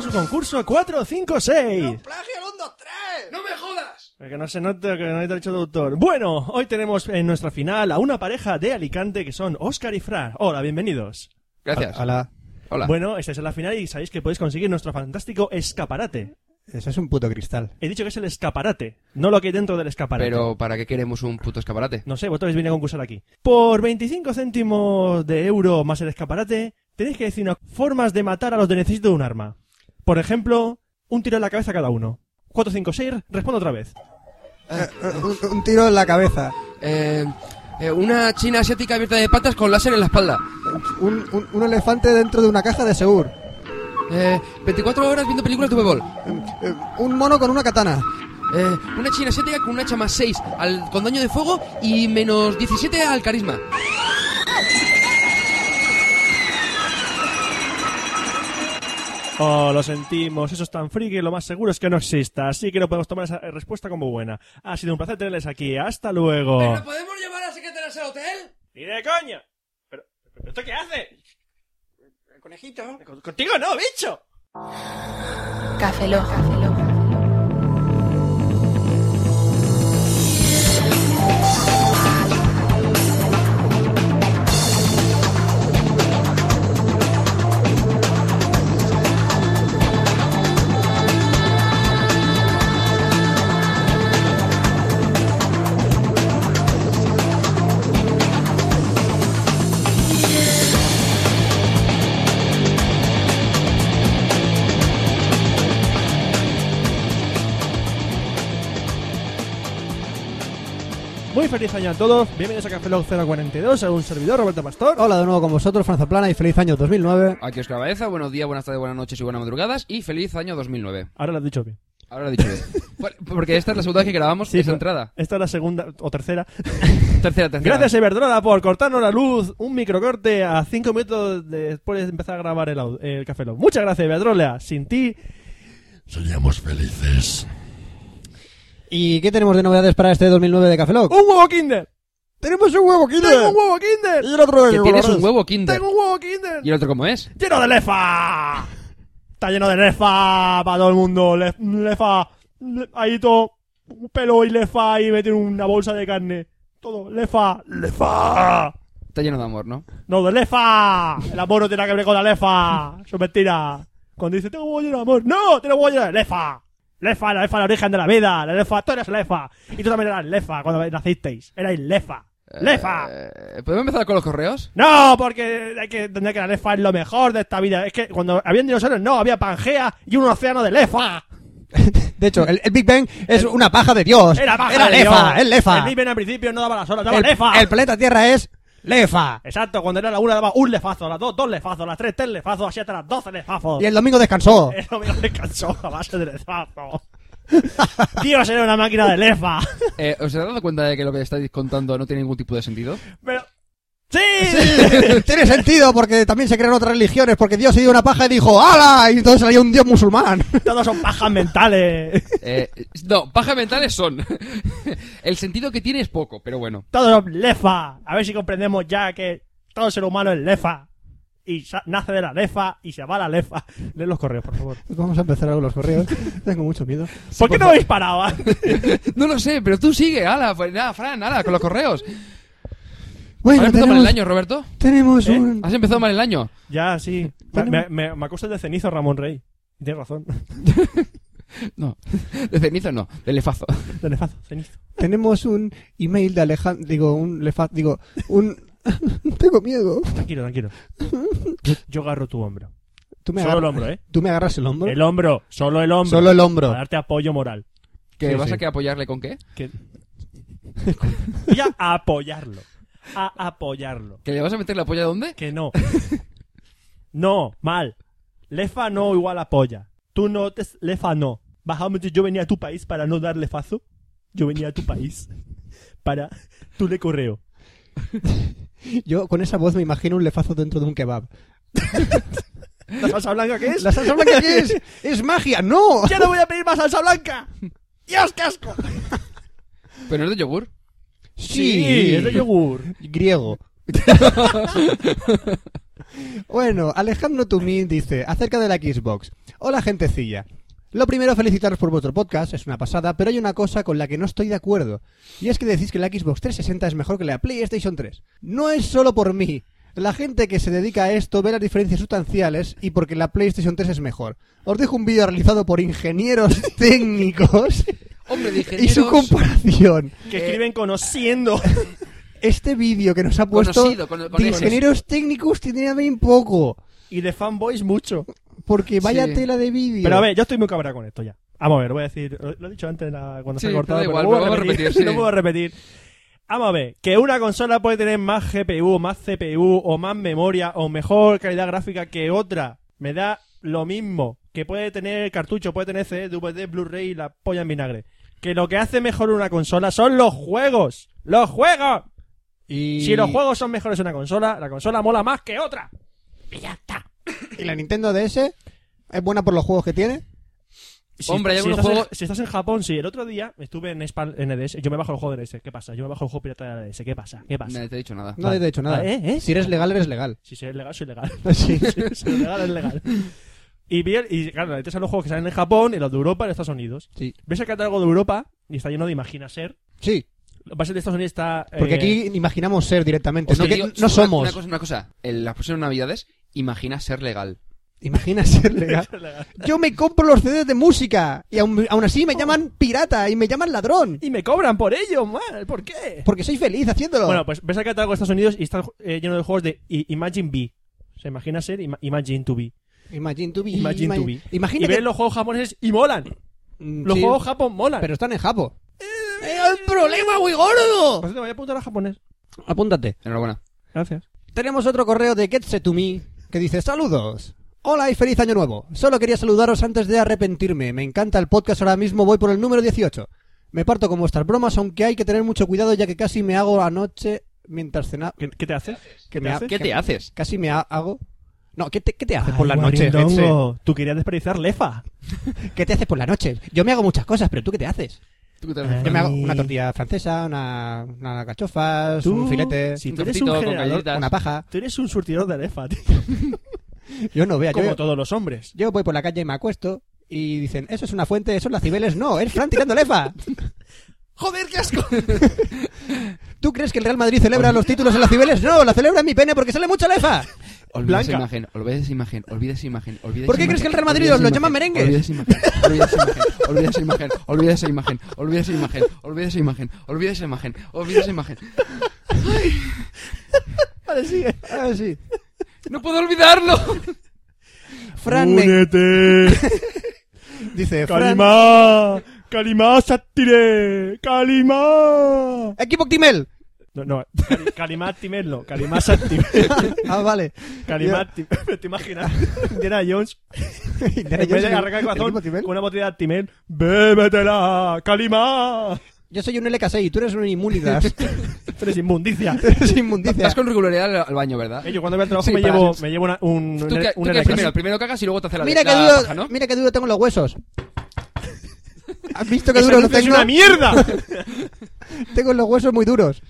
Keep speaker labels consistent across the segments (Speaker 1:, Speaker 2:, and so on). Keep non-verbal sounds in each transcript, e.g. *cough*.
Speaker 1: su concurso 4, 5, 6.
Speaker 2: ¡Plagio al 1, 2, 3! ¡No me jodas!
Speaker 1: Que no se note que no hay derecho de autor. Bueno, hoy tenemos en nuestra final a una pareja de Alicante que son Óscar y Fran. Hola, bienvenidos.
Speaker 3: Gracias.
Speaker 4: Hola.
Speaker 3: Hola.
Speaker 1: Ah, Bueno, estáis en la final y sabéis que podéis conseguir nuestro fantástico escaparate.
Speaker 4: Eso es un puto cristal.
Speaker 1: He dicho que es el escaparate, no lo que hay dentro del escaparate.
Speaker 3: Pero ¿para qué queremos un puto escaparate?
Speaker 1: No sé, vosotros habéis venido a concursar aquí. Por 25 céntimos de euro más el escaparate, tenéis que decirnos formas de matar a los de necesito de un arma. Por ejemplo, un tiro en la cabeza a cada uno. 4, 5, 6, respondo otra vez.
Speaker 4: Eh, Un, un tiro en la cabeza.
Speaker 3: Eh, eh, una china asiática abierta de patas con láser en la espalda.
Speaker 4: Un, un- un elefante dentro de una caja de Segur.
Speaker 3: Eh, 24 horas viendo películas de huevol.
Speaker 4: Eh, Un mono con una katana.
Speaker 3: Eh, una china asiática con un hacha más 6 al, con daño de fuego y menos 17 al carisma.
Speaker 1: Oh, lo sentimos, eso es tan friki, lo más seguro es que no exista, así que no podemos tomar esa respuesta como buena. Ha sido un placer tenerles aquí, hasta luego.
Speaker 3: podemos llevar a secretarias al hotel?
Speaker 1: ¡Ni de coña! ¿Pero, pero esto qué hace?
Speaker 2: El conejito.
Speaker 1: Con- ¡Contigo no, bicho!
Speaker 5: Café Loja.
Speaker 1: Muy feliz año a todos, bienvenidos a Café Log 042, a un servidor, Roberto Pastor.
Speaker 4: Hola de nuevo con vosotros, Franza Plana, y feliz año 2009.
Speaker 3: Aquí os cabeza, buenos días, buenas tardes, buenas noches y buenas madrugadas y feliz año 2009.
Speaker 1: Ahora lo has dicho bien.
Speaker 3: Ahora lo he
Speaker 1: *laughs*
Speaker 3: dicho bien. Por- Porque esta es la segunda vez que grabamos
Speaker 1: Sí,
Speaker 3: esta
Speaker 1: pero-
Speaker 3: entrada.
Speaker 1: Esta es la segunda o tercera.
Speaker 3: Tercera, tercera.
Speaker 1: Ah. Gracias a Iberdrola por cortarnos la luz, un microcorte a cinco minutos de- después de empezar a grabar el, au- el Café Lock. Muchas gracias Iberdrola, sin ti...
Speaker 6: Seríamos felices.
Speaker 4: ¿Y qué tenemos de novedades para este 2009 de Café Lock?
Speaker 1: ¡Un huevo kinder!
Speaker 4: ¡Tenemos un huevo, Kinder!
Speaker 1: ¡Tengo un huevo kinder!
Speaker 4: el otro
Speaker 3: Que tienes un huevo kinder.
Speaker 1: ¡Tengo un huevo kinder!
Speaker 3: ¿Y el otro cómo es?
Speaker 1: ¡Lleno de lefa! Está lleno de lefa para todo el mundo. Le- lefa. le- ahí todo. Un pelo y lefa y meter una bolsa de carne. Todo. Lefa. Lefa.
Speaker 3: Está lleno de amor, ¿no?
Speaker 1: No, de lefa. El amor no tiene nada que ver con la lefa. Eso es mentira. Cuando dice, tengo huevo lleno de amor. No, tengo huevo lleno de lefa. Lefa, la lefa, es la origen de la vida. La lefa, tú eres lefa. Y tú también eras lefa cuando nacisteis. Erais lefa. Lefa.
Speaker 3: Eh, ¿Podemos empezar con los correos?
Speaker 1: No, porque hay que entender que la lefa es lo mejor de esta vida. Es que cuando habían dinosaurios, no, había Pangea y un océano de lefa.
Speaker 4: De hecho, el, el Big Bang es una paja de Dios.
Speaker 1: Era paja
Speaker 4: Era
Speaker 1: de
Speaker 4: lefa,
Speaker 1: Dios.
Speaker 4: es lefa.
Speaker 1: El Big Bang al principio no daba las horas, daba lefa.
Speaker 4: el planeta Tierra es lefa.
Speaker 1: Exacto, cuando era la una daba un lefazo, a las dos, dos lefazos, a las tres, tres lefazos, así hasta las doce lefazos.
Speaker 4: Y el domingo descansó.
Speaker 1: *laughs* Eso me descansó a base de *laughs* lefazo. Dios, era una máquina de lefa. *laughs*
Speaker 3: Eh, ¿Os habéis dado cuenta de que lo que estáis contando no tiene ningún tipo de sentido?
Speaker 1: Pero... ¡Sí!
Speaker 4: *laughs* Tiene sentido porque también se crean otras religiones porque Dios se dio una paja y dijo ¡Hala! Y entonces salió un Dios musulmán. *laughs*
Speaker 1: Todos son pajas mentales.
Speaker 3: Eh, no, pajas mentales son. *laughs* El sentido que tiene es poco, pero bueno.
Speaker 1: Todos son lefa. A ver si comprendemos ya que todo ser humano es lefa. Y sa- nace de la lefa y se va a la lefa. *laughs* Lee los correos, por favor.
Speaker 4: Vamos a empezar con los correos. Tengo mucho miedo.
Speaker 1: ¿Por qué no habéis parado? antes?
Speaker 3: No lo sé, pero tú sigue, ala, pues nada, Fran, ala, con los
Speaker 4: *laughs*
Speaker 3: correos. ¿Has
Speaker 4: Bueno,
Speaker 3: empezado mal el año, Roberto?
Speaker 4: tenemos
Speaker 1: ¿Eh?
Speaker 4: un...
Speaker 3: ¿Has empezado mal el año?
Speaker 1: *laughs* ya, sí. Me, me, me- me acusas de cenizo Ramón Rey. Tienes razón. *laughs*
Speaker 3: No, de cenizo no, de lefazo.
Speaker 1: De lefazo, cenizo.
Speaker 4: Tenemos un email de Alejandro... Digo, un lefa... Digo, un... *laughs* Tengo miedo.
Speaker 1: Tranquilo, *laughs* tranquilo. Yo, yo agarro tu hombro.
Speaker 4: Tú me,
Speaker 1: Solo el
Speaker 4: agarras,
Speaker 1: hombro, ¿eh?
Speaker 4: tú me agarras el hombro.
Speaker 1: El hombro, solo el hombro.
Speaker 4: Solo el hombro.
Speaker 1: Para darte apoyo moral.
Speaker 3: ¿Que
Speaker 4: Sí,
Speaker 3: vas
Speaker 4: sí.
Speaker 3: a que apoyarle con qué?
Speaker 1: Que... Y a apoyarlo. A apoyarlo.
Speaker 3: ¿Que le vas a meter la polla dónde?
Speaker 1: Que no. *laughs* No, mal. Lefa no igual a polla. Tú no te... Lefa no. Bajamos, yo venía a tu país para no dar lefazo. Yo venía a tu país *laughs* para... Tú le correo.
Speaker 4: Yo con esa voz me imagino un lefazo dentro de un kebab.
Speaker 1: ¿La salsa blanca qué es?
Speaker 4: ¿La salsa blanca qué es? ¡Es magia! ¡No!
Speaker 1: *laughs* ¡Ya no voy a pedir más salsa blanca! ¡Dios, qué asco!
Speaker 3: Pero no es de yogur.
Speaker 1: es de yogur.
Speaker 4: griego. bueno, Alejandro Tumín dice acerca de la Xbox. Hola, gentecilla. Lo primero, felicitaros por vuestro podcast, es una pasada, pero hay una cosa con la que no estoy de acuerdo, y es que decís que la Xbox 360 es mejor que la PlayStation 3. No es solo por mí. La gente que se dedica a esto ve las diferencias sustanciales y porque la PlayStation 3 es mejor. Os dejo un vídeo realizado por ingenieros *laughs* técnicos
Speaker 3: Hombre de
Speaker 4: y su
Speaker 3: ingenieros
Speaker 4: comparación.
Speaker 1: Que escriben conociendo.
Speaker 4: Este vídeo que nos ha puesto
Speaker 3: Conocido, con- con
Speaker 4: de
Speaker 3: ese.
Speaker 4: ingenieros técnicos tiene bien poco.
Speaker 1: *laughs* y de fanboys mucho.
Speaker 4: Porque vaya
Speaker 3: Sí.
Speaker 4: tela de vídeo.
Speaker 1: Pero a ver, yo estoy muy cabreado con esto ya. Vamos a ver, voy a decir, lo, lo he dicho antes en la- cuando se
Speaker 3: Sí,
Speaker 1: ha cortado,
Speaker 3: pero da
Speaker 1: pero
Speaker 3: igual,
Speaker 1: lo
Speaker 3: lo
Speaker 1: puedo
Speaker 3: vamos a
Speaker 1: repetir, *laughs*
Speaker 3: repetir, sí.
Speaker 1: lo puedo repetir. Vamos a ver, que una consola puede tener más GPU, más CPU o más memoria o mejor calidad gráfica que otra. Me da lo mismo. Que puede tener cartucho, puede tener CD, DVD, Blu-ray y la polla en vinagre. Que lo que hace mejor una consola son los juegos. ¡Los juegos!
Speaker 4: Y...
Speaker 1: Si los juegos son mejores en una consola, la consola mola más que otra. Y ya está.
Speaker 4: ¿Y la Nintendo DS es buena por los juegos que tiene?
Speaker 1: Si-
Speaker 3: Hombre, hay
Speaker 1: si
Speaker 3: algunos
Speaker 1: estás, en,
Speaker 3: juegos-
Speaker 1: si estás en Japón, sí. El otro día estuve en Span en NDS. Yo me bajo el juego de NDS. ¿Qué pasa? Yo me bajo el juego pirata de NDS. ¿Qué pasa? ¿Qué pasa?
Speaker 3: Nadie te ha dicho nada.
Speaker 4: No te he dicho nada.
Speaker 1: Vale, ¿eh? ¿eh?
Speaker 4: Si eres legal, eres legal.
Speaker 1: Si soy legal, soy legal. *laughs*
Speaker 4: Ah, *laughs* Sí.
Speaker 1: si soy legal, es legal. Y, vi el- y claro, te salen los juegos que salen en Japón y los de Europa y en Estados Unidos.
Speaker 4: Sí.
Speaker 1: Ves el catálogo de Europa y está lleno de Imagina Ser.
Speaker 4: Sí,
Speaker 1: Vas el de Estados Unidos está... eh,
Speaker 4: porque aquí imaginamos ser directamente,
Speaker 3: Os
Speaker 4: Pues no,
Speaker 3: te
Speaker 4: que
Speaker 3: digo,
Speaker 4: no
Speaker 3: una-
Speaker 4: somos.
Speaker 3: Una cosa, una cosa. En las próximas navidades, imagina ser legal.
Speaker 4: Imagina
Speaker 3: *laughs*
Speaker 4: ser legal. Yo me compro los CDs de música y aún, aún así me llaman pirata y me llaman ladrón.
Speaker 1: Y me cobran por ello, mal. ¿Por qué?
Speaker 4: Porque soy feliz haciéndolo.
Speaker 1: Bueno, pues ves el catálogo de Estados Unidos y está eh, lleno de juegos de I- Imagine B. O sea, Imagina Ser, Ima- Imagine to Be.
Speaker 4: imagine to be.
Speaker 1: Imagine to
Speaker 4: ima-
Speaker 1: be.
Speaker 4: Imagina
Speaker 1: Y
Speaker 4: que-
Speaker 1: ves los juegos japoneses y molan.
Speaker 4: Mm,
Speaker 1: Los
Speaker 4: sí,
Speaker 1: juegos Japón molan.
Speaker 4: Pero están en Japo. ¡Es un problema muy gordo!
Speaker 1: Por cierto, me voy a apuntar a japonés.
Speaker 4: Apúntate.
Speaker 3: Enhorabuena.
Speaker 1: Gracias.
Speaker 4: Tenemos otro correo de Getse to me que dice saludos. Hola y feliz año nuevo. Solo quería saludaros antes de arrepentirme. Me encanta el podcast ahora mismo, voy por el número 18. Me parto con vuestras bromas, aunque hay que tener mucho cuidado ya que casi me hago anoche mientras cenaba.
Speaker 1: ¿Qué, qué te haces?
Speaker 4: Que
Speaker 1: ¿Qué
Speaker 4: me ha-
Speaker 1: haces?
Speaker 3: ¿Qué te haces?
Speaker 4: Casi me ha- hago... No, ¿qué te, qué te haces por la noche? Getse?
Speaker 1: guarindongo, Tú querías desperdiciar lefa.
Speaker 4: ¿Qué te haces por la noche? Yo me hago muchas cosas, pero ¿tú qué te haces?
Speaker 3: Tú que te haces
Speaker 4: Yo me hago
Speaker 1: Ay.
Speaker 4: una tortilla francesa, una, una cachofas,
Speaker 1: Tú,
Speaker 4: un filete,
Speaker 1: si
Speaker 3: un
Speaker 1: tú eres
Speaker 3: trocito
Speaker 1: Pues, un
Speaker 3: con
Speaker 1: generador,
Speaker 3: galletitas.
Speaker 4: una paja.
Speaker 1: tú eres un surtidor de lefa, tío.
Speaker 4: Yo no vea, yo,
Speaker 1: Como todos los hombres.
Speaker 4: Yo voy por la calle y me acuesto y dicen, eso es una fuente, eso es las cibeles. No, es Fran tirando lefa.
Speaker 3: ¡Joder, qué asco!
Speaker 4: ¿Tú crees que el Real Madrid celebra los títulos en las cibeles? No, la celebra en mi pene porque sale mucha lefa.
Speaker 3: Olvida esa
Speaker 1: Blanca.
Speaker 3: imagen, olvida esa imagen, olvida esa imagen, olvida
Speaker 4: ¿Por
Speaker 3: esa
Speaker 4: qué crees
Speaker 3: imagen,
Speaker 4: que el Real Madrid
Speaker 3: olvida
Speaker 4: os lo
Speaker 3: esa
Speaker 4: llaman
Speaker 3: imagen,
Speaker 4: merengues?
Speaker 3: Olvida esa imagen, olvida esa imagen, olvida esa imagen, olvida esa imagen, olvida esa imagen, olvida esa imagen, olvida esa imagen, olvida esa imagen.
Speaker 4: Vale, sí. Ah, sí.
Speaker 3: ¡No puedo olvidarlo! *laughs*
Speaker 4: Fran
Speaker 3: e-
Speaker 4: me- dice, Fran...
Speaker 1: ¡Calimá! ¡Calimá, sátire! ¡Calimá!
Speaker 4: Equipo
Speaker 3: *laughs*
Speaker 4: Timel.
Speaker 1: No, no. Cali- Calimá, Timel, no. Calimá, *laughs* sátire.
Speaker 4: Ah, vale.
Speaker 1: Calimá, *laughs* Timel. ¿Te imaginas? Indiana *laughs* Jones.
Speaker 4: Indiana
Speaker 1: En vez de
Speaker 4: Jones,
Speaker 1: arrancar el corazón
Speaker 4: equipo Timel.
Speaker 1: con una botella de Timel. ¡Bébetela! ¡Calimá!
Speaker 4: Yo soy un LK6 y tú eres
Speaker 3: *laughs*
Speaker 4: un *laughs* inmunidas.
Speaker 1: Tú eres inmundicia.
Speaker 4: eres
Speaker 3: Vas
Speaker 4: inmundicia.
Speaker 3: con regularidad al, al baño, ¿verdad?
Speaker 1: Eh, yo cuando voy al trabajo
Speaker 4: Sí,
Speaker 1: me,
Speaker 4: para
Speaker 1: llevo,
Speaker 4: las-
Speaker 1: me llevo una- un,
Speaker 3: ¿Tú qué,
Speaker 1: un
Speaker 3: tú qué
Speaker 1: LK.
Speaker 3: primero? Primero cagas y luego te haces la
Speaker 4: Mira que
Speaker 3: la
Speaker 4: duro,
Speaker 3: paja, ¿no?
Speaker 4: mira que duro tengo los huesos. ¿Has visto que
Speaker 1: ¡Ese
Speaker 4: duro los
Speaker 1: anuncio ¡Es
Speaker 4: tengo?
Speaker 1: una mierda!
Speaker 4: Tengo los huesos muy duros.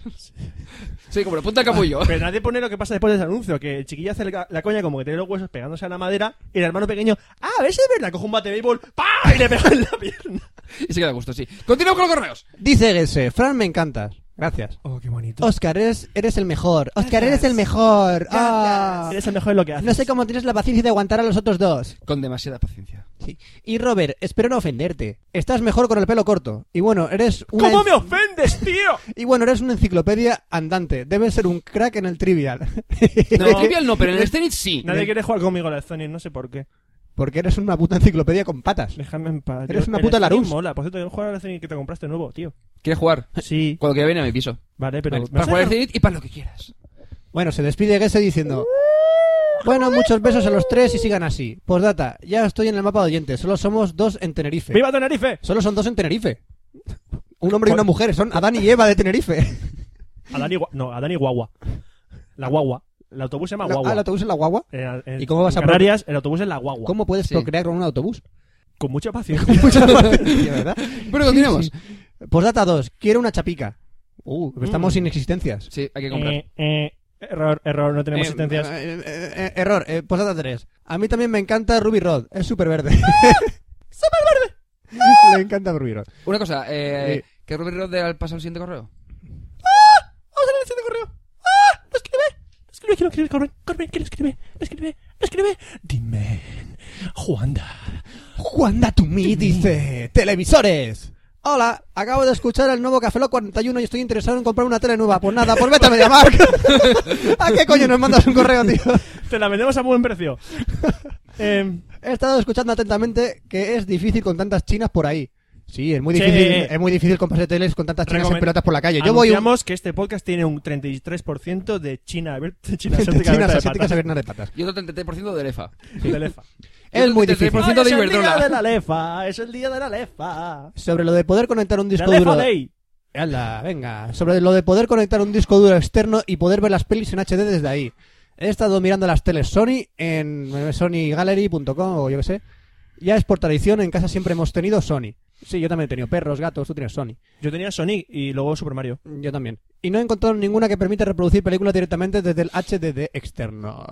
Speaker 3: Sí, como la punta del capullo.
Speaker 1: Ah, Pero nadie pone lo que pasa después de ese anuncio, que el chiquillo hace la, la coña como que tiene los huesos pegándose a la madera y el hermano pequeño, ah, a ver si es verdad, coge un bate de béisbol, ¡pa! y le pega en la pierna.
Speaker 3: Y se queda a gusto, sí. Continuamos con los correos.
Speaker 4: Dice Gese, Fran me encantas. Gracias.
Speaker 1: Oh, qué bonito.
Speaker 4: Oscar, eres, eres el mejor. Oscar, eres el mejor. Ah.
Speaker 1: Eres el mejor en lo que haces.
Speaker 4: No sé cómo tienes la paciencia de aguantar a los otros dos.
Speaker 3: Con demasiada paciencia.
Speaker 4: Sí. Y Robert, espero no ofenderte. Estás mejor con el pelo corto. Y bueno, eres una
Speaker 1: ¿Cómo
Speaker 4: en-
Speaker 1: me ofendes, tío?
Speaker 4: Y bueno, eres una enciclopedia andante. Debes ser un crack en el trivial. *laughs*
Speaker 3: No, en el trivial no, pero en el Zenith sí.
Speaker 1: Nadie quiere jugar conmigo a la Sonic, no sé por qué.
Speaker 4: Porque eres una puta enciclopedia con patas.
Speaker 1: Déjame en paz.
Speaker 4: Eres
Speaker 1: Yo-
Speaker 4: una
Speaker 1: el
Speaker 4: puta
Speaker 1: Sonic
Speaker 4: Larus.
Speaker 1: mola. Por cierto, quiero jugar a la Sonic que te compraste nuevo, tío.
Speaker 3: ¿Quieres jugar?
Speaker 1: Sí,
Speaker 3: Cuando quiera venir a mi piso.
Speaker 1: vale, pero...
Speaker 3: Vale,
Speaker 1: ¿me
Speaker 3: para
Speaker 1: has
Speaker 3: jugar al
Speaker 1: dejado-
Speaker 3: Zenith y para lo que quieras.
Speaker 4: Bueno, se despide Gese diciendo... Bueno, muchos besos a los tres y sigan así. Postdata, ya estoy en el mapa de oyentes. Solo somos dos en Tenerife.
Speaker 1: ¡Viva Tenerife!
Speaker 4: Solo son dos en Tenerife. Un hombre y una mujer, son Adán y Eva de Tenerife.
Speaker 1: Adán y, Gua- no, Adán y Guagua. La Guagua. El autobús se llama
Speaker 4: La-
Speaker 1: Guagua.
Speaker 4: ah, el autobús en la guagua.
Speaker 1: En- Eh, en-
Speaker 4: ¿Y cómo vas
Speaker 1: en
Speaker 4: a pro-
Speaker 1: Canarias, el autobús es la Guagua.
Speaker 4: ¿Cómo puedes
Speaker 3: Sí.
Speaker 4: procrear con un autobús? Pues
Speaker 1: Con mucha *laughs* paciencia.
Speaker 4: Mucha *laughs* paciencia, ¿verdad?
Speaker 3: Pero continuemos. Sí,
Speaker 4: Postdata 2, quiero una chapica. Uh, estamos sin existencias.
Speaker 3: hay que comprar.
Speaker 1: Eh, eh, Error, error, no tenemos
Speaker 4: Eh,
Speaker 1: sentencias.
Speaker 4: eh, eh, eh, error, eh, postdata 3. A mí también me encanta Ruby Rod, es súper *laughs* verde. ¡Súper verde! Le encanta Ruby Rod.
Speaker 3: Una cosa, eh,
Speaker 4: Sí.
Speaker 3: ¿que Ruby Rod al pasa al siguiente correo?
Speaker 1: Vamos a leer el siguiente correo. ¡Ah! ¡Lo escribe! ¡Lo escribe! ¿Quién lo escribe, Carmen? Carmen, ¿quién lo escribe? ¿Lo escribe? ¿Lo escribe? Dime, Juanda.
Speaker 4: Juanda to me dice: ¡Televisores! Hola, acabo de escuchar el nuevo Café Lock 41 y estoy interesado en comprar una tele nueva. Pues nada, por vete a MediaMarkt. *laughs* ¿A qué coño nos mandas un correo, tío?
Speaker 1: Te la vendemos a buen
Speaker 4: *laughs*
Speaker 1: precio. Eh,
Speaker 4: He estado escuchando atentamente que es difícil con tantas chinas por ahí. Sí, es muy difícil,
Speaker 1: Sí.
Speaker 4: es muy difícil comprarse teles con tantas chinas en
Speaker 1: Recomen-
Speaker 4: pelotas por la calle. Yo voy un...
Speaker 1: anunciamos que este podcast tiene un 33% de China, abier- de China
Speaker 4: *laughs* de
Speaker 1: asiática
Speaker 4: chinas
Speaker 1: abierta de
Speaker 4: asiáticas
Speaker 1: patas.
Speaker 4: abiertas de patas.
Speaker 3: Y otro 33% de Lefa.
Speaker 1: De lefa.
Speaker 4: Es
Speaker 3: 33%
Speaker 4: muy difícil.
Speaker 3: Por ciento
Speaker 1: Ay,
Speaker 3: de
Speaker 1: es el día
Speaker 3: Iberdrola.
Speaker 1: de la lefa, es el día de la lefa.
Speaker 4: Sobre lo de poder conectar un
Speaker 1: La
Speaker 4: disco
Speaker 1: lefa
Speaker 4: duro.
Speaker 1: ley.
Speaker 4: Hala, venga. Sobre lo de poder conectar un disco duro externo y poder ver las pelis en HD desde ahí. He estado mirando las teles Sony en eh, sonygallery.com o yo qué sé. Ya es por tradición, en casa siempre hemos tenido Sony. Sí, yo también he tenido perros, gatos, tú tienes Sony.
Speaker 1: Yo tenía Sonic y luego Super Mario.
Speaker 4: Yo también. Y no he encontrado ninguna que permita reproducir películas directamente desde el HDD externo.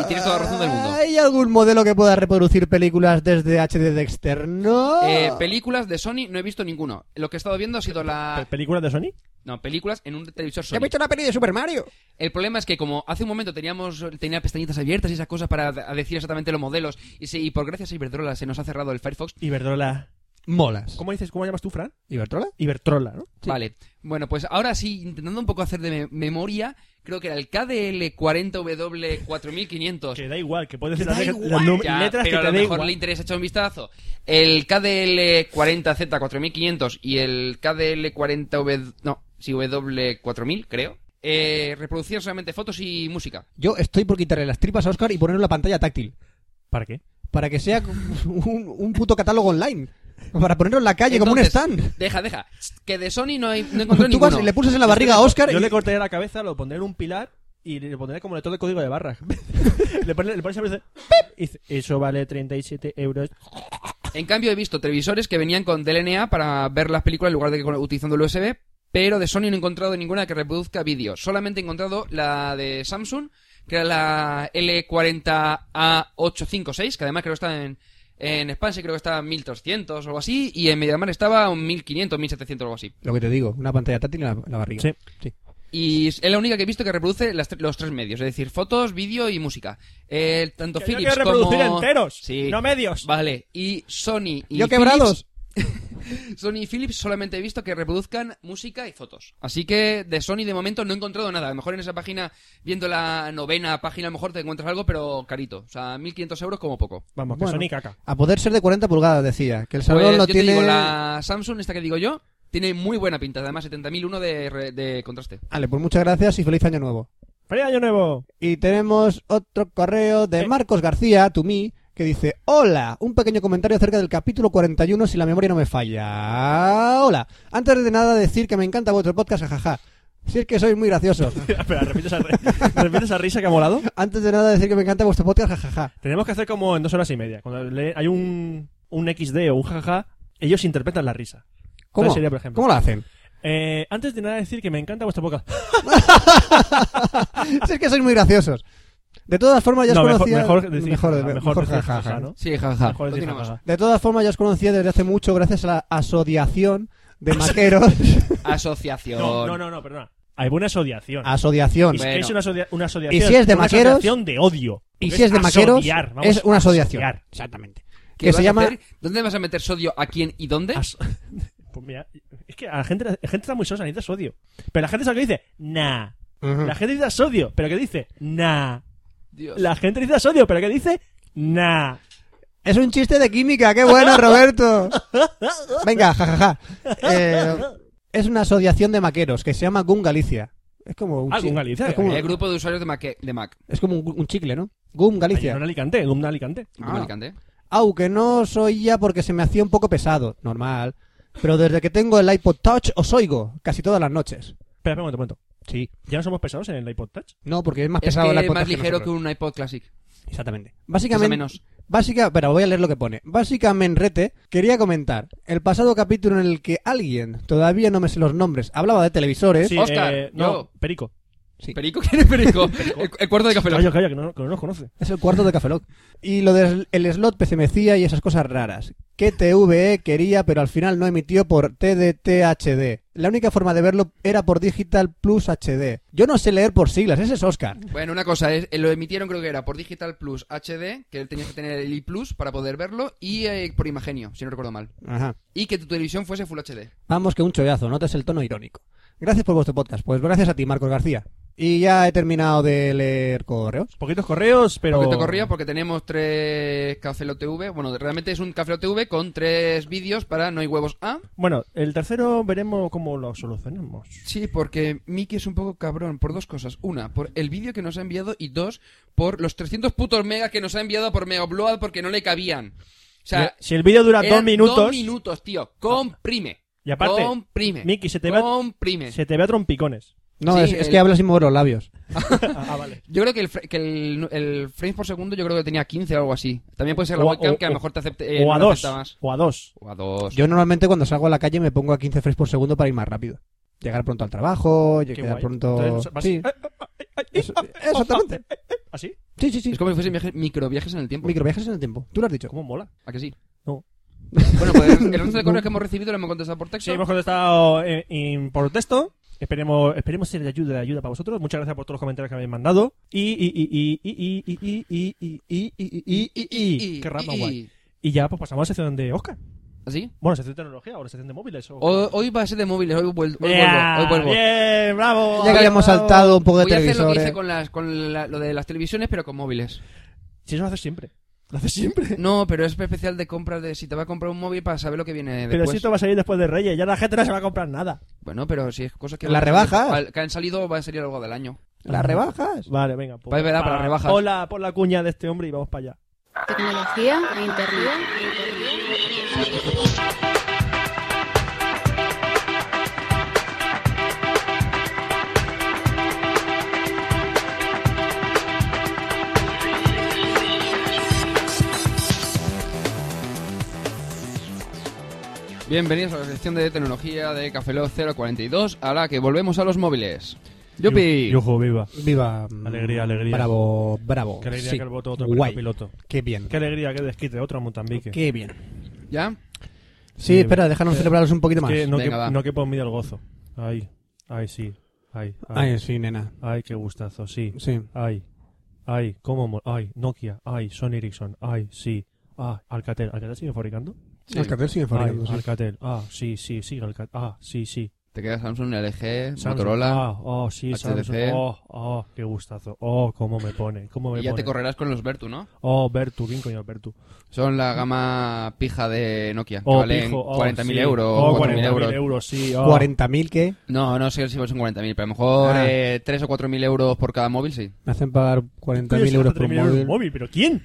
Speaker 3: Y tienes toda la razón del mundo.
Speaker 4: ¿Hay algún modelo que pueda reproducir películas desde HDD externo?
Speaker 3: Eh, películas de Sony no he visto ninguno. Lo que he estado viendo ha sido
Speaker 4: Ah.
Speaker 3: la...
Speaker 1: ¿Películas de Sonic?
Speaker 3: No, películas en un televisor Sony.
Speaker 4: He visto una peli de Super Mario.
Speaker 3: El problema es que como hace un momento teníamos tenía pestañitas abiertas y esas cosas para a decir exactamente los modelos y, se- y por gracias a Iberdrola se nos ha cerrado el Firefox.
Speaker 1: Iberdrola.
Speaker 4: Molas.
Speaker 1: ¿Cómo dices? ¿Cómo llamas tú, Fran?
Speaker 4: ¿Y Bertola?
Speaker 1: Ibertrola, ¿no?
Speaker 3: Vale. Bueno, pues ahora sí, intentando un poco hacer de me- memoria, creo que era el KDL40W4500.
Speaker 1: Que da igual, que puedes
Speaker 4: Que
Speaker 1: decir
Speaker 4: da
Speaker 1: las,
Speaker 4: igual.
Speaker 1: num-
Speaker 3: Ya,
Speaker 1: letras que
Speaker 3: pero a
Speaker 1: te
Speaker 3: lo
Speaker 1: dé
Speaker 3: mejor
Speaker 1: igual.
Speaker 3: le interesa echar un vistazo. El KDL40Z4500 y el KDL40V... No, sí, W4000, creo. Eh, reproducían solamente fotos y música.
Speaker 4: Yo estoy por quitarle las tripas a Oscar y ponerle la pantalla táctil.
Speaker 1: ¿Para qué?
Speaker 4: Para que sea *laughs* un, un puto catálogo online. Para ponerlo en la calle como un
Speaker 3: Entonces,
Speaker 4: stand.
Speaker 3: Deja, deja. Que de Sony no, he, no encontré
Speaker 4: Tú vas
Speaker 3: ninguno.
Speaker 4: y le pulsas en la barriga a Oscar
Speaker 1: Yo
Speaker 4: y-
Speaker 1: le cortaré la cabeza, lo pondré en un pilar y le pondré como lector de código de barras. *laughs* le pones le pones siempre dice, "Pip", y dice, eso vale 37 euros.
Speaker 3: En cambio, he visto televisores que venían con DLNA para ver las películas en lugar de que con- utilizando el USB, pero de Sony no he encontrado ninguna que reproduzca vídeo. Solamente he encontrado la de Samsung, que era la L40A856, que además creo que está en, en Expanse, creo que está en 1300 o algo así, y en Mediamar estaba en 1500, 1700 o algo así.
Speaker 4: Lo que te digo, una pantalla táctil en la, en la barriga.
Speaker 1: Sí.
Speaker 3: Y es la única que he visto que reproduce las tre- los tres medios, es decir, fotos, vídeo y música. Eh, tanto
Speaker 1: Que yo
Speaker 3: Philips
Speaker 1: quiero reproducir
Speaker 3: como...
Speaker 1: enteros,
Speaker 3: Sí.
Speaker 1: no medios.
Speaker 3: Vale, y Sony y
Speaker 4: Yo
Speaker 3: Philips-
Speaker 4: quebrados.
Speaker 3: Sony y Philips solamente he visto que reproduzcan música y fotos. Así que de Sony de momento no he encontrado nada. A lo mejor en esa página, viendo la novena página, a lo mejor te encuentras algo, pero carito. O sea, 1.500 euros como poco.
Speaker 1: Vamos, que
Speaker 4: Bueno.
Speaker 1: Sony caca.
Speaker 4: A poder ser de 40 pulgadas, decía. Que el salón
Speaker 3: Pues,
Speaker 4: no
Speaker 3: yo te
Speaker 4: tiene...
Speaker 3: digo, la Samsung, esta que digo yo, tiene muy buena pinta. Además, 70.001 de, re- de contraste.
Speaker 4: Vale, pues muchas gracias y feliz año nuevo.
Speaker 1: ¡Feliz año nuevo! *laughs*
Speaker 4: Y tenemos otro correo de
Speaker 1: Eh.
Speaker 4: Marcos García, to me, que dice, hola, un pequeño comentario acerca del capítulo 41 si la memoria no me falla. Hola, antes de nada decir que me encanta vuestro podcast, jajaja. Si es que sois
Speaker 1: *laughs*
Speaker 4: muy graciosos.
Speaker 1: Espera, repite esa, repite esa risa que ha molado.
Speaker 4: antes de nada decir que me encanta vuestro podcast, jajaja.
Speaker 1: Tenemos que hacer como en dos horas y media. Cuando le- hay un, un XD o un jajaja, ellos interpretan la risa.
Speaker 4: ¿Cómo?
Speaker 1: Entonces sería, por ejemplo,
Speaker 4: ¿Cómo
Speaker 1: *laughs*
Speaker 4: lo hacen?
Speaker 1: eh, antes de nada decir que me encanta vuestra boca.
Speaker 4: si es que sois muy graciosos. De todas formas, ya os
Speaker 1: No, mejor-
Speaker 4: conocía...
Speaker 1: mejor decir jajaja,
Speaker 4: de-
Speaker 1: mejor decir jajaja, ¿no?
Speaker 3: Sí, jaja.
Speaker 1: Mejor decir
Speaker 3: Continuamos.
Speaker 1: jajaja.
Speaker 4: De todas formas, ya os conocía desde hace mucho gracias a la asociación de maqueros.
Speaker 3: Asociación.
Speaker 1: No, no, no, no, perdona. Hay buena asociación.
Speaker 4: asociación.
Speaker 1: Y si
Speaker 3: Bueno.
Speaker 1: es una, asocia- una asociación.
Speaker 4: Ah, Y si es de
Speaker 1: una
Speaker 4: maqueros-
Speaker 1: asociación de odio.
Speaker 4: Y
Speaker 1: Es
Speaker 4: si es de maqueros,
Speaker 1: asodiar, vamos,
Speaker 4: es una asociación.
Speaker 1: asodiar.
Speaker 4: Exactamente.
Speaker 3: ¿Qué
Speaker 4: Que
Speaker 3: vas
Speaker 4: se
Speaker 3: a
Speaker 4: llama...
Speaker 3: hacer? ¿Dónde vas a meter sodio? ¿A quién y dónde?
Speaker 1: As- Pues mira, es que a la gente, la gente está muy sosa, necesita sodio. Pero la gente sabe que dice, nah.
Speaker 4: Ujú.
Speaker 1: La gente dice sodio, pero que dice, nah.
Speaker 3: Dios.
Speaker 1: La gente dice sodio, pero que dice, nah.
Speaker 4: Es un chiste de química, qué bueno, Roberto. Venga, jajaja. Eh, es una asociación de maqueros que se llama Gun Galicia. Es como un
Speaker 1: Ah,
Speaker 4: chi-
Speaker 1: Gun Galicia,
Speaker 4: Es como,
Speaker 3: El Eh, grupo de usuarios de Mac. eh, De Mac.
Speaker 4: es como un, un chicle, ¿no? Gun
Speaker 1: Hay
Speaker 4: Galicia.
Speaker 1: un Alicante, un Alicante.
Speaker 3: Grupo
Speaker 4: Ah.
Speaker 3: Alicante.
Speaker 4: Aunque no soy ya porque se me hacía un poco pesado, normal. Pero desde que tengo el iPod Touch os oigo casi todas las noches.
Speaker 1: Espera, espera, un momento, un momento.
Speaker 4: Sí.
Speaker 1: ¿Ya no somos pesados en el iPod Touch?
Speaker 4: No, porque es más
Speaker 3: Es
Speaker 4: pesado el
Speaker 3: que
Speaker 4: iPod
Speaker 3: más
Speaker 4: Touch que
Speaker 3: ligero que,
Speaker 4: nosotros.
Speaker 3: un iPod Classic.
Speaker 4: Exactamente.
Speaker 3: Pesa
Speaker 4: Básicamente,
Speaker 3: menos.
Speaker 4: Básica, pero voy a leer lo que pone. Básicamente, Rete quería comentar el pasado capítulo en el que alguien, todavía no me sé los nombres, hablaba de televisores.
Speaker 1: Sí,
Speaker 3: Oscar,
Speaker 1: eh, no,
Speaker 3: yo.
Speaker 1: Perico.
Speaker 4: Sí.
Speaker 3: ¿Perico? ¿Quién es Perico? el, el cuarto de café. Lock.
Speaker 1: Calla, calla, que no, que no nos conoce.
Speaker 4: Es el cuarto de Café Lock. Y lo del el slot PCMecía y esas cosas raras. Que TVE quería, pero al final no emitió por TDT-HD. La única forma de verlo era por Digital Plus HD. Yo no sé leer por siglas, ese es Oscar.
Speaker 3: Bueno, una cosa, es, eh, lo emitieron creo que era por Digital Plus HD, que él tenía que tener el I Plus para poder verlo, y eh, por Imagenio, si no recuerdo mal.
Speaker 4: Ajá.
Speaker 3: Y que tu televisión fuese Full HD.
Speaker 4: Vamos que un chollazo, notas el tono irónico. Gracias por vuestro podcast. Pues gracias a ti, Marcos García. Y ya he terminado de leer correos.
Speaker 1: Poquitos correos, pero.
Speaker 3: Porque te corría porque tenemos tres Café Lock TV. Bueno, realmente es un Café Lock TV con tres vídeos para No hay huevos A.
Speaker 1: Bueno, el tercero veremos cómo lo solucionamos.
Speaker 3: Sí, porque Miki es un poco cabrón por dos cosas. Una, por el vídeo que nos ha enviado y dos, por los 300 putos megas que nos ha enviado por Meobload porque no le cabían. O sea,
Speaker 1: si el vídeo dura
Speaker 3: eran
Speaker 1: dos minutos.
Speaker 3: Dos minutos, tío. Comprime.
Speaker 1: Y aparte,
Speaker 3: comprime.
Speaker 1: Miki, se te va-
Speaker 3: Comprime.
Speaker 1: Se te ve a trompicones.
Speaker 4: No,
Speaker 3: Sí,
Speaker 4: es, es
Speaker 3: el-
Speaker 4: que hablo sin mover los labios.
Speaker 1: Ah, ah, vale.
Speaker 3: Yo creo que, el, fr- que el, el frames por segundo yo creo que tenía 15 o algo así. También puede ser la
Speaker 1: O a-
Speaker 3: webcam
Speaker 1: o-
Speaker 3: que a lo
Speaker 1: o-
Speaker 3: mejor te acepte, eh,
Speaker 1: o a
Speaker 3: no lo
Speaker 1: dos.
Speaker 3: acepta más.
Speaker 1: O a dos.
Speaker 3: O a dos.
Speaker 4: Yo normalmente cuando salgo a la calle me pongo a 15 frames por segundo para ir más rápido. Llegar pronto al trabajo,
Speaker 1: Qué
Speaker 4: llegar
Speaker 1: guay.
Speaker 4: pronto...
Speaker 1: Entonces, vas-
Speaker 4: Sí,
Speaker 1: *laughs* eh, eh, eh, eh,
Speaker 4: Eso-
Speaker 1: eh, eh,
Speaker 4: exactamente.
Speaker 1: eh, eh, ¿Así?
Speaker 4: sí, sí. sí.
Speaker 3: Es como si fuesen viaje- microviajes en el tiempo.
Speaker 4: Microviajes en el tiempo. Tú lo has dicho.
Speaker 1: ¿Cómo mola?
Speaker 3: ¿A que sí?
Speaker 1: No.
Speaker 3: *laughs* Bueno, pues el resto
Speaker 1: *laughs*
Speaker 3: de correos que hemos recibido lo hemos contestado por
Speaker 1: Sí,
Speaker 3: texto.
Speaker 1: hemos contestado eh, in- por texto. Esperemos, esperemos ser de ayuda, de ayuda para vosotros. Muchas gracias por todos los comentarios que me habéis mandado. Y, y, y, y, y, y, y, y, y, y, y, y, y, y, y, y, qué rama guay. Y ya pues pasamos a la sección de Oscar.
Speaker 3: ¿Así?
Speaker 1: Bueno, sección de tecnología o la sección de móviles. O...
Speaker 3: Hoy, hoy va a ser de móviles, hoy, vuel- hoy
Speaker 1: Yeah,
Speaker 3: vuelvo. Hoy vuelvo.
Speaker 1: Bien, bravo.
Speaker 4: Ya que habíamos
Speaker 1: bravo.
Speaker 4: saltado un poco de
Speaker 3: Voy a hacer lo que
Speaker 4: televisores.
Speaker 3: hice con, las, con la- lo de las televisiones, pero con móviles.
Speaker 1: *laughs* Si eso lo haces siempre. Lo haces siempre.
Speaker 3: No, pero es especial de compra de si te va a comprar un móvil para saber lo que
Speaker 1: *laughs*
Speaker 3: viene
Speaker 1: Pero
Speaker 3: después.
Speaker 1: si esto va a salir después de Reyes, ya la gente no se va a comprar nada.
Speaker 3: Bueno, pero si es cosas que...
Speaker 4: Las
Speaker 3: van a
Speaker 4: rebajas.
Speaker 3: salir- que han salido, va a salir algo del año.
Speaker 4: ¿Las rebajas?
Speaker 1: Vale, venga. Pues,
Speaker 3: Vale, verdad, para
Speaker 1: pa-
Speaker 3: rebajas.
Speaker 1: Pon la, pon la cuña de este hombre y vamos para allá.
Speaker 5: Tecnología e internet.
Speaker 3: Bienvenidos a la sección de tecnología de Café Lock 042, a la que volvemos a los móviles. ¡Yupi!
Speaker 1: Yujo, viva.
Speaker 4: Viva. mm,
Speaker 1: Alegría, alegría.
Speaker 4: Bravo, bravo.
Speaker 1: Qué alegría
Speaker 4: Sí.
Speaker 1: que el voto otro
Speaker 4: Guay.
Speaker 1: piloto.
Speaker 4: Qué bien.
Speaker 1: Qué alegría, qué desquite. Otro Montambique.
Speaker 4: Qué bien.
Speaker 3: ¿Ya?
Speaker 4: Sí, espera, déjanos celebrarlos un poquito más.
Speaker 1: eh, Que no,
Speaker 3: Venga,
Speaker 1: que,
Speaker 3: va.
Speaker 1: no quepa en mí del gozo. Ay, ay, sí. Ay, ay,
Speaker 4: Ay, Ah, sí, nena.
Speaker 1: ay, qué gustazo, sí.
Speaker 4: Sí.
Speaker 1: Ay, ay, cómo mo- Ay, Nokia, ay, Sony Ericsson, ay, sí. Ah, Alcatel. ¿Alcatel sigue fabricando?
Speaker 3: Sí.
Speaker 4: Alcatel sigue
Speaker 1: Ay,
Speaker 4: fabricando, sí.
Speaker 1: Alcatel. Ah, sí, sí, sí, Alcatel. Ah, sí, sí.
Speaker 3: Te queda Samsung, LG,
Speaker 1: Samsung.
Speaker 3: Motorola...
Speaker 1: Ah, oh, sí,
Speaker 3: HTC.
Speaker 1: Samsung. Oh, oh, qué gustazo. Oh, cómo me pone. Cómo me
Speaker 3: Y ya
Speaker 1: pone.
Speaker 3: te correrás con los Vertu, ¿no?
Speaker 1: Oh, Bertu, ¿quién coño es Bertu?
Speaker 3: Son la gama pija de Nokia, que
Speaker 1: Oh,
Speaker 3: valen
Speaker 1: pijo, oh,
Speaker 3: 40.000
Speaker 1: sí.
Speaker 3: euros
Speaker 1: Oh,
Speaker 3: o 4.000
Speaker 1: 40.000
Speaker 3: euros.
Speaker 1: euros, sí. oh.
Speaker 4: 40.000 que
Speaker 3: No, no sé si son 40.000, pero a lo mejor
Speaker 4: Ah.
Speaker 3: eh, 3 o 4.000 euros por cada móvil, sí.
Speaker 4: me hacen pagar
Speaker 1: Coño,
Speaker 4: 40.000
Speaker 1: si
Speaker 4: euros
Speaker 1: gasta
Speaker 4: por
Speaker 1: 3.000 euros
Speaker 4: móvil.
Speaker 1: un móvil. ¿Pero quién?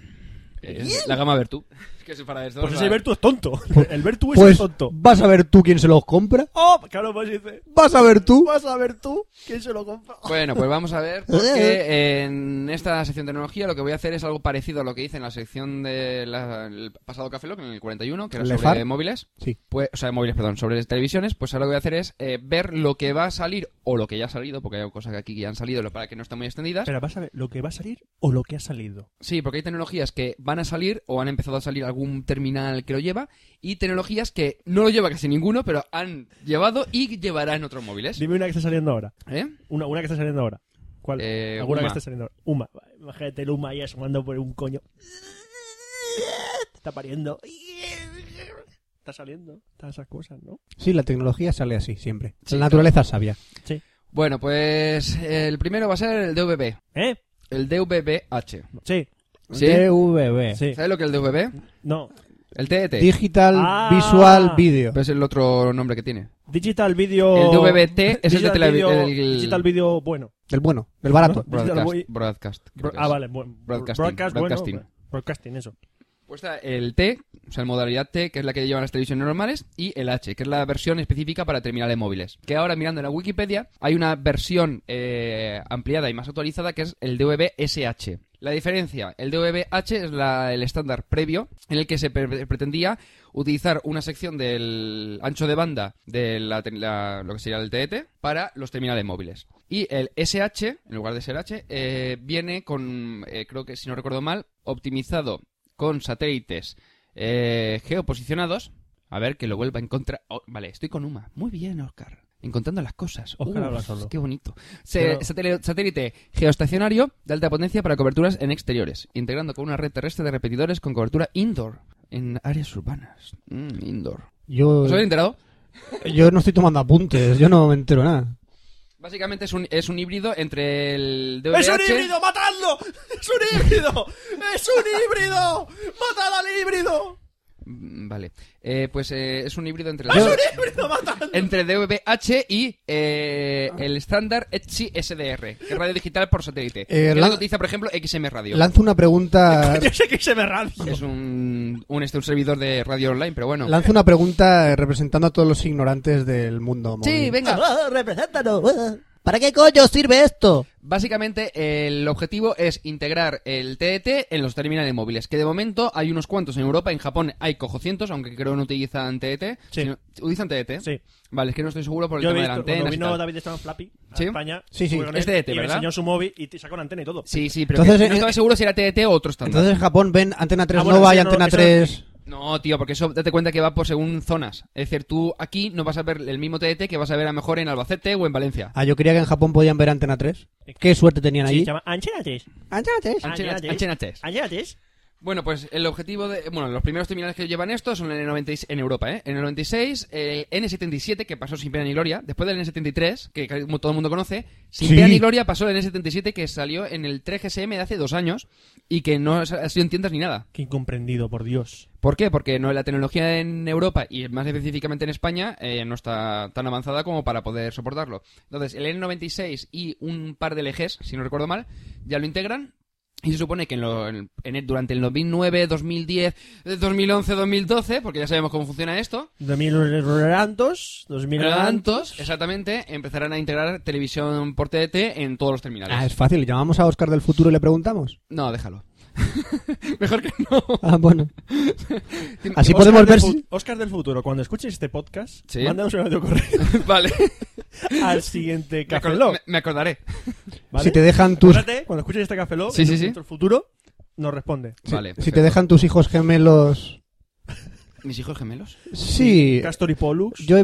Speaker 3: Es la gama Vertu. Es que es para esto.
Speaker 1: Pues
Speaker 3: o
Speaker 1: ese
Speaker 3: sea,
Speaker 1: Bertu es tonto. El Bertu es
Speaker 4: Pues
Speaker 1: el tonto.
Speaker 4: vas a ver tú quién se los compra.
Speaker 1: Oh, claro, pues dice.
Speaker 4: Vas a ver tú.
Speaker 1: Vas a ver tú quién se lo compra.
Speaker 3: Bueno, pues vamos a ver, porque en esta sección de tecnología lo que voy a hacer es algo parecido a lo que hice en la sección del pasado Café Lock, en el 41, que era sobre
Speaker 4: Lefar.
Speaker 3: móviles.
Speaker 4: Sí.
Speaker 3: Pues, o sea, móviles, perdón, sobre televisiones, pues ahora lo que voy a hacer es eh, ver lo que va a salir, o lo que ya ha salido, porque hay cosas que aquí ya han salido lo- para que no están muy extendidas.
Speaker 1: Pero vas a ver lo que va a salir o lo que ha salido.
Speaker 3: Sí, porque hay tecnologías que van a salir o han empezado a salir algún terminal que lo lleva y tecnologías que no lo lleva casi ninguno, pero han llevado y llevarán otros móviles.
Speaker 1: Dime una que está saliendo ahora.
Speaker 3: ¿Eh?
Speaker 1: Una, una que está saliendo ahora. ¿Cuál?
Speaker 3: Eh,
Speaker 1: Alguna
Speaker 3: Uma.
Speaker 1: que está saliendo ahora. Uma. Imagínate el Uma ahí asomando por un coño. Está pariendo. Está saliendo. Todas esas cosas, ¿no?
Speaker 4: Sí, la tecnología sale así siempre.
Speaker 3: Sí,
Speaker 4: la naturaleza es sabia.
Speaker 3: Bueno, pues el primero va a ser el DVB.
Speaker 1: ¿Eh?
Speaker 3: El DVB-H.
Speaker 1: Sí.
Speaker 3: ¿Sí?
Speaker 4: DVB.
Speaker 1: Sí.
Speaker 3: ¿Sabes lo que es el DVB?
Speaker 1: No.
Speaker 3: El TET.
Speaker 4: Digital
Speaker 1: Ah.
Speaker 4: Visual Video.
Speaker 3: Pero es el otro nombre que tiene.
Speaker 1: Digital Video.
Speaker 3: El DVBT es el de
Speaker 1: Digital
Speaker 3: televi-
Speaker 1: video-
Speaker 3: el-
Speaker 1: Digital Video bueno.
Speaker 4: El bueno, el barato.
Speaker 1: ¿No? Digital
Speaker 3: Broadcast.
Speaker 1: Boy-
Speaker 3: broadcast, creo que
Speaker 1: ah,
Speaker 3: es.
Speaker 1: vale. bu-
Speaker 3: Broadcasting,
Speaker 1: broadcast, bueno,
Speaker 3: broadcasting.
Speaker 1: bro- broadcasting, eso.
Speaker 3: Pues está el T, o sea, la modalidad T, que es la que llevan las televisiones normales, y el H, que es la versión específica para terminales móviles. Que ahora, mirando en la Wikipedia, hay una versión eh, ampliada y más actualizada que es el DVB-SH. La diferencia, el DVB-H es la- el estándar previo en el que se pre- pretendía utilizar una sección del ancho de banda de la ter- la- lo que sería el TET para los terminales móviles. Y el SH, en lugar de ser H, eh, viene con, eh, creo que si no recuerdo mal, optimizado con satélites eh, geoposicionados. A ver que lo vuelva a encontrar. Oh, vale, estoy con Uma. Muy bien, Oscar. Encontrando las cosas.
Speaker 1: Óscar habla
Speaker 3: Uf,
Speaker 1: solo.
Speaker 3: Qué bonito. Se-
Speaker 1: Pero-
Speaker 3: satel- satélite geoestacionario de alta potencia para coberturas en exteriores, integrando con una red terrestre de repetidores con cobertura indoor en áreas urbanas. Mm, indoor.
Speaker 4: Yo,
Speaker 1: Pues-
Speaker 3: ¿Os habéis enterado?
Speaker 4: yo no estoy tomando apuntes, yo no me entero nada.
Speaker 3: Básicamente es un, es un híbrido entre el DVB-H...
Speaker 1: ¡Es un híbrido! ¡Matadlo! ¡Es un híbrido! ¡Es un híbrido! ¡Matad al híbrido!
Speaker 3: Mm, Vale. Eh, pues eh, es un híbrido entre...
Speaker 1: ¡Es
Speaker 3: el-
Speaker 1: un híbrido! ¡Matadlo!
Speaker 3: Entre DVB-H y eh, el estándar ETSI SDR, que es radio digital por satélite.
Speaker 1: Eh,
Speaker 3: que es lo
Speaker 4: lan-
Speaker 3: que utiliza, por ejemplo, XM Radio.
Speaker 4: Lanzo una pregunta.
Speaker 1: Yo sé que se me radio.
Speaker 3: Es un, un, este, un servidor de radio online, pero bueno.
Speaker 4: Lanzo una pregunta representando a todos los ignorantes del mundo móvil.
Speaker 3: Sí, venga.
Speaker 4: represéntanos. ¿Para qué coño sirve esto?
Speaker 3: Básicamente, el objetivo es integrar el TET en los terminales móviles, que de momento hay unos cuantos en Europa, en Japón hay cojocientos, aunque creo no utilizan E TET.
Speaker 1: Sí.
Speaker 3: sino- ¿Utilizan TET?
Speaker 1: Sí.
Speaker 3: Vale, es que no estoy seguro por el
Speaker 1: Yo he
Speaker 3: tema de
Speaker 1: visto,
Speaker 3: la antena.
Speaker 1: cuando vino
Speaker 3: y tal.
Speaker 1: David Esteban Flappy a
Speaker 3: ¿Sí?
Speaker 1: España,
Speaker 4: Sí, sí.
Speaker 1: fui con él
Speaker 3: Es TDT,
Speaker 1: y me
Speaker 3: ¿verdad?
Speaker 1: enseñó su móvil y te sacó una antena y todo.
Speaker 3: Sí, sí, pero
Speaker 4: Entonces,
Speaker 3: que no
Speaker 4: eh,
Speaker 3: estaba seguro si era TET o otro estándar.
Speaker 4: Entonces en Japón ven Antena 3
Speaker 1: Ah, bueno,
Speaker 4: Nova
Speaker 1: eso
Speaker 4: y
Speaker 1: no-
Speaker 4: Antena
Speaker 1: eso no-
Speaker 4: 3...
Speaker 3: No, tío, porque eso date cuenta que va por según zonas. Es decir, tú aquí no vas a ver el mismo TET que vas a ver a lo mejor en Albacete o en Valencia.
Speaker 4: Ah, yo creía que en Japón podían ver Antena 3. Qué suerte tenían
Speaker 1: Sí,
Speaker 4: allí.
Speaker 1: se llama Antena 3.
Speaker 4: Antena 3.
Speaker 3: Antena- Antena 3.
Speaker 1: Antena 3.
Speaker 3: Bueno, pues el objetivo de. Bueno, los primeros terminales que llevan esto son en el 96, en Europa, ¿eh? En el 96, el N77, que pasó sin pena ni gloria. Después del N73, que ca- todo el mundo conoce, sin
Speaker 4: Sí.
Speaker 3: pena ni gloria pasó el N77, que salió en el 3GSM de hace dos años y que no ha ha sido en tiendas ni nada.
Speaker 1: Qué incomprendido, por Dios.
Speaker 3: ¿Por qué? Porque no, la tecnología en Europa y más específicamente en España eh, no está tan avanzada como para poder soportarlo. Entonces, el N96 y un par de LGs, si no recuerdo mal, ya lo integran. Y se supone que en lo- en- en- durante el 2009, 2010, eh, 2011, 2012, porque ya sabemos cómo funciona esto,
Speaker 1: 2000 rantos, 2000
Speaker 3: antes, exactamente, empezarán a integrar televisión por TDT en todos los terminales.
Speaker 4: Ah, es fácil. Llamamos a Oscar del futuro y
Speaker 1: *laughs*
Speaker 4: le preguntamos.
Speaker 3: No, déjalo. *laughs* Mejor que no.
Speaker 1: *laughs*
Speaker 4: Ah, bueno. Así
Speaker 1: Oscar
Speaker 4: podemos
Speaker 1: del
Speaker 4: ver
Speaker 1: fu-
Speaker 4: si...
Speaker 1: Oscar del futuro, cuando escuches este podcast,
Speaker 3: Sí.
Speaker 1: mándanos un audio
Speaker 3: *laughs*
Speaker 1: correo
Speaker 3: vale.
Speaker 1: al siguiente
Speaker 3: Me
Speaker 1: Café
Speaker 3: acor-
Speaker 1: Lock,
Speaker 3: me- me acordaré.
Speaker 1: ¿vale?
Speaker 4: Si te dejan tus...
Speaker 1: Acuérdate, cuando escuches este Café Lock,
Speaker 3: Sí, sí, sí.
Speaker 1: el futuro nos responde.
Speaker 4: si-
Speaker 3: Vale.
Speaker 4: si te dejan tus hijos gemelos...
Speaker 3: ¿Mis hijos gemelos?
Speaker 4: Sí,
Speaker 1: Castor y Pollux.
Speaker 4: yo he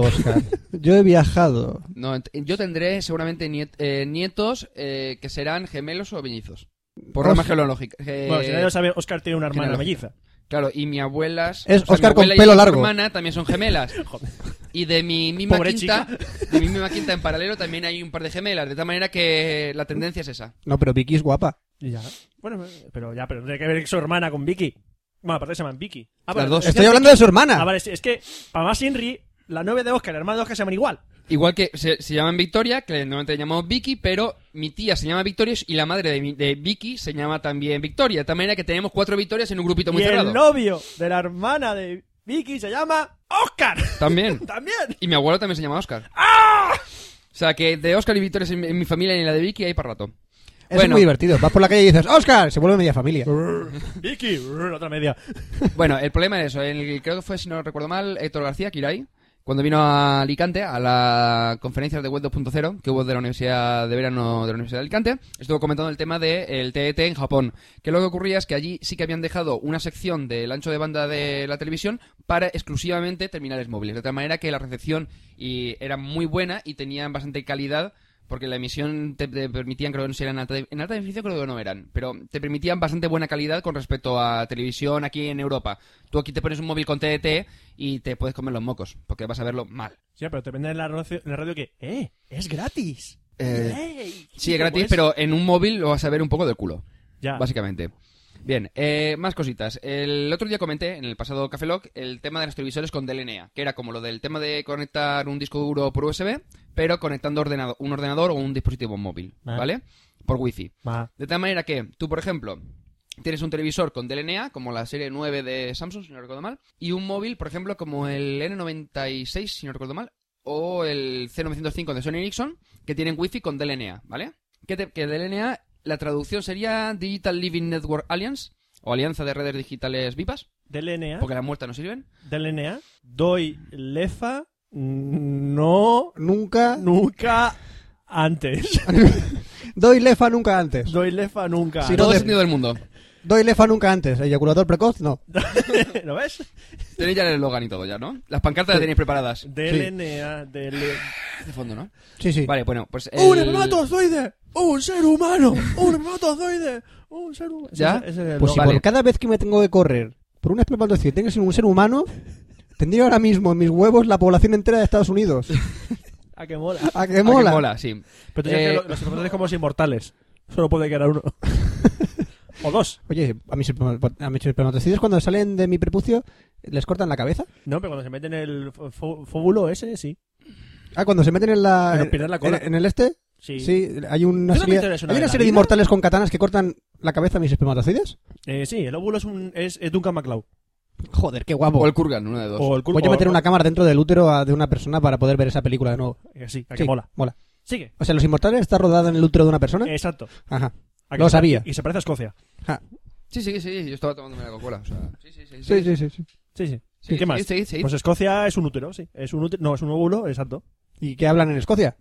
Speaker 1: *laughs*
Speaker 4: Oscar. Yo he viajado.
Speaker 3: No, ent- yo tendré seguramente niet- eh, nietos eh, que serán gemelos o mellizos. Por
Speaker 4: Os-
Speaker 3: ramas geológicas. Eh,
Speaker 1: Bueno, si nadie lo sabe, Oscar tiene una hermana
Speaker 3: genealógica.
Speaker 1: melliza.
Speaker 3: Claro, y mi abuelas.
Speaker 4: Es
Speaker 3: mi
Speaker 4: Oscar con
Speaker 3: abuela y
Speaker 4: pelo
Speaker 3: mi
Speaker 4: largo.
Speaker 3: hermana también son gemelas.
Speaker 1: *laughs* Joder.
Speaker 3: Y de mi misma
Speaker 1: Pobre
Speaker 3: quinta, de mi misma quinta en paralelo también hay un par de gemelas. De tal manera que la tendencia es esa.
Speaker 4: No, pero Vicky es guapa.
Speaker 1: Y ya. Bueno, pero ya, pero no tiene que ver su hermana con Vicky. Bueno, aparte se llaman Vicky. Ah,
Speaker 3: Las
Speaker 1: vale,
Speaker 3: dos.
Speaker 1: es que-
Speaker 4: Estoy hablando de su hermana.
Speaker 1: Ah, vale, sí, es que, para más Inri, la novia de Oscar, la hermana de Oscar se llaman igual.
Speaker 3: Igual que se, se llaman Victoria, que normalmente le llamamos Vicky, pero mi tía se llama Victoria y la madre de, mi- de Vicky se llama también Victoria. De tal manera que tenemos cuatro Victorias en un grupito muy
Speaker 1: y
Speaker 3: cerrado.
Speaker 1: el novio de la hermana de Vicky se llama Oscar.
Speaker 3: También.
Speaker 1: *laughs*
Speaker 3: *laughs*
Speaker 1: También.
Speaker 3: Y mi abuelo también se llama Oscar. O sea que de Oscar y Víctor en, en mi familia y en la de Vicky hay para rato.
Speaker 4: Es
Speaker 3: bueno,
Speaker 4: muy divertido. Vas por la calle y dices, Oscar, se vuelve media familia.
Speaker 1: Vicky, brr, otra media.
Speaker 3: bueno, el problema es eso. El- creo que fue, si no recuerdo mal, Héctor García Kiray, cuando vino a Alicante a la conferencia de Web 2.0 que hubo de la Universidad de Verano de la Universidad de Alicante, estuvo comentando el tema del TET en Japón. Que lo que ocurría es que allí sí que habían dejado una sección del ancho de banda de la televisión para exclusivamente terminales móviles. De tal manera que la recepción y, era muy buena y tenían bastante calidad. porque la emisión te, te permitían, creo que no sé, era en alta, en alta definición creo que no eran, pero te permitían bastante buena calidad con respecto a televisión aquí en Europa. Tú aquí te pones un móvil con TDT y te puedes comer los mocos, porque vas a verlo mal.
Speaker 1: Sí, pero te venden en la radio, en la radio que, eh, es gratis. Ey,
Speaker 3: Eh, Sí,
Speaker 1: ¿cómo
Speaker 3: es gratis,
Speaker 1: es?
Speaker 3: pero en un móvil lo vas a ver un poco del culo,
Speaker 1: Ya.
Speaker 3: básicamente. Bien, eh, más cositas. El otro día comenté en el pasado Café Lock el tema de los televisores con DLNA, que era como lo del tema de conectar un disco duro por USB, pero conectando ordenado- un ordenador o un dispositivo móvil,
Speaker 1: Ah.
Speaker 3: ¿vale? Por Wi-Fi.
Speaker 1: Ma.
Speaker 3: De tal manera que tú, por ejemplo, tienes un televisor con DLNA, como la serie 9 de Samsung, si no recuerdo mal, y un móvil, por ejemplo, como el N96, si no recuerdo mal, o el C905 de Sony Ericsson, que tienen wifi con DLNA, ¿vale? Que, te- que DLNA La traducción sería Digital Living Network Alliance o Alianza de Redes Digitales VIPAS,
Speaker 1: DLNA.
Speaker 3: porque las muertas no sirven.
Speaker 1: DLNA. Doy lefa. No.
Speaker 4: Nunca.
Speaker 1: Nunca antes.
Speaker 4: Doy lefa nunca antes.
Speaker 1: Doy lefa nunca.
Speaker 4: Ah. Si
Speaker 3: Todo
Speaker 4: no
Speaker 3: el
Speaker 4: de-
Speaker 3: sentido del mundo.
Speaker 4: Doy lefa nunca antes. Eyaculador precoz, no.
Speaker 1: *laughs* ¿Lo ves?
Speaker 3: Tenéis ya el eslogan y todo ya, ¿no? Las pancartas las tenéis preparadas.
Speaker 1: DLNA. DL...
Speaker 3: De fondo, ¿no?
Speaker 4: Sí, ¡Uh, sí.
Speaker 3: Vale, bueno, pues...
Speaker 1: ¡Un
Speaker 3: el-
Speaker 1: espermatozoide! ¡Un ser humano! ¡Un espermatozoide! ¡Un ser humano!
Speaker 3: ¿Ya?
Speaker 1: Ese- ese es el
Speaker 4: Pues si
Speaker 1: logo.
Speaker 3: Vale.
Speaker 4: por cada vez que me tengo que correr por un espermatozoide tengo que ser un ser humano, tendría ahora mismo en mis huevos la población entera de Estados Unidos.
Speaker 1: Ah, que mola.
Speaker 4: ¿A
Speaker 3: Ah,
Speaker 4: que
Speaker 3: que
Speaker 4: mola?
Speaker 3: mola, sí.
Speaker 1: Pero tú sabes que
Speaker 3: Eh,
Speaker 1: lo- los espermatozoides como los inmortales. Solo puede quedar uno. *laughs* o dos.
Speaker 4: Oye, a mis, esperma- a mis espermatozoides cuando salen de mi prepucio, ¿les cortan la cabeza?
Speaker 1: No, pero cuando se meten el f- f- fóbulo ese, sí.
Speaker 4: Ah, cuando se meten en la...
Speaker 1: Pero pierden la cola.
Speaker 4: En, en el este,
Speaker 1: Sí.
Speaker 4: sí. hay una
Speaker 1: ¿Tú también
Speaker 4: serie,
Speaker 1: tienes una
Speaker 4: ¿hay una
Speaker 1: de la
Speaker 4: serie de
Speaker 1: vida?
Speaker 4: inmortales con katanas que cortan la cabeza a mis espermatozoides.
Speaker 1: Eh, sí, el óvulo es, un, es, es Duncan MacLeod.
Speaker 4: Joder, qué guapo.
Speaker 3: O el Kurgan, uno de dos.
Speaker 1: O el
Speaker 4: Voy a meter una cámara dentro del útero a- de una persona para poder ver esa película de nuevo.
Speaker 1: una... eh, Sí, a que
Speaker 4: Sí,
Speaker 1: mola. Eh.
Speaker 4: Mola.
Speaker 1: Sigue.
Speaker 4: O sea, Los Inmortales está rodada en el útero de una persona.
Speaker 1: Exacto.
Speaker 4: Ajá.
Speaker 1: A que
Speaker 4: Lo
Speaker 1: se-
Speaker 4: sabía.
Speaker 1: Y se parece a Escocia.
Speaker 4: Ja.
Speaker 3: Sí, sí, sí, yo estaba tomándome la Coca-Cola. O sea, sí, sí, sí.
Speaker 4: Sí, sí, sí. sí.
Speaker 1: Sí, sí.
Speaker 3: Sí,
Speaker 1: ¿Qué más?
Speaker 3: sí, sí, sí.
Speaker 1: Pues Escocia es un útero, sí. Es un útero, no, es un óvulo, exacto.
Speaker 4: ¿Y qué hablan en Escocia?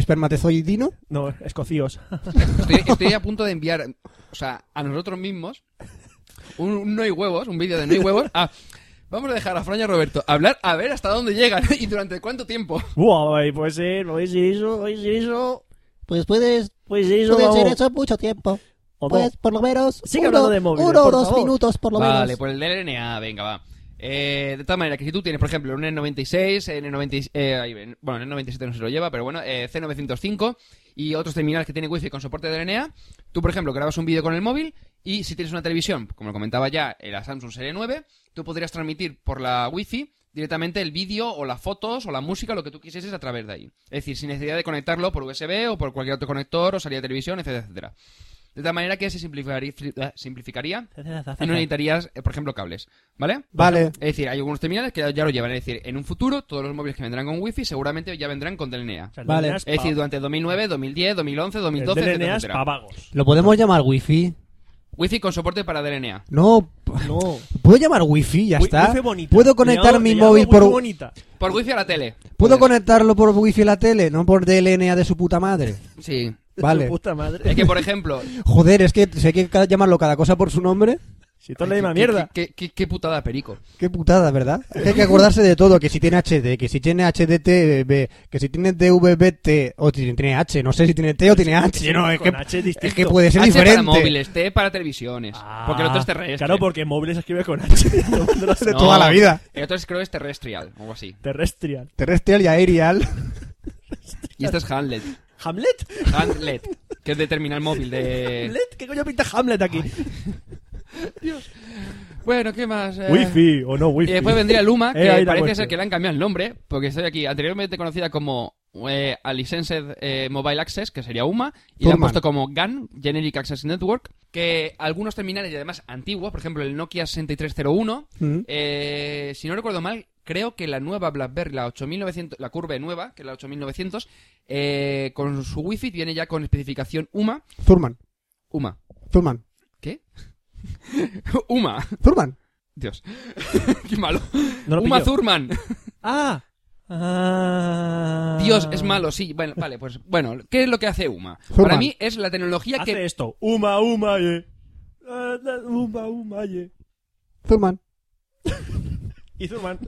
Speaker 4: ¿Espermatozoidino?
Speaker 1: No, escocíos.
Speaker 3: *laughs*
Speaker 1: *laughs*
Speaker 3: Estoy, estoy a punto de enviar, o sea, a nosotros mismos, un, un no hay huevos, un vídeo de no hay huevos. a- vamos a dejar a Fran y a Roberto hablar a ver hasta dónde llegan *laughs* y durante cuánto tiempo.
Speaker 1: Uy, pues sí, no es eso, no es eso.
Speaker 7: Pues puedes,
Speaker 1: Pues eso,
Speaker 7: puedes hacer
Speaker 1: vamos.
Speaker 7: eso mucho tiempo.
Speaker 1: O
Speaker 7: Pues por lo menos
Speaker 1: Sigue
Speaker 7: uno,
Speaker 1: hablando de móviles,
Speaker 7: uno o
Speaker 1: por
Speaker 7: dos
Speaker 1: favor.
Speaker 7: minutos por lo
Speaker 3: Vale,
Speaker 7: menos.
Speaker 3: por el DLNA, venga, va. Eh, de tal manera que si tú tienes, por ejemplo, un N96, N90, eh, ahí ven, bueno, el N97 no se lo lleva, pero bueno, eh, C905 y otros terminales que tienen wifi con soporte de DLNA, tú, por ejemplo, grabas un vídeo con el móvil y si tienes una televisión, como comentaba ya, eh, la Samsung Serie 9, tú podrías transmitir por la wifi directamente el vídeo o las fotos o la música, lo que tú quisieses a través de ahí. Es decir, sin necesidad de conectarlo por USB o por cualquier otro conector o salida de televisión, etcétera, etcétera. De tal manera que se simplificaría- eh, simplificaría y no necesitarías, eh, por ejemplo, cables, ¿vale?
Speaker 4: Vale.
Speaker 3: Es decir, hay algunos terminales que ya lo llevan. Es decir, en un futuro, todos los móviles que vendrán con Wi-Fi seguramente ya vendrán con DLNA.
Speaker 4: Vale.
Speaker 1: Es
Speaker 3: Es decir, durante 2009, 2010, 2011, 2012, etcétera,
Speaker 1: DLNA es
Speaker 3: etcétera.
Speaker 1: pa' vagos.
Speaker 4: ¿Lo podemos llamar wifi?
Speaker 3: Wi-Fi con soporte para DLNA.
Speaker 4: No.
Speaker 1: No.
Speaker 4: ¿Puedo llamar wifi? Ya
Speaker 1: Wi-
Speaker 4: está.
Speaker 1: wifi bonita.
Speaker 4: ¿Puedo
Speaker 1: Te
Speaker 4: conectar
Speaker 1: llamo-
Speaker 4: mi
Speaker 1: te llamo
Speaker 4: móvil
Speaker 1: wifi
Speaker 4: por...
Speaker 1: bonita.
Speaker 3: Por Wi-Fi a la tele.
Speaker 4: ¿Puedo
Speaker 3: Puedes.
Speaker 4: conectarlo por wifi a la tele? No por DLNA de su
Speaker 1: *laughs*
Speaker 4: puta madre.
Speaker 3: Sí.
Speaker 1: Su
Speaker 4: Vale.
Speaker 1: puta madre.
Speaker 3: Es que,
Speaker 1: *laughs*
Speaker 3: por ejemplo...
Speaker 4: Joder, es que si hay que ca- llamarlo cada cosa por su nombre.
Speaker 1: Si todo es la misma
Speaker 3: ¿qué-
Speaker 1: mierda.
Speaker 3: ¿Qué, qué, qué putada, Perico?
Speaker 4: Qué putada, ¿verdad? Es que hay que acordarse de todo, que si tiene HD, que si tiene HDTV, que si tiene DVB-T, o si tiene H, no sé si tiene T o tiene H, no, es
Speaker 1: Con
Speaker 4: que,
Speaker 1: H es
Speaker 4: es
Speaker 1: distinto.
Speaker 4: que puede ser
Speaker 3: H
Speaker 4: diferente.
Speaker 3: para móviles, T para televisiones.
Speaker 1: Ah,
Speaker 3: porque el otro es terrestre.
Speaker 1: Claro, porque en móviles se escribe con H. *laughs* Todo el mundo lo hace
Speaker 4: de toda la vida.
Speaker 3: El otro es, creo que es terrestrial, o algo así.
Speaker 1: Terrestrial.
Speaker 4: Terrestrial
Speaker 1: *laughs*
Speaker 4: y aerial.
Speaker 3: Y este es Handlet.
Speaker 1: ¿Hamlet?
Speaker 3: Handlet, que es de terminal
Speaker 1: *laughs*
Speaker 3: móvil de...
Speaker 1: ¿Hamlet? ¿Qué coño pinta Hamlet aquí?
Speaker 3: Bueno, ¿qué más? Eh,
Speaker 1: Wifi o no wifi.
Speaker 3: Y después vendría Luma,
Speaker 1: *laughs*
Speaker 3: que
Speaker 1: Eh, ahí la
Speaker 3: parece
Speaker 1: cuestión.
Speaker 3: ser que le han cambiado el nombre, porque estoy aquí anteriormente conocida como eh, Alicensed eh, Mobile Access, que sería UMA, y la han
Speaker 4: Turman.
Speaker 3: puesto como GAN, Generic Access Network, que algunos terminales y además antiguos, por ejemplo el Nokia 6301,
Speaker 4: Mm.
Speaker 3: eh, si no recuerdo mal, creo que la nueva BlackBerry, la 8900, la curve nueva, que es la 8900, eh, con su Wi-Fi viene ya con especificación UMA,
Speaker 4: Zurman,
Speaker 3: UMA, *laughs*
Speaker 4: Zurman,
Speaker 3: ¿qué? UMA, *laughs*
Speaker 4: Zurman.
Speaker 3: Dios, *laughs* qué malo,
Speaker 1: No lo
Speaker 3: UMA
Speaker 1: pillo.
Speaker 3: Thurman.
Speaker 1: Ah. Ah.
Speaker 3: Dios, es malo, sí. Bueno, vale, pues bueno, ¿qué es lo que hace UMA?
Speaker 4: Zurman.
Speaker 3: Para mí es la tecnología
Speaker 1: Hace
Speaker 3: que...
Speaker 1: esto. Uma, uma, ye. Ah, la- Uma, uma, ye.
Speaker 4: Zurman.
Speaker 1: Y Zurman.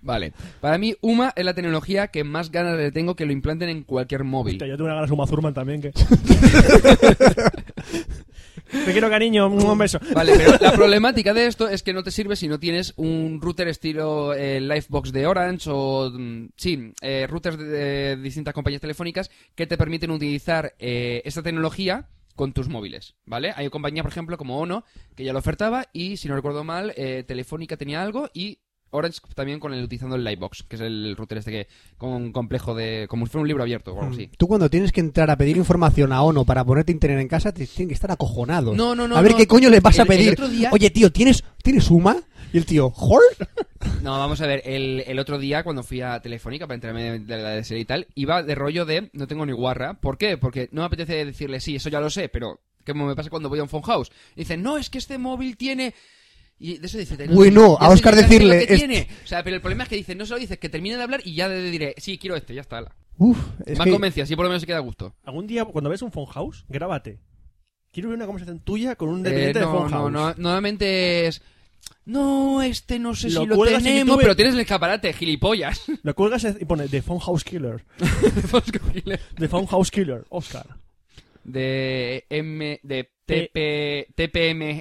Speaker 3: Vale, para mí UMA es la tecnología que más ganas le tengo que lo implanten en cualquier móvil.
Speaker 1: Hostia, yo tengo una ganas de Uma Zurman también, que. *laughs* Te quiero, cariño. Un beso.
Speaker 3: Vale, pero la problemática de esto es que no te sirve si no tienes un router estilo eh, Lifebox de Orange o, mm, sí, eh, routers de, de distintas compañías telefónicas que te permiten utilizar eh, esta tecnología con tus móviles, ¿vale? Hay compañías, por ejemplo, como Ono, que ya lo ofertaba y, si no recuerdo mal, eh, Telefónica tenía algo y Orange también con el utilizando el Livebox, que es el router este que con un complejo de... como si fuera un libro abierto o algo así.
Speaker 4: Tú cuando tienes que entrar a pedir información a ONO para ponerte internet en casa, te tienen que estar acojonados.
Speaker 3: No, no, no,
Speaker 4: A ver
Speaker 3: no.
Speaker 4: qué coño le vas
Speaker 3: El-
Speaker 4: a
Speaker 3: el
Speaker 4: pedir.
Speaker 3: otro día-
Speaker 4: Oye, tío, ¿tienes, ¿tienes UMA? Y el tío, ¿Hor?
Speaker 3: No, vamos a ver, el, el otro día cuando fui a Telefónica para enterarme de, de la serie y tal, iba de rollo de no tengo ni guarra. ¿Por qué? Porque no me apetece decirle sí, eso ya lo sé, pero ¿cómo me pasa cuando voy a un phone house? Y dicen, no, es que este móvil tiene... Y de eso dice...
Speaker 4: Uy, no,
Speaker 3: ya
Speaker 4: a
Speaker 3: sé-
Speaker 4: Óscar
Speaker 3: ya sé
Speaker 4: decirle,
Speaker 3: lo que
Speaker 4: es-
Speaker 3: tiene. O sea, pero el problema es que dicen, no se lo dices, que termine de hablar y ya le diré, sí, quiero este, ya está. ala.
Speaker 4: Uf, es
Speaker 3: Me han
Speaker 4: que...
Speaker 3: convencido, así por lo menos se queda a gusto. Eh,
Speaker 1: Algún día, cuando ves un phone house, grábate. Quiero ver una conversación tuya con un
Speaker 3: Eh,
Speaker 1: dependiente de
Speaker 3: no,
Speaker 1: phone
Speaker 3: no,
Speaker 1: house.
Speaker 3: no, normalmente es... No, este no sé
Speaker 1: Lo
Speaker 3: si lo
Speaker 1: cuelgas en
Speaker 3: tenemos,
Speaker 1: YouTube.
Speaker 3: pero tienes el escaparate, gilipollas. *laughs* Pues
Speaker 1: Lo cuelgas y pone The Phone House Killer. The Phone House Killer, Oscar.
Speaker 3: de M de TP, TPM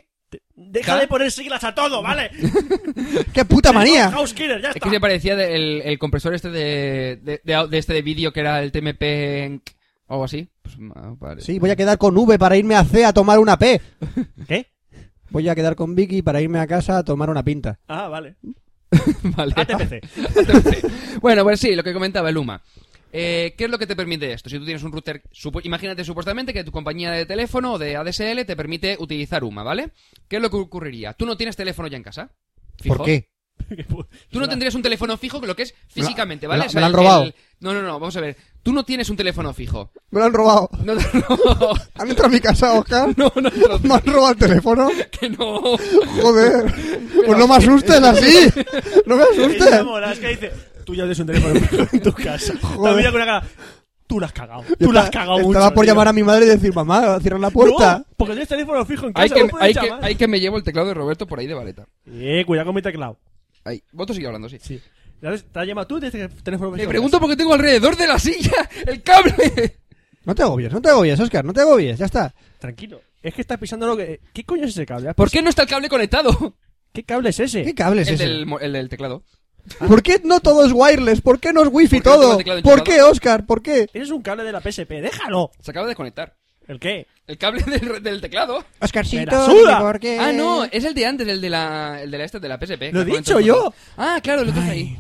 Speaker 1: Deja
Speaker 3: ¿Ca?
Speaker 1: de poner siglas a todo,
Speaker 3: *laughs*
Speaker 1: ¿vale?
Speaker 4: ¡Qué puta
Speaker 1: The
Speaker 4: manía!
Speaker 1: Phone House Killer, ya
Speaker 3: es
Speaker 1: está.
Speaker 3: que se parecía de- el, el compresor este de, de, de au- de este de vídeo que era el TMP o algo así Pues, ma- vale.
Speaker 4: Sí, voy a quedar con V para irme a C a tomar una P.
Speaker 1: ¿Qué?
Speaker 4: Voy a quedar con Vicky para irme a casa a tomar una pinta.
Speaker 1: Ah, vale.
Speaker 3: *laughs* Vale.
Speaker 1: ATPC.
Speaker 3: bueno pues sí lo que comentaba el UMA eh, ¿Qué es lo que te permite esto? Si tú tienes un router, supo- imagínate supuestamente que tu compañía de teléfono o de ADSL te permite utilizar UMA, ¿vale? ¿Qué es lo que ocurriría? Tú no tienes teléfono ya en casa. Fijo.
Speaker 4: ¿Por qué?
Speaker 3: Tú no tendrías un teléfono fijo que lo que es físicamente,
Speaker 4: me la-
Speaker 3: ¿vale?
Speaker 4: me
Speaker 3: O sea,
Speaker 4: la han
Speaker 3: el-
Speaker 4: robado.
Speaker 3: el- No, no, no, vamos a ver. Tú no tienes un teléfono fijo.
Speaker 4: Me lo han robado.
Speaker 3: No, *laughs* no, no.
Speaker 4: ¿Han entrado a mi casa, Oscar?
Speaker 3: *laughs* No, no, no,
Speaker 4: ¿Me han robado el teléfono?
Speaker 3: que no.
Speaker 4: Joder. Pues no me asustes así. No me
Speaker 1: Y me
Speaker 4: asustes.
Speaker 1: mola, es que dice, tú ya tienes un teléfono *laughs* fijo en tu casa.
Speaker 4: Joder.
Speaker 1: También con una cara, tú la has cagado. Tú la has cagado mucho.
Speaker 4: Estaba por
Speaker 1: tío".
Speaker 4: llamar a mi madre y decir, mamá, cierra la puerta.
Speaker 1: No, porque tienes teléfono fijo en casa.
Speaker 3: *laughs* Hay que,
Speaker 1: no puedes
Speaker 3: hay, que,
Speaker 1: llamar.
Speaker 3: hay que me llevo el teclado de Roberto por ahí de baleta.
Speaker 1: Eh, cuidado con mi teclado.
Speaker 3: Ahí. Vosotros sigue hablando, sí.
Speaker 1: Sí. ¿Sabes? Te has llamado tú y tienes que- teléfono fijo.
Speaker 3: Me
Speaker 1: en
Speaker 3: pregunto por qué tengo alrededor de la silla el *laughs* cable.
Speaker 4: No te agobies, no te agobies, Oscar, no te agobies, ya está.
Speaker 1: casa. Tranquilo. Es que estás pisando lo que. ¿Qué coño es ese cable?
Speaker 3: ¿Por qué no está el cable conectado? *laughs*
Speaker 1: ¿Qué cable es ese?
Speaker 4: ¿Qué cable es
Speaker 3: El
Speaker 4: ese?
Speaker 3: del, mo- el del teclado.
Speaker 4: ¿Por qué no todo es wireless? ¿Por qué no es wifi
Speaker 3: ¿Por qué no tengo
Speaker 4: todo?
Speaker 3: el teclado
Speaker 4: ¿Por
Speaker 3: enchufado?
Speaker 4: qué, Oscar? ¿Por qué?
Speaker 1: Ese es un cable de la PSP. Déjalo.
Speaker 3: Se acaba de conectar.
Speaker 1: ¿El qué?
Speaker 3: El cable *laughs* del, del teclado.
Speaker 1: ¡Me
Speaker 4: Oscarcito,
Speaker 1: la suda!
Speaker 4: dime ¿por qué?
Speaker 3: Ah, no, es el de antes, el de la, el de la esta, de la PSP.
Speaker 1: Lo he
Speaker 3: que conectas
Speaker 1: dicho yo.
Speaker 3: todo. Ah, claro, lo tienes ahí.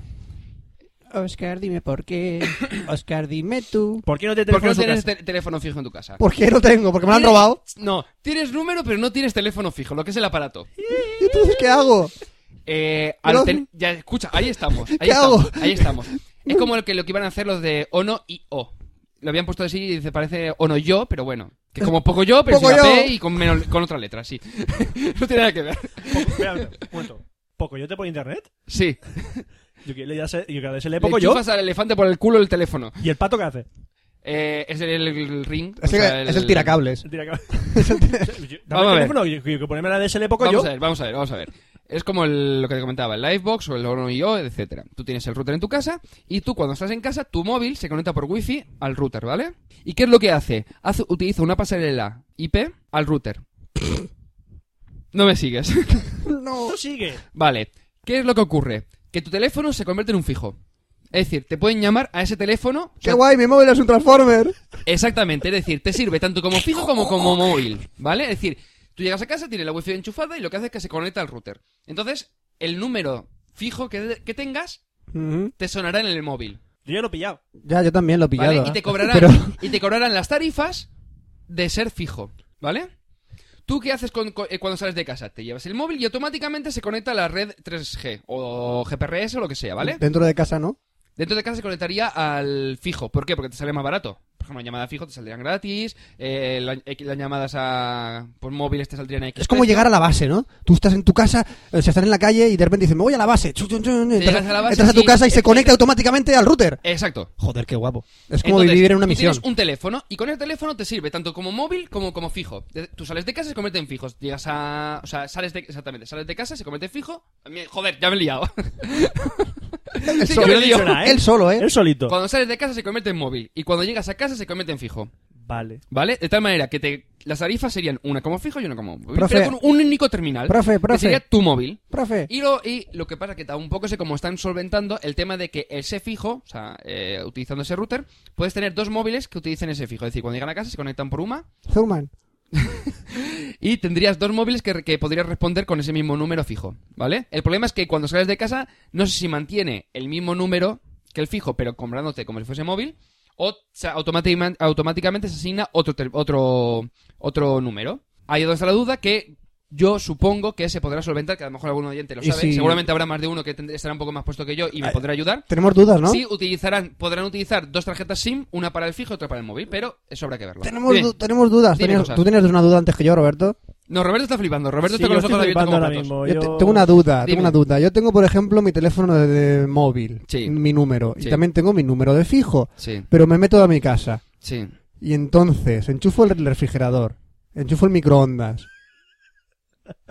Speaker 4: Oscar, dime por qué.
Speaker 3: *coughs*
Speaker 4: Oscar, dime tú.
Speaker 1: ¿Por qué no te
Speaker 3: ¿Por
Speaker 1: teléfono
Speaker 3: qué no
Speaker 1: en su
Speaker 3: tienes
Speaker 1: casa?
Speaker 3: te- teléfono fijo en tu casa?
Speaker 4: ¿Por qué no tengo? Porque me lo han robado.
Speaker 3: No, tienes número, pero no tienes teléfono fijo, lo que es el aparato.
Speaker 4: ¿Y entonces
Speaker 3: *laughs*
Speaker 4: qué hago?
Speaker 3: Eh, al
Speaker 4: Pero-
Speaker 3: ten- Ya, escucha, ahí
Speaker 4: *laughs*
Speaker 3: estamos. Ahí
Speaker 4: ¿Qué
Speaker 3: estamos.
Speaker 4: hago?
Speaker 3: Ahí estamos. Es como lo que, lo que iban a hacer los de Ono y O. Lo habían puesto así y dice, parece Ono yo, pero bueno. Que es como poco yo, pero
Speaker 4: Poco
Speaker 3: sin
Speaker 4: yo.
Speaker 3: la P y con, menos, con otra letra, sí. *laughs* no tiene nada que ver.
Speaker 1: Espera, un momento. ¿Poco yo te por internet?
Speaker 3: Sí.
Speaker 1: Yo que le, ya sé, yo que le sé
Speaker 3: Le
Speaker 1: le poco yo.
Speaker 3: enchufas al elefante por el culo el teléfono.
Speaker 1: ¿Y el pato qué hace?
Speaker 3: Eh, es el, el- el ring. o
Speaker 4: Es el,
Speaker 3: sea,
Speaker 4: es el tiracables.
Speaker 1: Se tira que-
Speaker 4: *laughs*
Speaker 1: Yo-
Speaker 3: Vamos
Speaker 1: Dame
Speaker 3: a
Speaker 1: el
Speaker 3: ver.
Speaker 1: teléfono que, que, que ponerme la DSL poco
Speaker 3: Vamos
Speaker 1: yo.
Speaker 3: a ver, vamos a ver, vamos a ver. Es como el- lo que te comentaba, el Livebox o el Ono y O, etcétera. Tú tienes el router en tu casa y tú cuando estás en casa, tu móvil se conecta por wifi al router, ¿vale? ¿Y qué es lo que hace? Hace- utiliza una pasarela IP al router. No me sigues. *laughs*
Speaker 1: Tú sigue.
Speaker 3: vale. ¿Qué es lo que ocurre? Que tu teléfono se convierte en un fijo. Es decir, te pueden llamar a ese teléfono. o
Speaker 4: ¡Qué
Speaker 3: sea,
Speaker 4: guay! Mi móvil es un Transformer.
Speaker 3: Exactamente, es decir, te sirve tanto como fijo como como móvil, ¿vale? Es decir, tú llegas a casa, tienes la wifi enchufada y lo que hace es que se conecta al router. Entonces, el número fijo que, que tengas
Speaker 4: Ujú.
Speaker 3: te sonará en el móvil,
Speaker 1: Yo ya lo he pillado.
Speaker 4: Ya, yo también lo he
Speaker 3: ¿vale?
Speaker 4: pillado. ¿eh?
Speaker 3: Y te cobrarán
Speaker 4: Pero
Speaker 3: y te cobrarán las tarifas de ser fijo, ¿vale? ¿Tú qué haces con- con- eh, cuando sales de casa? Te llevas el móvil y automáticamente se conecta a la red 3G o GPRS o lo que sea, ¿vale?
Speaker 4: dentro de casa no.
Speaker 3: Dentro de casa se conectaría al fijo. ¿Por qué? Porque te sale más barato. Por ejemplo, llamada fijo te saldrían gratis, eh, la- eh, las llamadas a por móviles te saldrían a X.
Speaker 4: Es como
Speaker 3: precio.
Speaker 4: llegar a la base, ¿no? Tú estás en tu casa, eh, se están en la calle y de repente dicen, me voy a la base. Chun, chun, chun. Entras,
Speaker 3: llegas a la base,
Speaker 4: entras a tu
Speaker 3: sí.
Speaker 4: casa y se conecta automáticamente al router.
Speaker 3: Exacto.
Speaker 4: Joder, qué guapo. Es como
Speaker 3: Entonces,
Speaker 4: vivir en una
Speaker 3: tú
Speaker 4: misión.
Speaker 3: Tienes un teléfono y con el teléfono te sirve tanto como móvil como como fijo. De- Tú sales de casa y se convierte en fijos. Llegas a. O sea, sales de. Exactamente, sales de casa se convierte en fijo. Me- Joder, ya me he liado.
Speaker 4: *laughs*
Speaker 3: *laughs* Sí,
Speaker 4: solo.
Speaker 3: que me
Speaker 1: he
Speaker 3: lío.
Speaker 1: dicho nada, ¿eh?
Speaker 4: Él solo, ¿eh?
Speaker 1: Él solito.
Speaker 3: Cuando sales de casa se convierte en móvil y cuando llegas a casa se convierte en fijo.
Speaker 1: Vale.
Speaker 3: ¿Vale? De tal manera que te, las tarifas serían una como fijo y una como móvil.
Speaker 4: Profe.
Speaker 3: pero con un único terminal.
Speaker 4: Profe,
Speaker 3: Que
Speaker 4: profe.
Speaker 3: sería tu móvil.
Speaker 4: Profe.
Speaker 3: Y lo, y lo que pasa que tampoco sé cómo están solventando el tema de que ese fijo, o sea, eh, utilizando ese router, puedes tener dos móviles que utilicen ese fijo. Es decir, cuando llegan a casa se conectan por UMA
Speaker 4: Zurman.
Speaker 3: y tendrías dos móviles que, que podrías responder con ese mismo número fijo, ¿vale? El problema es que cuando sales de casa, no sé si mantiene el mismo número que el fijo, pero comprándote como si fuese móvil, o sea, automáticamente, automáticamente se asigna otro, tel- otro, otro número. Ahí es donde está la duda que Yo supongo que se podrá solventar, que a lo mejor algún oyente lo
Speaker 4: Y
Speaker 3: sabe.
Speaker 4: si-
Speaker 3: Seguramente habrá más de uno que tend- estará un poco más puesto que yo
Speaker 1: Ah,
Speaker 3: y me podrá ayudar.
Speaker 4: Tenemos dudas, ¿no?
Speaker 3: Sí, utilizarán, podrán utilizar dos tarjetas SIM, una para el fijo y otra para el móvil, pero eso habrá que verlo.
Speaker 4: Tenemos,
Speaker 3: Bien.
Speaker 4: du- tenemos dudas.
Speaker 3: Dime
Speaker 4: Tenías-
Speaker 3: cosas.
Speaker 4: tú tenías una duda antes que yo, Roberto.
Speaker 3: No, Roberto está flipando. Roberto
Speaker 1: Sí,
Speaker 3: está
Speaker 1: yo
Speaker 3: con los
Speaker 1: estoy
Speaker 3: ojos abiertos
Speaker 1: flipando
Speaker 3: como
Speaker 1: ahora
Speaker 3: platos.
Speaker 1: mismo.
Speaker 4: Yo
Speaker 1: Yo-
Speaker 4: te- tengo una duda,
Speaker 3: Dime.
Speaker 4: tengo una duda. Yo tengo, por ejemplo, mi teléfono de, de móvil,
Speaker 3: Sí.
Speaker 4: mi número,
Speaker 3: Sí.
Speaker 4: y también tengo mi número de fijo,
Speaker 3: Sí,
Speaker 4: pero me meto a mi casa.
Speaker 3: sí.
Speaker 4: Y entonces, enchufo el refrigerador, enchufo el microondas.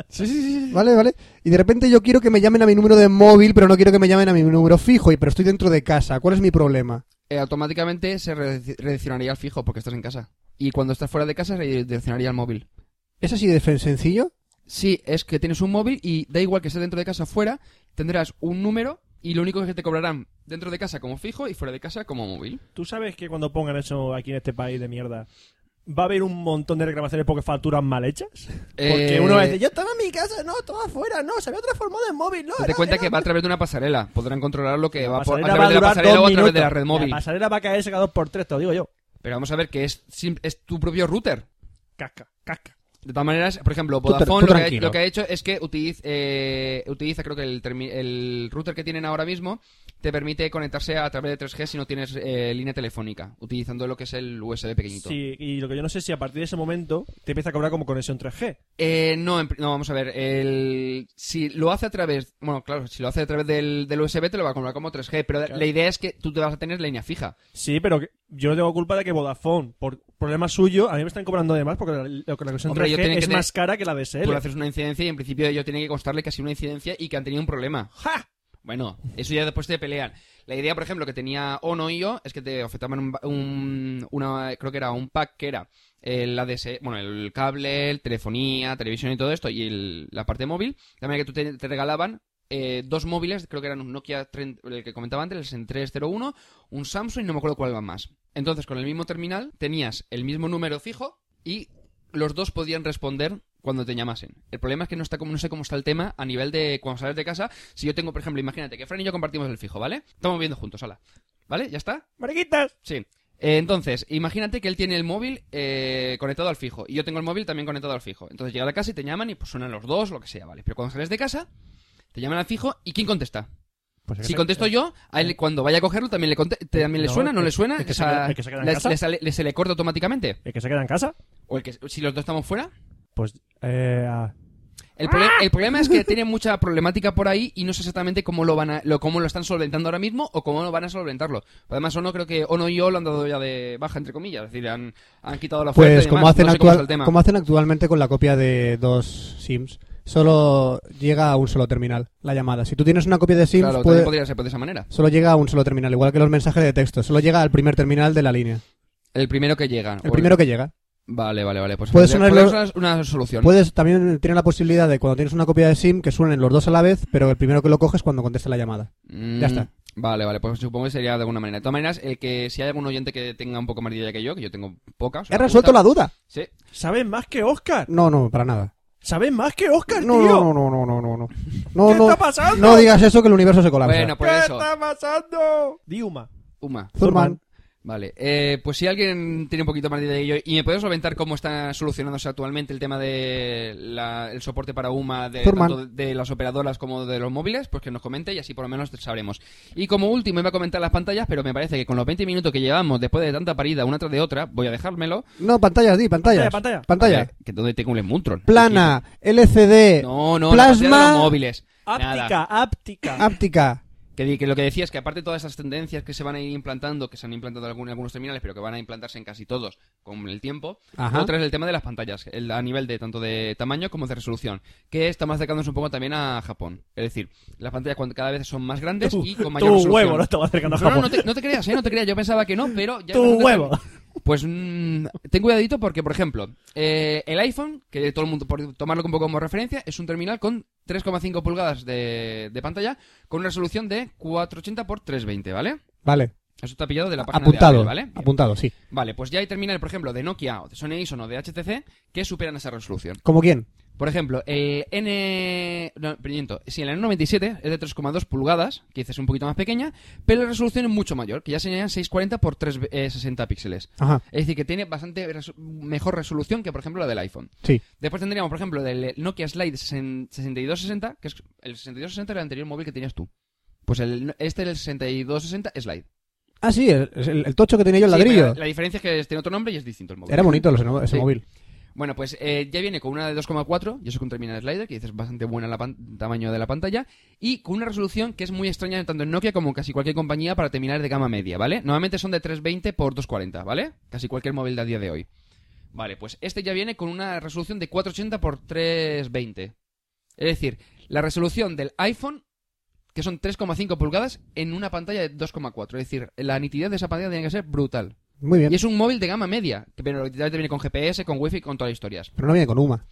Speaker 1: Sí, sí, sí.
Speaker 4: ¿Vale? ¿Vale? Y de repente yo quiero que me llamen a mi número de móvil, pero no quiero que me llamen a mi número fijo, y pero estoy dentro de casa. ¿Cuál es mi problema?
Speaker 3: Eh, automáticamente se redi- redireccionaría al fijo porque estás en casa. Y cuando estás fuera de casa se redireccionaría al móvil.
Speaker 4: ¿Es así de fe- sencillo?
Speaker 3: Sí, es que tienes un móvil y da igual que estés dentro de casa o fuera, tendrás un número y lo único que te cobrarán dentro de casa como fijo y fuera de casa como móvil.
Speaker 1: Tú sabes que cuando pongan eso aquí en este país de mierda, va a haber un montón de reclamaciones porque facturan mal hechas. Porque
Speaker 3: Eh,
Speaker 1: uno va a decir, yo
Speaker 7: estaba en mi casa, no, estaba afuera, no, se había transformado en móvil, no.
Speaker 3: Date cuenta que va a través de una pasarela. Podrán controlar lo que va por- a
Speaker 1: pasarela
Speaker 3: través
Speaker 1: va a
Speaker 3: de la
Speaker 1: durar
Speaker 3: pasarela
Speaker 1: dos
Speaker 3: o a través de
Speaker 1: minutos.
Speaker 3: la red móvil.
Speaker 1: La pasarela va a caerse cada dos por tres, te lo digo yo.
Speaker 3: Pero vamos a ver que es, sim- es tu propio router.
Speaker 1: Casca, casca.
Speaker 3: De todas maneras, por ejemplo,
Speaker 4: tra-
Speaker 3: Vodafone
Speaker 4: tú
Speaker 3: lo, que ha,
Speaker 4: tranquilo.
Speaker 3: lo que ha hecho es que utiliz- eh, utiliza, creo que el, termi- el router que tienen ahora mismo te permite conectarse a través de 3G si no tienes eh, línea telefónica, utilizando lo que es el USB pequeñito.
Speaker 1: Sí, y lo que yo no sé es si a partir de ese momento te empieza a cobrar como conexión 3G.
Speaker 3: Eh, no, en pri- no, vamos a ver. el- si lo hace a través. Bueno, claro, si lo hace a través del, del USB te lo va a comprar como 3G, pero la idea es que tú te vas a tener línea fija.
Speaker 1: Sí, pero que- yo no tengo culpa de que Vodafone, por problema suyo, a mí me están cobrando de más porque la, la conexión
Speaker 3: Hombre, yo
Speaker 1: 3G
Speaker 3: tienen
Speaker 1: es
Speaker 3: que
Speaker 1: más cara que la DSL.
Speaker 3: Tú le haces una incidencia y en principio ellos tienen que constarle que ha sido una incidencia y que han tenido un problema. ¡Ja! Bueno, eso ya después te pelean. La idea, por ejemplo, que tenía Ono y yo es que te ofertaban un, un- una, creo que era un pack que era el ADS, bueno, el cable, el telefonía, televisión y todo esto, y el- la parte móvil. También que tú te, te regalaban eh, dos móviles, creo que eran un Nokia 30 el que comentaba antes, el 6301, un Samsung y no me acuerdo cuál va más. Entonces, con el mismo terminal tenías el mismo número fijo y los dos podían responder cuando te llamasen. El problema es que no está como no sé cómo está el tema a nivel de cuando sales de casa. Si yo tengo, por ejemplo, imagínate que Fran y yo compartimos el fijo, ¿vale? Estamos viendo juntos, hola. ¿Vale? ¿Ya está?
Speaker 1: ¡Mariquitas!
Speaker 3: Sí. Eh, entonces, imagínate que él tiene el móvil eh, conectado al fijo y yo tengo el móvil también conectado al fijo. Entonces llega a casa y te llaman y pues suenan los dos, lo que sea, ¿vale? Pero cuando sales de casa, te llaman al fijo y ¿quién contesta?
Speaker 4: Pues
Speaker 3: Si contesto yo, a él cuando vaya a cogerlo también le, conte- también le
Speaker 1: No,
Speaker 3: suena, no
Speaker 1: el-
Speaker 3: le suena,
Speaker 1: el que
Speaker 3: O
Speaker 1: se
Speaker 3: sea,
Speaker 1: queda- el que se queda en
Speaker 3: le-
Speaker 1: casa.
Speaker 3: le sale- le- se le corta automáticamente.
Speaker 1: ¿El que se queda en casa?
Speaker 3: O el que si los dos estamos fuera,
Speaker 1: Pues, eh... ah,
Speaker 3: El, proble- el problema es que tiene mucha problemática por ahí y no sé exactamente cómo lo van a, lo, cómo lo están solventando ahora mismo o cómo lo van a solventarlo. Además, Ono creo que Ono y yo lo han dado ya de baja, entre comillas. Es decir, han, han quitado la oferta
Speaker 4: Pues
Speaker 3: y demás.
Speaker 4: como, hacen
Speaker 3: No sé cómo está el
Speaker 4: actual,
Speaker 3: tema.
Speaker 4: como hacen actualmente con la copia de dos SIMs, solo llega a un solo terminal la llamada. Si tú tienes una copia de SIMs,
Speaker 3: Claro, también
Speaker 4: puede-
Speaker 3: podría ser de esa manera.
Speaker 4: solo llega a un solo terminal, igual que los mensajes de texto, solo llega al primer terminal de la línea,
Speaker 3: El primero que llega.
Speaker 4: el primero que llega.
Speaker 3: Vale, vale, vale. Pues
Speaker 4: Puede
Speaker 3: podría-
Speaker 4: sonar
Speaker 3: podría
Speaker 4: lo-
Speaker 3: ser una, una solución.
Speaker 4: Puedes también tiene la posibilidad de cuando tienes una copia de SIM que suenen los dos a la vez, pero el primero que lo coges cuando conteste la llamada.
Speaker 3: Mm,
Speaker 4: Ya está.
Speaker 3: Vale, vale, pues supongo que sería de alguna manera. De todas maneras, el que si hay algún oyente que tenga un poco más de idea que yo, que yo tengo pocas.
Speaker 4: He resuelto la duda.
Speaker 3: Sí,
Speaker 1: ¿Sabes más que Oscar?
Speaker 4: No, no, para nada.
Speaker 1: ¿Sabes más que Oscar,
Speaker 4: No,
Speaker 1: tío?
Speaker 4: no, no, no, no, no, no. No,
Speaker 1: ¿Qué
Speaker 4: no,
Speaker 1: está pasando?
Speaker 4: no digas eso que el universo se colapsa.
Speaker 3: Bueno, por eso.
Speaker 1: pasando? Diuma.
Speaker 3: Uma.
Speaker 4: Zurman,
Speaker 3: Vale, eh, pues si alguien tiene un poquito más de idea que yo y me puedes solventar cómo está solucionándose actualmente el tema de la- el soporte para UMA de,
Speaker 4: Zurman.
Speaker 3: tanto de las operadoras como de los móviles, pues que nos comente y así por lo menos sabremos. Y como último iba a comentar las pantallas, pero me parece que con los 20 minutos que llevamos después de tanta parida una tras de otra, voy a dejármelo.
Speaker 4: no, pantallas, di, pantallas.
Speaker 1: Pantalla, pantalla.
Speaker 3: Hombre, Que donde te cumple Muntron.
Speaker 4: Plana, LCD,
Speaker 3: No, no, la pantalla de los
Speaker 4: plasma,
Speaker 3: móviles. Nada. Ah,
Speaker 1: Áptica, áptica.
Speaker 4: áptica.
Speaker 3: Que, di- que lo que decía es que aparte de todas esas tendencias que se van a ir implantando, que se han implantado en algún- en algunos terminales, pero que van a implantarse en casi todos con el tiempo,
Speaker 4: Ajá.
Speaker 3: otra es el tema de las pantallas, el- a nivel de tanto de tamaño como de resolución, que estamos acercándonos un poco también a Japón. Es decir, las pantallas cuando cada vez son más grandes
Speaker 1: Tu-
Speaker 3: y con mayor
Speaker 1: Tu
Speaker 3: resolución.
Speaker 1: huevo, no te va acercando a
Speaker 3: No, no,
Speaker 1: Japón.
Speaker 3: no te, no te creas, ¿eh? No te creas. Yo pensaba que no, pero ya...
Speaker 1: Tu
Speaker 3: resulta que-
Speaker 1: huevo.
Speaker 3: Pues mm, ten cuidadito porque, por ejemplo, eh, el iPhone, que todo el mundo, por tomarlo un poco como referencia, es un terminal con 3,5 pulgadas de, de pantalla con una resolución de 480x320, ¿vale?
Speaker 4: Vale,
Speaker 3: Eso está pillado de la página
Speaker 4: apuntado,
Speaker 3: de Apple, ¿vale?
Speaker 4: apuntado, sí.
Speaker 3: Vale, pues ya hay terminales, por ejemplo, de Nokia o de Sony Ericsson o de HTC que superan esa resolución.
Speaker 4: ¿Como quién?
Speaker 3: Por ejemplo, eh, N... No, miento. Sí, la N97 es de 3,2 pulgadas, que es un poquito más pequeña, pero la resolución es mucho mayor, que ya serían 640 por 360 píxeles.
Speaker 4: Ajá.
Speaker 3: Es decir, que tiene bastante resu- mejor resolución que, por ejemplo, la del iPhone.
Speaker 4: Sí.
Speaker 3: Después tendríamos, por ejemplo, el Nokia Slide 60- 6260, que es el 6260 era el anterior móvil que tenías tú. Pues el, este es el 6260 Slide.
Speaker 4: Ah, sí, el, el- el tocho que tenía yo el
Speaker 3: Sí,
Speaker 4: ladrillo.
Speaker 3: pero la diferencia es que tiene otro nombre y es distinto el móvil.
Speaker 4: Era bonito los-
Speaker 3: Sí.
Speaker 4: ese móvil.
Speaker 3: Bueno, pues eh, ya viene con una de 2,4, y eso con terminal slider, que dices bastante buena la pan- tamaño de la pantalla, y con una resolución que es muy extraña tanto en Nokia como en casi cualquier compañía para terminar de gama media, ¿vale? Normalmente son de 320 por 240, ¿vale? Casi cualquier móvil de a día de hoy. Vale, pues este ya viene con una resolución de 480 por 320. Es decir, la resolución del iPhone, que son 3,5 pulgadas, en una pantalla de 2,4. Es decir, la nitidez de esa pantalla tiene que ser brutal.
Speaker 4: Muy bien.
Speaker 3: Y es un móvil de gama media, que- pero literalmente viene con GPS, con wifi, con todas las historias.
Speaker 4: Pero no viene con UMA.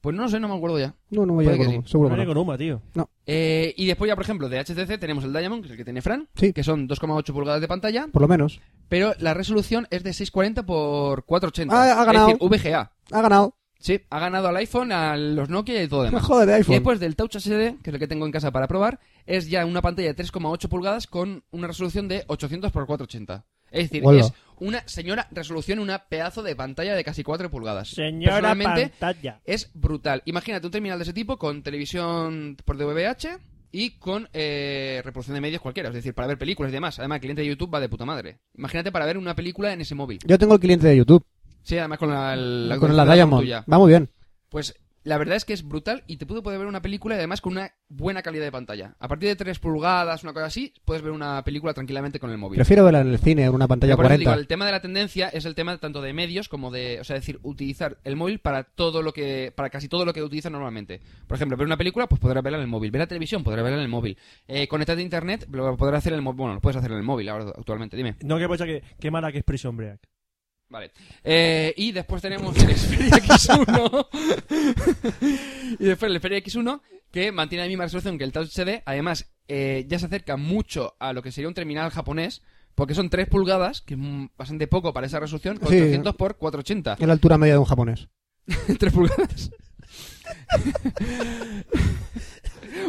Speaker 3: Pues no lo sé, no me acuerdo ya.
Speaker 4: No, no voy a
Speaker 3: Puede
Speaker 4: ir
Speaker 3: que
Speaker 4: con
Speaker 3: sí.
Speaker 4: UMA. Seguro que
Speaker 1: Vale
Speaker 4: no.
Speaker 1: con Uma, tío.
Speaker 3: Eh, y después ya, por ejemplo, de HTC tenemos el Diamond, que es el que tiene Fran,
Speaker 4: Sí.
Speaker 3: que son 2,8 pulgadas de pantalla,
Speaker 4: Por lo menos.
Speaker 3: pero la resolución es de 640 por 480.
Speaker 4: Ah, ha ganado.
Speaker 3: Es decir, VGA.
Speaker 4: Ha ganado.
Speaker 3: Sí, ha ganado al iPhone, a los Nokia y todo demás.
Speaker 4: *laughs* Joder, de
Speaker 3: Y
Speaker 4: iPhone.
Speaker 3: después del Touch HD, que es el que tengo en casa para probar, es ya una pantalla de 3,8 pulgadas con una resolución de 800 por 480. Es decir,
Speaker 4: Hola.
Speaker 3: es una señora resolución, una pedazo de pantalla de casi 4 pulgadas.
Speaker 1: Señora
Speaker 3: Personalmente,
Speaker 1: pantalla.
Speaker 3: Es brutal. Imagínate un terminal de ese tipo con televisión por DVBH y con eh, reproducción de medios cualquiera, es decir, para ver películas y demás. Además, el cliente de YouTube va de puta madre. Imagínate para ver una película en ese móvil.
Speaker 4: Yo tengo el cliente de YouTube.
Speaker 3: Sí, además con la, la-
Speaker 4: con la
Speaker 3: la
Speaker 4: Diamond.
Speaker 3: tuya.
Speaker 4: Va muy bien.
Speaker 3: Pues la verdad es que es brutal y te puedo poder ver una película y además con una buena calidad de pantalla. A partir de 3 pulgadas, una cosa así, puedes ver una película tranquilamente con el móvil.
Speaker 4: Prefiero verla en el cine, en una pantalla
Speaker 3: Pero por eso te
Speaker 4: 40.
Speaker 3: digo, el tema de la tendencia es el tema tanto de medios como de, o sea, decir, utilizar el móvil para todo lo que, para casi todo lo que utilizas normalmente. Por ejemplo, ver una película, pues podrás verla en el móvil. Ver la televisión, podrás verla en el móvil. Eh, conectarte a internet, lo podrás hacer en el móvil. Bueno, lo puedes hacer en el móvil ahora actualmente. Dime.
Speaker 1: No, que pasa que qué mala que es Prison Break.
Speaker 3: Vale. Eh, y después tenemos el Xperia *laughs* X1. y después el Xperia X1, que mantiene la misma resolución que el Touch HD. Además, eh, ya se acerca mucho a lo que sería un terminal japonés, porque son 3 pulgadas, que es mm, bastante poco para esa resolución, con
Speaker 4: Sí.
Speaker 3: 800 por 480.
Speaker 4: Es la altura media de un japonés.
Speaker 3: *laughs* 3 pulgadas.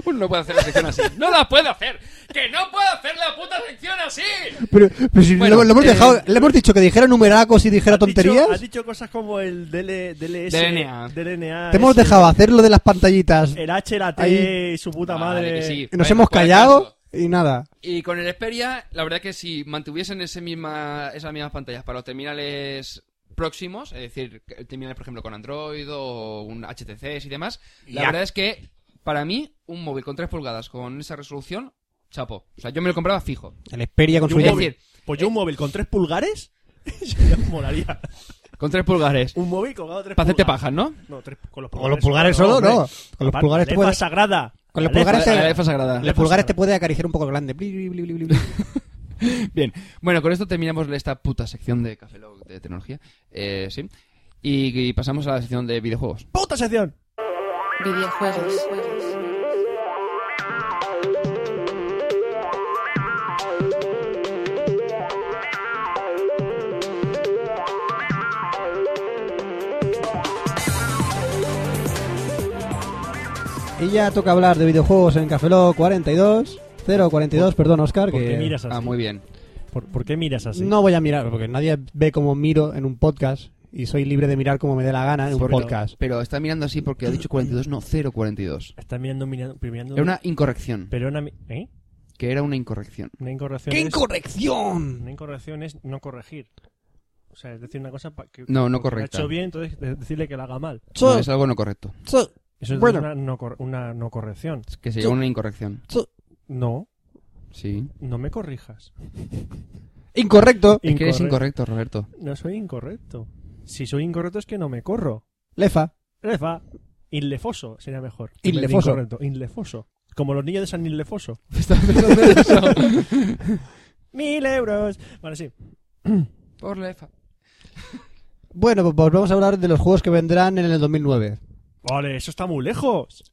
Speaker 3: Uno no puede hacer la sección así. ¡No la puedo hacer! ¡Que no puedo hacer la puta sección así!
Speaker 4: *laughs* Pero, pero si
Speaker 3: Bueno,
Speaker 4: lo, lo hemos
Speaker 3: eh,
Speaker 4: dejado, le hemos dicho que dijera numeracos y dijera
Speaker 1: ¿Has dicho-
Speaker 4: tonterías.
Speaker 1: Has dicho cosas como el DL, DLS.
Speaker 3: DLNA.
Speaker 1: DLNA,
Speaker 4: Te hemos
Speaker 1: ese,
Speaker 4: dejado hacer lo de las pantallitas.
Speaker 1: El H, la T
Speaker 4: Ahí.
Speaker 1: y su puta
Speaker 3: Vale,
Speaker 1: madre.
Speaker 3: que sí.
Speaker 4: Y nos
Speaker 3: Eh, Bueno,
Speaker 4: hemos
Speaker 3: pues,
Speaker 4: callado y nada.
Speaker 3: Y con el Xperia, la verdad que si mantuviesen ese misma, esas mismas pantallas para los terminales próximos, es decir, que- terminales por ejemplo con Android o un HTC y demás, la verdad es que para mí un móvil con 3 pulgadas con esa resolución, chapo. O sea, yo me lo compraba fijo.
Speaker 4: El Xperia con
Speaker 1: Yo
Speaker 4: su
Speaker 1: un
Speaker 3: Es
Speaker 4: llave.
Speaker 1: móvil.
Speaker 3: decir,
Speaker 1: Pues yo un móvil con tres pulgares. *laughs* ya me molaría.
Speaker 3: con 3 pulgares.
Speaker 1: Un móvil colgado *laughs* tres
Speaker 3: Para hacerte
Speaker 1: pulgares.
Speaker 3: pajas, ¿no?
Speaker 1: No, tres, con los
Speaker 4: Con los pulgares solo, no.
Speaker 1: hombre.
Speaker 4: Con los
Speaker 1: Aparte,
Speaker 4: pulgares te
Speaker 1: lefa
Speaker 4: puedes-
Speaker 1: sagrada.
Speaker 4: Con los
Speaker 1: La lefa-
Speaker 4: pulgares te-
Speaker 3: La lefa sagrada.
Speaker 4: Los
Speaker 1: Le
Speaker 4: pulgares
Speaker 1: pasaba.
Speaker 4: te puede acariciar un poco grande. Bli, bli, bli, bli, bli.
Speaker 3: Bien, bueno, con esto terminamos esta puta sección de Café Lock de tecnología. Eh, sí. Y, y pasamos a la sección de videojuegos.
Speaker 1: ¡Puta sección!
Speaker 5: Videojuegos.
Speaker 4: Y ya toca hablar de videojuegos en Café Lock 42. 042, perdón, Oscar.
Speaker 1: ¿Por
Speaker 4: que...
Speaker 1: qué miras así?
Speaker 3: Ah, muy bien.
Speaker 1: ¿Por, por qué miras así?
Speaker 4: No voy a mirar, porque nadie ve cómo miro en un podcast y soy libre de mirar como me dé la gana en un
Speaker 1: Porque-
Speaker 4: podcast.
Speaker 3: Pero está mirando así porque ha dicho 42, no, 042.
Speaker 1: Estás mirando, mirando, mirando.
Speaker 3: Era una incorrección.
Speaker 1: Pero una. mi- ¿Eh?
Speaker 3: Que era una incorrección.
Speaker 1: Una incorrección.
Speaker 4: ¡Qué
Speaker 1: es-
Speaker 4: incorrección!
Speaker 1: Una incorrección es no corregir. O sea, es decir una cosa pa- que.
Speaker 3: No,
Speaker 1: porque la
Speaker 3: no
Speaker 1: ha
Speaker 3: correcta.
Speaker 1: hecho bien, entonces de- decirle que la haga mal.
Speaker 3: No, es algo no correcto.
Speaker 1: Eso es
Speaker 4: Bueno.
Speaker 1: una, no cor- una no corrección.
Speaker 3: Es que se llama una incorrección.
Speaker 1: No,
Speaker 3: Sí.
Speaker 1: no me corrijas.
Speaker 4: Incorrecto.
Speaker 3: Es que eres
Speaker 1: Incorrecto.
Speaker 3: incorrecto, *laughs* Roberto.
Speaker 1: No soy incorrecto. Si soy incorrecto es que no me corro.
Speaker 4: Lefa.
Speaker 1: Lefa. Inlefoso sería mejor. En vez de
Speaker 4: Inlefoso.
Speaker 1: Incorrecto. Inlefoso. Como los niños de San Inlefoso.
Speaker 3: *laughs*
Speaker 1: ¡Mil euros! Vale, sí.
Speaker 3: Por la EFA.
Speaker 4: Bueno, pues pues vamos a hablar de los juegos que vendrán en el 2009.
Speaker 1: Vale, eso está muy lejos.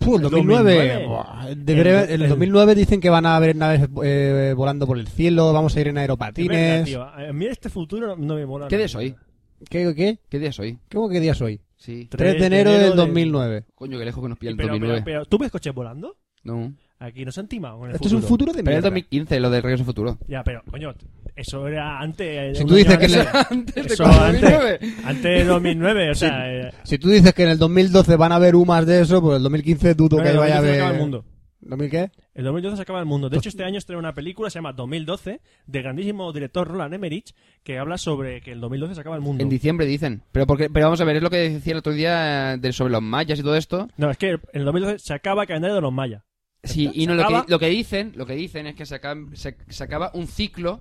Speaker 4: Puh, el
Speaker 1: El
Speaker 4: 2009.
Speaker 1: 2009.
Speaker 4: Buah, de breve-
Speaker 1: El-
Speaker 4: en el
Speaker 1: el-
Speaker 4: 2009 dicen que van a haber naves eh, volando por el cielo, vamos a ir en
Speaker 1: Es verdad,
Speaker 4: aeropatines.
Speaker 1: tío. A mí este futuro no me mola.
Speaker 3: ¿Qué
Speaker 1: nada.
Speaker 3: de soy?
Speaker 4: ¿Qué, qué?
Speaker 3: ¿Qué día es hoy?
Speaker 4: ¿Cómo que día es hoy?
Speaker 3: Sí.
Speaker 4: 3 de enero del 2009.
Speaker 3: Coño, que lejos que nos pilla el
Speaker 1: Pero,
Speaker 3: 2009.
Speaker 1: pero, pero, ¿tú ves coches volando?
Speaker 3: no.
Speaker 1: Aquí nos han timado con el
Speaker 4: Esto es un futuro de
Speaker 3: Pero el
Speaker 4: mierda.
Speaker 3: 2015, lo del Regreso al Futuro.
Speaker 1: Ya, pero, coño, eso era antes.
Speaker 4: Si tú dices que
Speaker 1: eso,
Speaker 3: *laughs*
Speaker 4: le-
Speaker 1: *laughs*
Speaker 3: Antes
Speaker 1: eso
Speaker 3: cuando
Speaker 1: antes,
Speaker 3: viniere.
Speaker 1: antes de 2009, o sea. eh,
Speaker 4: Si tú dices que en el 2012 van a haber humas de eso, pues el 2015 dudo
Speaker 1: no,
Speaker 4: que
Speaker 1: el
Speaker 4: vaya a
Speaker 1: 2012 se acaba
Speaker 4: haber...
Speaker 1: el mundo.
Speaker 4: ¿2000 qué?
Speaker 1: El 2012 se acaba el mundo. De hecho, este año estrena una película, se llama 2012, del grandísimo director Roland Emmerich, que habla sobre que el 2012 se acaba el mundo.
Speaker 3: En diciembre dicen. Pero porque, pero vamos a ver, es lo que decía el otro día eh, de, sobre los mayas y todo esto.
Speaker 1: No, es que en el 2012 se acaba el calendario de los mayas.
Speaker 3: Sí, y
Speaker 1: Se
Speaker 3: no, lo,
Speaker 1: acaba.
Speaker 3: que, lo que dicen, lo que dicen es que se acaba, se, se acaba un ciclo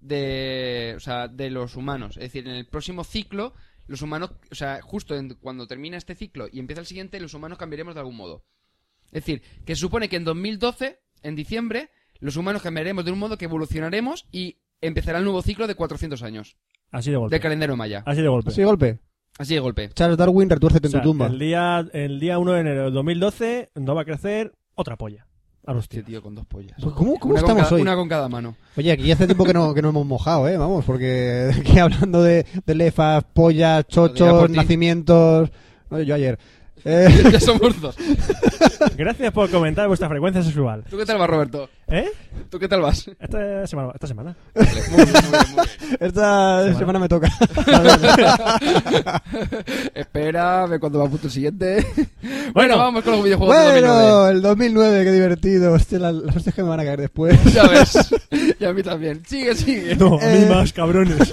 Speaker 3: de, o sea, de los humanos. Es decir, en el próximo ciclo, los humanos, o sea, justo en- cuando termina este ciclo y empieza el siguiente, los humanos cambiaremos de algún modo. Es decir, que se supone que en 2012, en diciembre, los humanos cambiaremos de un modo que evolucionaremos y empezará el nuevo ciclo de 400 años
Speaker 1: Así de
Speaker 3: de
Speaker 1: golpe.
Speaker 3: calendario
Speaker 4: Ah.
Speaker 3: maya.
Speaker 1: Así de golpe.
Speaker 4: Pues Sí, golpe.
Speaker 3: Así de golpe.
Speaker 4: Charles Darwin, retuércete
Speaker 1: O sea,
Speaker 4: en tu tumba.
Speaker 1: el, día, el día 1 de enero de 2012 no va a crecer otra polla. A los
Speaker 3: Este
Speaker 1: tíos.
Speaker 3: tío con dos pollas.
Speaker 4: Pues, ¿Cómo, cómo
Speaker 3: Una con
Speaker 4: estamos
Speaker 3: cada-
Speaker 4: hoy?
Speaker 3: Una con cada mano. *laughs*
Speaker 4: Oye, aquí hace tiempo que no, que no hemos mojado, ¿eh? Vamos, porque *laughs* aquí hablando de, de lefas, pollas,
Speaker 3: Lo diría
Speaker 4: chochos,
Speaker 3: por ti.
Speaker 4: nacimientos... No, yo ayer.
Speaker 1: *laughs*
Speaker 4: Eh,
Speaker 3: ya somos dos.
Speaker 1: Gracias por comentar vuestra frecuencia sexual.
Speaker 3: ¿Tú qué tal vas, Roberto?
Speaker 1: ¿Eh?
Speaker 3: ¿Tú qué tal vas?
Speaker 1: Esta semana. Esta semana.
Speaker 3: Vale, muy bien, muy bien, muy bien.
Speaker 4: esta
Speaker 1: Semana.
Speaker 4: semana me toca. *laughs*
Speaker 3: *laughs* Espera, ve cuándo va justo el siguiente. Bueno,
Speaker 1: Bueno.
Speaker 3: vamos con los videojuegos de ¿eh? 2009.
Speaker 1: eh.
Speaker 4: Bueno, el 2009, qué divertido. Hostia, las, las hostias que me van a caer después. *laughs*
Speaker 3: Ya ves. *laughs* Y a mí también. Sigue, sigue.
Speaker 1: No, a mí
Speaker 4: Eh.
Speaker 1: más,
Speaker 4: *laughs*
Speaker 1: cabrones.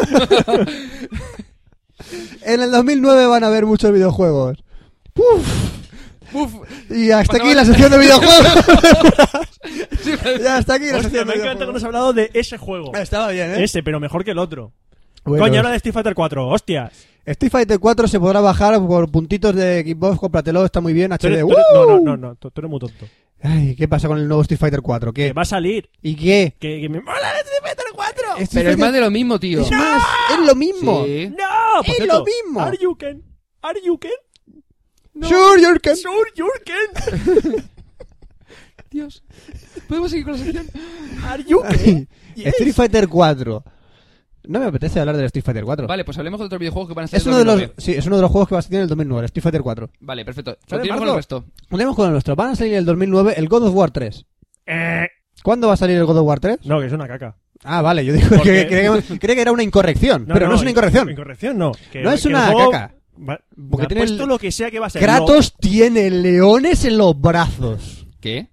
Speaker 4: En el 2009 van a haber muchos videojuegos. Puf.
Speaker 3: Uf,
Speaker 4: Y hasta
Speaker 3: Pasamos-
Speaker 4: aquí
Speaker 1: *laughs*
Speaker 4: la sección de videojuegos.
Speaker 3: sí, me-
Speaker 4: ya, hasta aquí la
Speaker 1: Hostia,
Speaker 4: sección
Speaker 1: me encanta
Speaker 4: de
Speaker 1: que
Speaker 4: videojuegos.
Speaker 1: nos has hablado de ese juego.
Speaker 4: Estaba bien, ¿eh?
Speaker 1: Ese, pero mejor que el otro.
Speaker 4: Bueno,
Speaker 1: Coño, habla de Street Fighter 4. Hostias.
Speaker 4: Street Fighter 4 se podrá bajar por puntitos de Xbox, cómpratelo, está muy bien,
Speaker 1: Tú
Speaker 4: HD.
Speaker 1: eres- tú
Speaker 4: ¡Uh!
Speaker 1: eres- no, no, no, no, tú, tú eres muy
Speaker 4: Eh,
Speaker 1: tonto.
Speaker 4: Ay, ¿qué pasa con el nuevo Street Fighter 4?
Speaker 1: Que
Speaker 4: ¿Qué?
Speaker 1: va a salir.
Speaker 4: ¿Y qué?
Speaker 1: Que, que me mola el Street Fighter 4.
Speaker 4: Street
Speaker 3: Pero es
Speaker 4: Fighter-
Speaker 3: más de lo mismo, tío.
Speaker 4: Es más, es lo mismo.
Speaker 3: Sí.
Speaker 1: No, por
Speaker 4: Es
Speaker 1: cierto,
Speaker 4: lo mismo.
Speaker 1: Are you Ken? Are you Ken?
Speaker 4: Sure, you can.
Speaker 1: Sure, you're Ken.
Speaker 3: Dios. ¿Podemos seguir con la sección?
Speaker 1: *laughs* Are you Ken?
Speaker 4: Ay, *laughs* Street Fighter 4. No me apetece hablar del Street Fighter 4.
Speaker 3: Vale, pues hablemos de otros videojuegos que van a ser
Speaker 4: Es uno, de los, sí, es uno de los juegos que va a salir en el 2009, el Street Fighter 4.
Speaker 3: Vale, perfecto.
Speaker 4: ¿Sale
Speaker 3: Continuamos con el resto.
Speaker 4: Volvemos con el nuestro. Van a salir en el 2009 el God of War 3.
Speaker 1: Eh,
Speaker 4: ¿Cuándo va a salir el God of War 3?
Speaker 1: No, que es una caca.
Speaker 4: Ah, vale, yo digo
Speaker 1: ¿Por
Speaker 4: que
Speaker 1: qué?
Speaker 4: creía que- creía que era una incorrección, pero no, es una incorrección.
Speaker 1: Incorrección no. Que-
Speaker 4: No es
Speaker 1: que el
Speaker 4: una
Speaker 1: juego
Speaker 4: caca.
Speaker 1: va-
Speaker 4: Porque
Speaker 1: ha
Speaker 4: tiene el-
Speaker 1: puesto lo que sea que va a ser.
Speaker 4: Kratos tiene leones en los brazos.
Speaker 3: ¿Qué?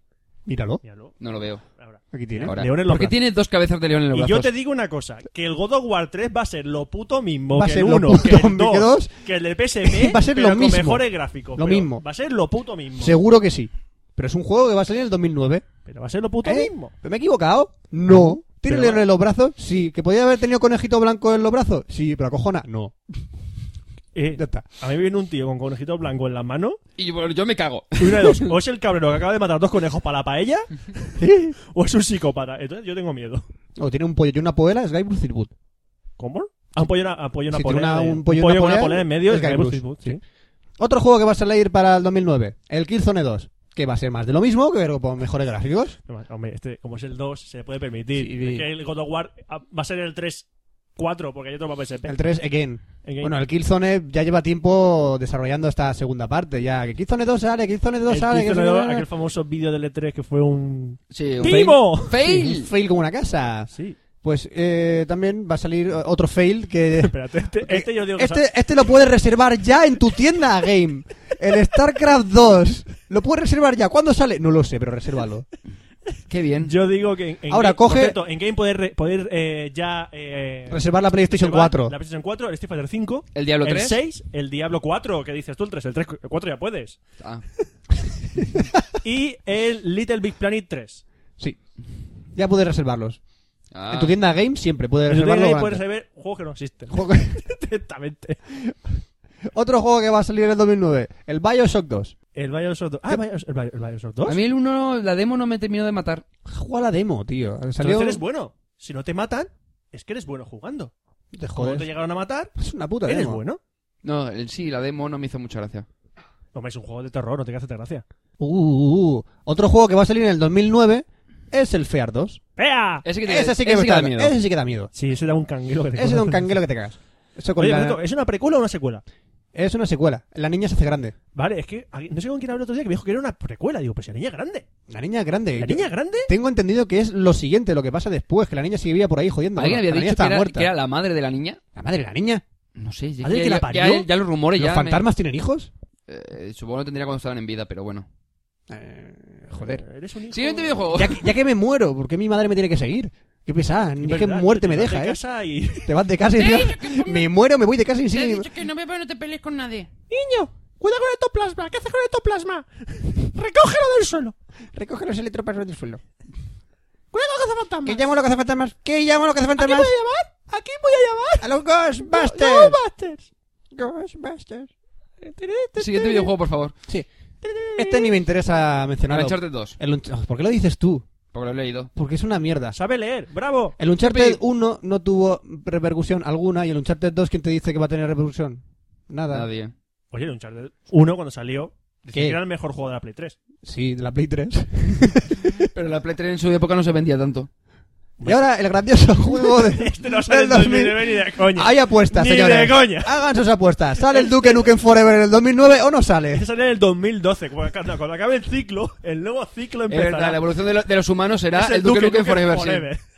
Speaker 4: Míralo.
Speaker 1: Lo- Míralo,
Speaker 3: No lo veo.
Speaker 1: ahora.
Speaker 4: Aquí tiene.
Speaker 3: Ahora.
Speaker 1: León en los
Speaker 3: ¿Por qué
Speaker 1: brazos.
Speaker 3: tiene dos cabezas de león en los
Speaker 1: Y
Speaker 3: brazos?
Speaker 1: yo te digo una cosa, que el God of War 3 va a ser lo puto mismo
Speaker 4: Va a
Speaker 1: que
Speaker 4: ser
Speaker 1: el
Speaker 4: lo
Speaker 1: 1,
Speaker 4: puto
Speaker 1: que el
Speaker 4: mismo que
Speaker 1: 2,
Speaker 4: dos.
Speaker 1: que el de PSP,
Speaker 4: *laughs* Va a ser
Speaker 1: pero
Speaker 4: lo
Speaker 1: con
Speaker 4: mismo.
Speaker 1: mejores gráficos.
Speaker 4: Lo
Speaker 1: pero
Speaker 4: mismo.
Speaker 1: Va a ser lo puto mismo.
Speaker 4: Seguro que sí. Pero es un juego que va a salir en el 2009.
Speaker 1: Pero va a ser lo puto
Speaker 4: ¿Eh?
Speaker 1: mismo.
Speaker 4: ¿Me he equivocado? No. ¿Tiene
Speaker 1: Pero-
Speaker 4: leones en los brazos? Sí. ¿Que podía haber tenido conejito blanco en los brazos? Sí, pero acojona. No.
Speaker 1: Eh,
Speaker 4: Ya está.
Speaker 1: a mí me viene un tío con conejito blanco en la mano
Speaker 3: Y bueno, yo me cago.
Speaker 1: y una de dos. O es el cabrero que acaba de matar dos conejos para la
Speaker 4: *laughs*
Speaker 1: paella, o es un psicópata. Entonces yo tengo miedo.
Speaker 4: O tiene un pollo y una poela, es Guybrush Threepwood.
Speaker 1: ¿Cómo? Ah, un pollo, y una, ah, pollo y una
Speaker 4: Si tiene
Speaker 1: polea.
Speaker 4: una-
Speaker 1: de-
Speaker 4: un pollo y una
Speaker 1: con una
Speaker 4: polea,
Speaker 1: polea en medio.
Speaker 4: es
Speaker 1: es Guybrush
Speaker 4: Guybrush,
Speaker 1: Threepwood, sí.
Speaker 4: Otro juego que va a salir para el 2009, el Killzone 2. Que va a ser más de lo mismo, pero con mejores gráficos.
Speaker 1: Además, Hombre, este, como es el 2, se le puede permitir.
Speaker 4: Sí, sí.
Speaker 1: Es que el God of War ah, va a ser el 3... 4, porque hay otro para PSP.
Speaker 4: El 3, again.
Speaker 1: Again.
Speaker 4: Bueno, el Killzone ya lleva tiempo desarrollando esta segunda parte. Ya, que Killzone 2 sale, Killzone 2
Speaker 1: El
Speaker 4: sale.
Speaker 1: Twitter
Speaker 4: Killzone
Speaker 1: de
Speaker 4: 2
Speaker 1: aquel famoso vídeo del E3 que fue un...
Speaker 3: Sí, un
Speaker 1: ¡Timo!
Speaker 3: fail.
Speaker 4: Un
Speaker 3: ¡Fail!
Speaker 4: fail como una casa.
Speaker 1: Sí,
Speaker 4: Pues eh, también va a salir otro fail
Speaker 1: *laughs*
Speaker 4: que...
Speaker 1: espérate, este, este yo digo que
Speaker 4: Este, este lo puedes reservar ya en tu tienda game. El StarCraft 2. Lo puedes reservar ya. ¿Cuándo sale? No lo sé, pero resérvalo.
Speaker 3: Qué bien.
Speaker 1: Yo digo que en, en
Speaker 4: Ahora,
Speaker 1: Game-
Speaker 4: coge-
Speaker 1: por cierto, en Game poder, re- poder eh, ya... Eh,
Speaker 4: Reservar la PlayStation
Speaker 1: reservar
Speaker 4: 4.
Speaker 1: La PlayStation 4, el Street Fighter 5.
Speaker 3: ¿El Diablo 3?
Speaker 1: El 6, el Diablo 4, que dices tú, el 3, el 3, el 4 ya puedes.
Speaker 3: Ah.
Speaker 1: Y el Little Big Planet 3.
Speaker 4: Sí. Ya puedes reservarlos.
Speaker 3: Ah.
Speaker 4: En tu tienda game siempre puedes
Speaker 1: En el
Speaker 4: reservarlo.
Speaker 1: Game
Speaker 4: con
Speaker 1: puedes
Speaker 4: antes.
Speaker 1: ver juegos que no existen.
Speaker 4: Juego-
Speaker 1: *laughs* Directamente.
Speaker 4: *laughs* Otro juego que va a salir en el 2009. El Bioshock 2.
Speaker 1: El Bioshock 2. Ah, el Bioshock, el Bio- el Bioshock 2.
Speaker 3: A mí el 1, la demo no me terminó de matar.
Speaker 4: Juega la demo, tío. Salió...
Speaker 1: Entonces eres bueno. Si no te matan, es que eres bueno jugando.
Speaker 4: Te
Speaker 1: Como
Speaker 4: jodes.
Speaker 1: te llegaron a matar,
Speaker 4: Es una puta
Speaker 1: eres
Speaker 4: demo.
Speaker 1: bueno.
Speaker 3: No, el, sí, la demo no me hizo mucha gracia.
Speaker 1: Hombre, es un juego de terror, no te hace gracia.
Speaker 4: Uh, uh, uh. Otro juego que va a salir en el 2009 es el Fear 2.
Speaker 1: ¡Pea!
Speaker 3: Ese que, te-
Speaker 4: Ese sí que,
Speaker 3: ese
Speaker 4: me
Speaker 3: da
Speaker 4: está-
Speaker 3: miedo.
Speaker 4: Ese sí que da miedo.
Speaker 1: Sí, ese da un canguelo que te
Speaker 4: Ese da un
Speaker 1: conoces.
Speaker 4: canguelo que te cagas. Eso con
Speaker 1: Oye, eh,
Speaker 4: la-
Speaker 1: por cierto, ¿es una precuela o una secuela?
Speaker 4: Es una secuela. La niña se hace grande.
Speaker 1: Vale, es que aquí- no sé con quién hablé otro día que me dijo que era una precuela. Digo, pues la niña es grande.
Speaker 4: La niña es grande.
Speaker 1: ¿La niña es grande?
Speaker 4: Tengo entendido que es lo siguiente, lo que pasa después, que la niña se vivía por ahí jodiendo.
Speaker 3: ¿Alguien había
Speaker 4: la niña
Speaker 3: dicho que
Speaker 4: estaba
Speaker 3: era,
Speaker 4: muerta.
Speaker 3: que era la madre de la niña?
Speaker 4: La madre de la niña.
Speaker 3: No sé. ya-
Speaker 1: ¿Madre
Speaker 3: ya-
Speaker 1: que la
Speaker 3: ya-
Speaker 1: parió?
Speaker 3: ya- ya los rumores
Speaker 4: ¿Los
Speaker 3: ya. me-
Speaker 4: fantasmas tienen hijos?
Speaker 3: eh, supongo que tendría cuando estaban en vida, pero bueno.
Speaker 4: Eh, joder.
Speaker 1: Eres un hijo-
Speaker 3: Siguiente videojuego.
Speaker 4: Ya que, ya que me muero, ¿por qué mi madre me tiene que seguir? Qué pesada, ni
Speaker 1: ¿Verdad?
Speaker 4: qué muerte me
Speaker 1: Te vas de
Speaker 4: deja, ¿eh?
Speaker 1: casa y- *laughs*
Speaker 4: Te vas de casa y dices, me muero, me voy de casa y
Speaker 5: Te he
Speaker 4: sí.
Speaker 5: dicho que no me pero no te pelees con nadie.
Speaker 1: Niño, cuida con el ectoplasma. ¿Qué haces con el ectoplasma? *laughs* Recógelo del suelo.
Speaker 4: Recoge los electropasos del suelo.
Speaker 1: Cuida con el cazafantasma.
Speaker 4: ¿Qué llamo a los cazafantasmas? ¿Qué llamo a los
Speaker 1: ¿Aquí
Speaker 4: cazafantasmas?
Speaker 1: voy a llamar? ¿Aquí voy a llamar?
Speaker 4: ¡A los
Speaker 1: No,
Speaker 4: Ghostbusters!
Speaker 1: Busters.
Speaker 4: ¡Ghostbusters!
Speaker 3: Siguiente videojuego, por favor.
Speaker 4: Sí. Este ni me interesa
Speaker 3: Para
Speaker 4: mencionarlo.
Speaker 3: Uncharted 2.
Speaker 4: El Unch- Oh, ¿Por qué lo dices tú?
Speaker 3: Porque lo he leído.
Speaker 4: Porque es una mierda.
Speaker 1: Sabe leer, bravo.
Speaker 4: El Uncharted
Speaker 3: Pi.
Speaker 4: 1 no tuvo repercusión alguna y el Uncharted 2, ¿quién te dice que va a tener repercusión? Nada.
Speaker 3: Nadie.
Speaker 1: Oye, el Uncharted 1 cuando salió, decía
Speaker 4: ¿Qué?
Speaker 1: que era el mejor juego de la Play 3.
Speaker 4: Sí, de la Play 3.
Speaker 3: Pero la Play 3 en su época no se vendía
Speaker 4: *laughs*
Speaker 3: tanto.
Speaker 4: y ahora el
Speaker 1: *laughs*
Speaker 4: grandioso juego de,
Speaker 1: *laughs* Este
Speaker 4: *laughs*
Speaker 1: no sale
Speaker 4: del
Speaker 1: en 2009 ni de coña.
Speaker 4: Hay apuestas,
Speaker 1: Ni de
Speaker 4: señores.
Speaker 1: coña.
Speaker 4: Hagan sus apuestas. ¿Sale el Duke Nukem Forever en el 2009 o no
Speaker 1: Este
Speaker 4: sale?
Speaker 1: sale en el 2012. Cuando, cuando- cuando acabe el ciclo, el nuevo ciclo
Speaker 3: Es verdad,
Speaker 1: empezará.
Speaker 3: Eh, la evolución de, lo- de los humanos será
Speaker 1: Es
Speaker 3: el Duke Nukem Forever. sí.
Speaker 1: Forever. *laughs*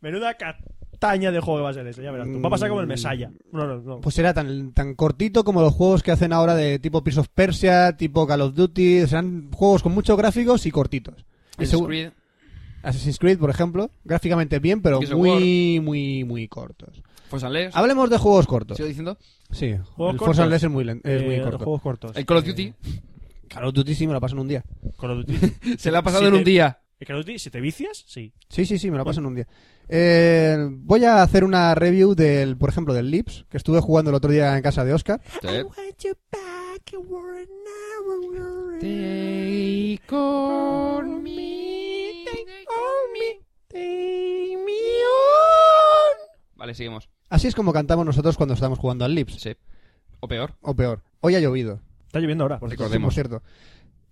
Speaker 1: Menuda castaña de juego que va a ser ese, ya verás tú. Va a pasar como el Mesaya. No, no, no.
Speaker 4: Pues será tan, tan cortito como los juegos que hacen ahora de tipo Prince of Persia, tipo Call of Duty. Serán juegos con muchos gráficos y cortitos. Y
Speaker 3: El
Speaker 4: segu-
Speaker 3: Creed.
Speaker 4: Assassin's Creed, por ejemplo, gráficamente bien, pero
Speaker 3: Gears of
Speaker 4: muy, muy, muy cortos.
Speaker 3: Forza Unleashed.
Speaker 4: Hablemos de juegos cortos.
Speaker 3: Pues ¿Sigo diciendo?
Speaker 4: Sí,
Speaker 1: ¿Juegos
Speaker 4: el Forza
Speaker 1: cortos?
Speaker 4: Unleashed es muy, len- es muy
Speaker 1: Eh,
Speaker 4: corto.
Speaker 1: Los juegos
Speaker 4: Pues
Speaker 1: cortos. Eh,
Speaker 3: El Call of Duty.
Speaker 4: Call of Duty sí me lo paso en un día.
Speaker 1: Call of Duty.
Speaker 3: *laughs* Se la ha pasado
Speaker 1: si
Speaker 3: en
Speaker 1: te-
Speaker 3: un día.
Speaker 1: ¿El Call of Duty? Si te vicias, sí.
Speaker 4: Sí, sí, sí, me lo paso en un día. Eh, voy a hacer una review del, por ejemplo, del Lips, que estuve jugando el otro día en casa de Oscar.
Speaker 3: Eh.
Speaker 7: I want you back, you were an hour away.
Speaker 3: Stay con me, stay con me, stay me on. Vale, seguimos.
Speaker 4: Así es como cantamos nosotros cuando estamos jugando al Lips.
Speaker 3: Sí. O peor.
Speaker 4: O peor, hoy ha llovido.
Speaker 1: Está lloviendo ahora. por cierto.
Speaker 4: Sí, por
Speaker 3: Recordemos.
Speaker 4: cierto.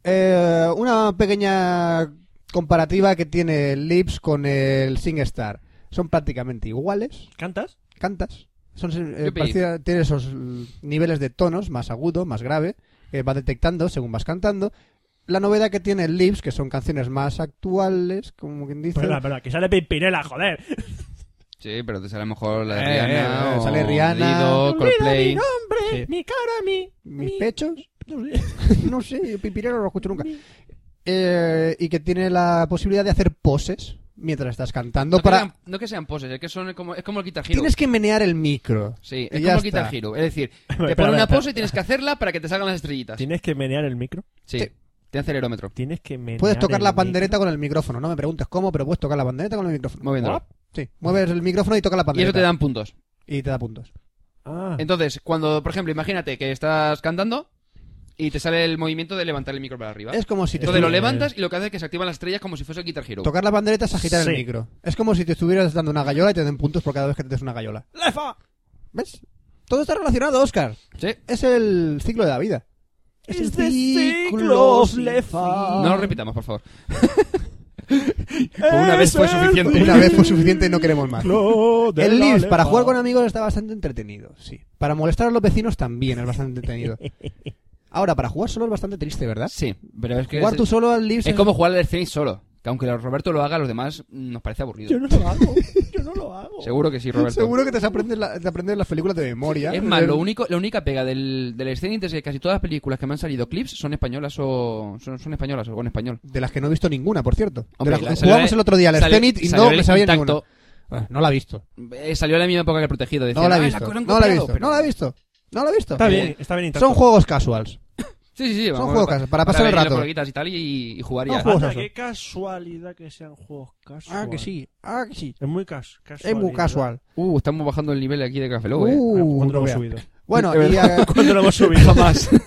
Speaker 4: Eh, una pequeña comparativa que tiene el Lips con el SingStar. Son prácticamente iguales.
Speaker 1: ¿Cantas?
Speaker 4: cantas. Son, eh,
Speaker 3: Yupi.
Speaker 4: parecida- tiene esos mm, niveles de tonos más agudo, más grave, que va detectando según vas cantando. La novedad que tiene el Lips, que son canciones más actuales, como quien dice.
Speaker 1: Espera, espera, que sale Pimpinela, joder.
Speaker 3: Sí, pero te sale mejor la de
Speaker 4: Eh,
Speaker 3: Rihanna.
Speaker 4: eh,
Speaker 3: o
Speaker 4: sale Rihanna.
Speaker 3: Dido, Coldplay.
Speaker 1: Hombre,
Speaker 4: Sí.
Speaker 1: mi cara, mi.
Speaker 4: Mis
Speaker 1: mi-
Speaker 4: pechos, *laughs*
Speaker 1: no *laughs* sé.
Speaker 4: no sé, pipirero no lo escucho nunca. Eh, y que tiene la posibilidad de hacer poses mientras estás cantando.
Speaker 3: No,
Speaker 4: para
Speaker 3: que sean, no que sean poses, es que son como, es como el Guitar Hero.
Speaker 4: Tienes que menear el micro.
Speaker 3: Sí,
Speaker 4: Y
Speaker 3: es
Speaker 4: ya
Speaker 3: como el
Speaker 4: está.
Speaker 3: Guitar Hero. Es decir, te
Speaker 1: espera,
Speaker 3: ponen una
Speaker 1: espera.
Speaker 3: pose y tienes que hacerla para que te salgan las estrellitas.
Speaker 1: Tienes que menear el micro.
Speaker 3: Sí,
Speaker 4: Sí.
Speaker 3: te acelerómetro.
Speaker 1: Tienes que menear.
Speaker 4: Puedes tocar
Speaker 1: el
Speaker 4: la
Speaker 1: micro.
Speaker 4: pandereta con el micrófono. No me preguntes cómo, pero puedes tocar la pandereta con el micrófono.
Speaker 3: Moviéndolo.
Speaker 4: Sí, mueves el micrófono y toca la
Speaker 3: Y
Speaker 4: pandereta.
Speaker 3: eso te dan puntos.
Speaker 4: y te da puntos.
Speaker 1: Ah,
Speaker 3: Entonces, cuando, por ejemplo, imagínate que estás cantando y te sale el movimiento de levantar el micro para arriba.
Speaker 4: Es como si te
Speaker 3: Entonces lo
Speaker 4: estuvieran-
Speaker 3: levantas y lo que hace es que se activan las estrellas como si fuese el Guitar Hero.
Speaker 4: Tocar la pandereta es agitar
Speaker 1: Sí.
Speaker 4: el micro. Es como si te estuvieras dando una gallola y te den puntos por cada vez que te des una gallola.
Speaker 1: ¡Lefa!
Speaker 4: ¿Ves? Todo está relacionado, Oscar.
Speaker 3: Sí.
Speaker 4: Es el ciclo de la vida. Es
Speaker 1: Is
Speaker 4: el
Speaker 1: the
Speaker 4: ciclo
Speaker 1: ciclo of life.
Speaker 3: No lo
Speaker 4: No,
Speaker 3: repitamos, por favor. Una vez fue suficiente.
Speaker 4: Una vez fue suficiente y no queremos más.
Speaker 1: Ciclo de
Speaker 4: El
Speaker 1: la
Speaker 4: Leaves para
Speaker 1: lefa.
Speaker 4: jugar con amigos está bastante entretenido, sí. Para molestar a los vecinos también es bastante entretenido. Ahora, para jugar solo es bastante triste, ¿verdad?
Speaker 3: Sí, pero es que
Speaker 4: ¿Ah? Jugar
Speaker 3: es,
Speaker 4: tú solo al Leaves
Speaker 3: es
Speaker 4: *laughs*
Speaker 3: como jugar al Zenith solo. Que aunque Roberto lo haga, a los demás mm, nos parece aburrido.
Speaker 1: Yo no lo hago. Yo no lo hago.
Speaker 3: Seguro que sí, Roberto.
Speaker 4: Seguro que te aprendes, la- te aprendes las películas de memoria.
Speaker 3: Es más, lo único, la única pega del, del Zenith es que casi todas las películas que me han salido clips son españolas o son, son españolas o con español.
Speaker 4: De las que no he visto ninguna, por cierto. De
Speaker 3: Hombre,
Speaker 4: las-
Speaker 3: la- salió
Speaker 4: jugamos
Speaker 3: la-
Speaker 4: el otro día al
Speaker 3: salió-
Speaker 4: Zenith y
Speaker 3: salió
Speaker 4: no
Speaker 3: el
Speaker 4: me sabía
Speaker 3: Intacto.
Speaker 4: ninguna. Ah, No la he visto.
Speaker 3: Eh, salió en la misma época que el protegido.
Speaker 4: No
Speaker 3: decían,
Speaker 4: la
Speaker 3: "Ah,
Speaker 4: he visto.
Speaker 3: que lo han
Speaker 4: No la he
Speaker 3: copiado",
Speaker 4: visto.
Speaker 3: pero-
Speaker 4: No la he visto. No la he visto.
Speaker 1: Está bien, está bien intacto.
Speaker 4: Son juegos casuals.
Speaker 3: Sí, sí, sí.
Speaker 4: Son
Speaker 3: vamos,
Speaker 4: juegos
Speaker 3: para-
Speaker 4: cas- para pasar el
Speaker 3: ver las
Speaker 4: rato.
Speaker 3: coleguitas y tal y, y jugar
Speaker 4: No,
Speaker 3: ya.
Speaker 4: juego- juegos
Speaker 1: Anda,
Speaker 4: esos.
Speaker 1: qué casualidad que sean juegos casuales.
Speaker 4: Ah, que sí. Ah, que sí.
Speaker 1: Es muy cas casual.
Speaker 4: Es muy casual.
Speaker 3: Uh, estamos bajando el nivel aquí de Café Lobo, eh.
Speaker 4: Uh,
Speaker 1: Ah, ¿Cuándo lo
Speaker 4: no
Speaker 1: hemos
Speaker 4: vea.
Speaker 1: subido?
Speaker 4: Bueno,
Speaker 3: De
Speaker 4: y, eh,
Speaker 1: ¿Cuándo lo hemos subido? Jamás.
Speaker 3: eh.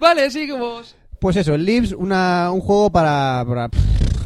Speaker 3: Vale, sigue vos.
Speaker 4: pues eso, el Leaves, una, un juego para, para,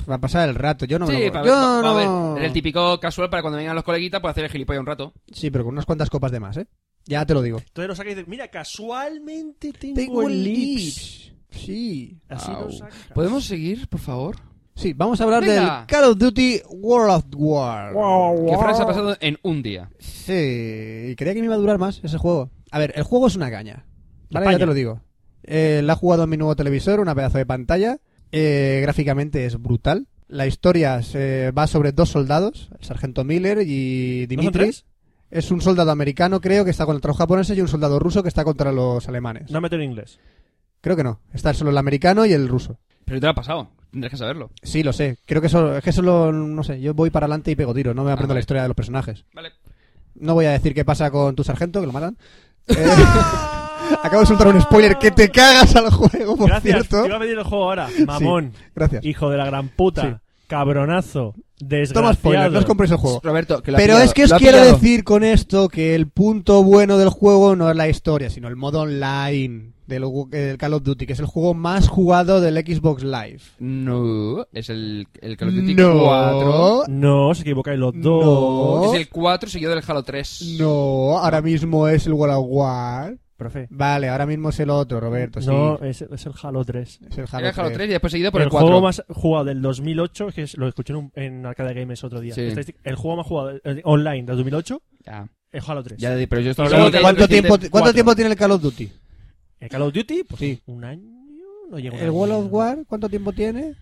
Speaker 4: para pasar el rato. Yo no me
Speaker 3: sí,
Speaker 4: lo
Speaker 3: para
Speaker 4: Yo
Speaker 3: ver, pa- pa-
Speaker 4: no-
Speaker 3: a ver, el típico casual para cuando vengan los coleguitas para hacer el gilipollas un rato.
Speaker 4: Sí, pero con unas cuantas copas de más, ¿eh? Ya te lo digo.
Speaker 1: Entonces lo saca y dice, mira, casualmente tengo,
Speaker 4: Tengo
Speaker 1: el
Speaker 4: el
Speaker 1: lips.
Speaker 4: Leaves. Sí.
Speaker 1: Así
Speaker 3: Au.
Speaker 1: lo saca.
Speaker 3: ¿Podemos seguir, por favor?
Speaker 4: Sí, vamos a hablar
Speaker 3: Venga.
Speaker 4: del Call of Duty World of War.
Speaker 3: Que Fran se ha pasado en un día.
Speaker 4: Sí, y creía que me iba a durar más ese juego. A ver, el juego es una caña. Vale,
Speaker 1: Caña.
Speaker 4: ya te lo digo. Eh, la he jugado en mi nuevo televisor, una pedazo de pantalla. Eh, gráficamente es brutal. La historia se- va sobre dos soldados, el sargento Miller y
Speaker 1: ¿No son
Speaker 4: Dimitri.
Speaker 1: tres?
Speaker 4: es un soldado americano, creo, que está contra los japoneses y un soldado ruso que está contra los alemanes.
Speaker 1: No meto en inglés.
Speaker 4: Creo que no. Está solo el americano y el ruso.
Speaker 3: Pero te lo ha pasado. Tendrás que saberlo.
Speaker 4: Sí, lo sé. Creo que eso, es que solo, no sé, yo voy para adelante y pego tiros, no me aprendo
Speaker 1: Ah,
Speaker 3: vale.
Speaker 4: la historia de los personajes.
Speaker 3: Vale.
Speaker 4: No voy a decir qué pasa con tu sargento, que
Speaker 1: *laughs*
Speaker 4: lo matan. Eh, *laughs* acabo de soltar un spoiler que te cagas al juego, por
Speaker 1: Gracias.
Speaker 4: cierto.
Speaker 1: Te iba a pedir el juego ahora. Mamón.
Speaker 4: Gracias.
Speaker 1: Hijo de la gran puta. Cabronazo. Desgraciado.
Speaker 4: Toma spoiler, no os compréis el juego.
Speaker 3: Roberto, que lo ha
Speaker 4: Pero
Speaker 3: pillado,
Speaker 4: es que os
Speaker 3: lo ha
Speaker 4: quiero
Speaker 3: pillado.
Speaker 4: decir con esto que el punto bueno del juego no es la historia, sino el modo online del, gu- eh, del Call of Duty, que es el juego más jugado del Xbox Live.
Speaker 3: No, es el, el Call of Duty
Speaker 4: No,
Speaker 3: 4.
Speaker 1: No, se equivocáis los dos.
Speaker 4: No.
Speaker 3: Es el 4 seguido del Halo 3.
Speaker 4: no, ahora mismo es el World of War.
Speaker 1: Profe.
Speaker 4: Vale, ahora mismo es el otro, Roberto, sí.
Speaker 1: No, es, es el Halo 3.
Speaker 4: Es el
Speaker 3: Era
Speaker 4: Halo
Speaker 3: el Halo
Speaker 4: 3.
Speaker 3: 3 y después seguido por el,
Speaker 1: el
Speaker 3: 4.
Speaker 1: juego más jugado del 2008, que es- lo escuché en, un- en Arcade Games otro día.
Speaker 3: Sí.
Speaker 1: Estadística- El juego más jugado eh, online del 2008
Speaker 3: Ya,
Speaker 1: es Halo 3.
Speaker 3: ya, pero yo
Speaker 1: Pero
Speaker 3: estoy hablando
Speaker 1: luego
Speaker 3: de
Speaker 4: ¿Cuánto,
Speaker 3: Resident
Speaker 4: tiempo,
Speaker 3: Evil
Speaker 4: ¿Cuánto
Speaker 3: 4.
Speaker 4: tiempo tiene el Call of Duty?
Speaker 1: El Call of Duty, pues
Speaker 4: Sí.
Speaker 1: un año, no llega
Speaker 4: ¿El World of War cuánto tiempo tiene?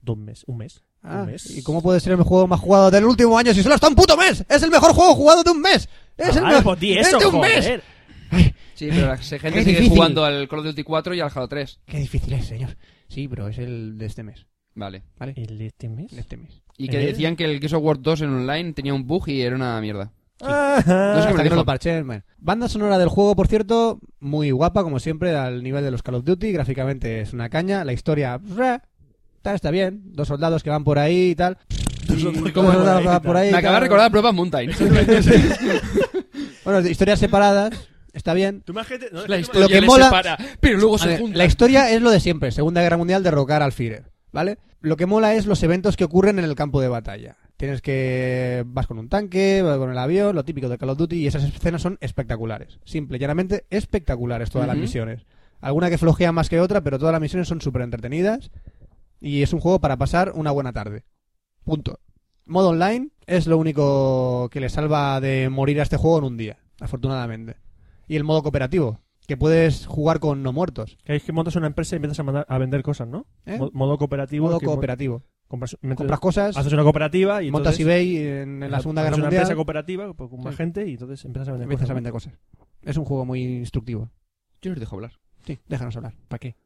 Speaker 1: Dos meses, un mes.
Speaker 4: Ah,
Speaker 1: un mes.
Speaker 4: ¿Y cómo puede ser el juego más jugado del último año si solo está un puto mes? ¡Es el mejor juego jugado de un mes! ¡Es el
Speaker 1: Ah,
Speaker 4: mejor!
Speaker 1: pues di
Speaker 4: ¡Es
Speaker 1: eso,
Speaker 4: de un
Speaker 1: joder.
Speaker 4: mes!
Speaker 3: Sí, pero la gente
Speaker 4: Es
Speaker 3: sigue
Speaker 4: difícil.
Speaker 3: jugando al Call of Duty 4 y al Halo 3.
Speaker 4: Qué difícil es, señor. Sí, pero es el de este mes.
Speaker 3: Vale.
Speaker 4: ¿Vale?
Speaker 1: ¿El de este mes?
Speaker 4: De este mes.
Speaker 3: Y que
Speaker 1: ¿Eh?
Speaker 3: decían que el Gears of War 2 en online tenía un bug y era una mierda.
Speaker 1: Ajá.
Speaker 3: No sé qué me
Speaker 4: Hasta que no
Speaker 3: Ah, dijo.
Speaker 4: lo parchen, bueno. Banda sonora del juego, por cierto, muy guapa, como siempre, al nivel de los Call of Duty. Gráficamente es una caña. La historia... ra, Está, está bien. Dos soldados que van por ahí y
Speaker 3: *laughs*
Speaker 4: tal.
Speaker 1: Dos
Speaker 4: Y
Speaker 1: soldados que van
Speaker 4: dos
Speaker 1: por
Speaker 4: soldados
Speaker 1: ahí
Speaker 4: que
Speaker 1: y tal.
Speaker 4: van por ahí y
Speaker 3: Me acaba de
Speaker 4: tal.
Speaker 3: recordar Propa
Speaker 4: *laughs*
Speaker 3: Mountain.
Speaker 4: Bueno, de historias separadas. Está bien.
Speaker 1: Tú imagínate- no, es
Speaker 3: La
Speaker 1: que tú
Speaker 3: historia
Speaker 4: Lo que
Speaker 3: les
Speaker 4: mola-
Speaker 3: separa, pero luego
Speaker 4: A
Speaker 3: se
Speaker 4: ver,
Speaker 3: juntan.
Speaker 4: la historia es lo de siempre, Segunda Guerra Mundial, derrocar al Führer, ¿vale? Lo que mola es los eventos que ocurren en el campo de batalla. Tienes que... vas con un tanque, vas con el avión, lo típico de Call of Duty, y esas escenas son espectaculares. Simple, y llanamente espectaculares todas las
Speaker 3: Ujú.
Speaker 4: misiones. Alguna que flojea más que otra, pero todas las misiones son súper entretenidas y es un juego para pasar una buena tarde. Punto. Modo online es lo único que le salva de morir a este juego en un día, afortunadamente. Y el modo cooperativo, que puedes jugar con no muertos.
Speaker 1: Que es que montas una empresa y empiezas a, mandar- a vender cosas, ¿no?
Speaker 4: ¿eh?
Speaker 1: Mo- Modo cooperativo.
Speaker 4: modo
Speaker 1: que mo-
Speaker 4: cooperativo.
Speaker 1: compras- metes-
Speaker 4: Compras cosas,
Speaker 1: haces una cooperativa y
Speaker 4: montas
Speaker 1: entonces-
Speaker 4: eBay en, en la
Speaker 1: Exacto,
Speaker 4: Segunda
Speaker 1: haces
Speaker 4: Guerra
Speaker 1: una empresa
Speaker 4: Mundial,
Speaker 1: cooperativa pues, con más
Speaker 4: Sí.
Speaker 1: gente y entonces empiezas a vender
Speaker 4: empiezas a
Speaker 1: cosas, ¿no?
Speaker 4: vender cosas. Es un juego muy instructivo.
Speaker 3: Yo les dejo hablar.
Speaker 4: Sí, déjanos hablar. ¿Para qué?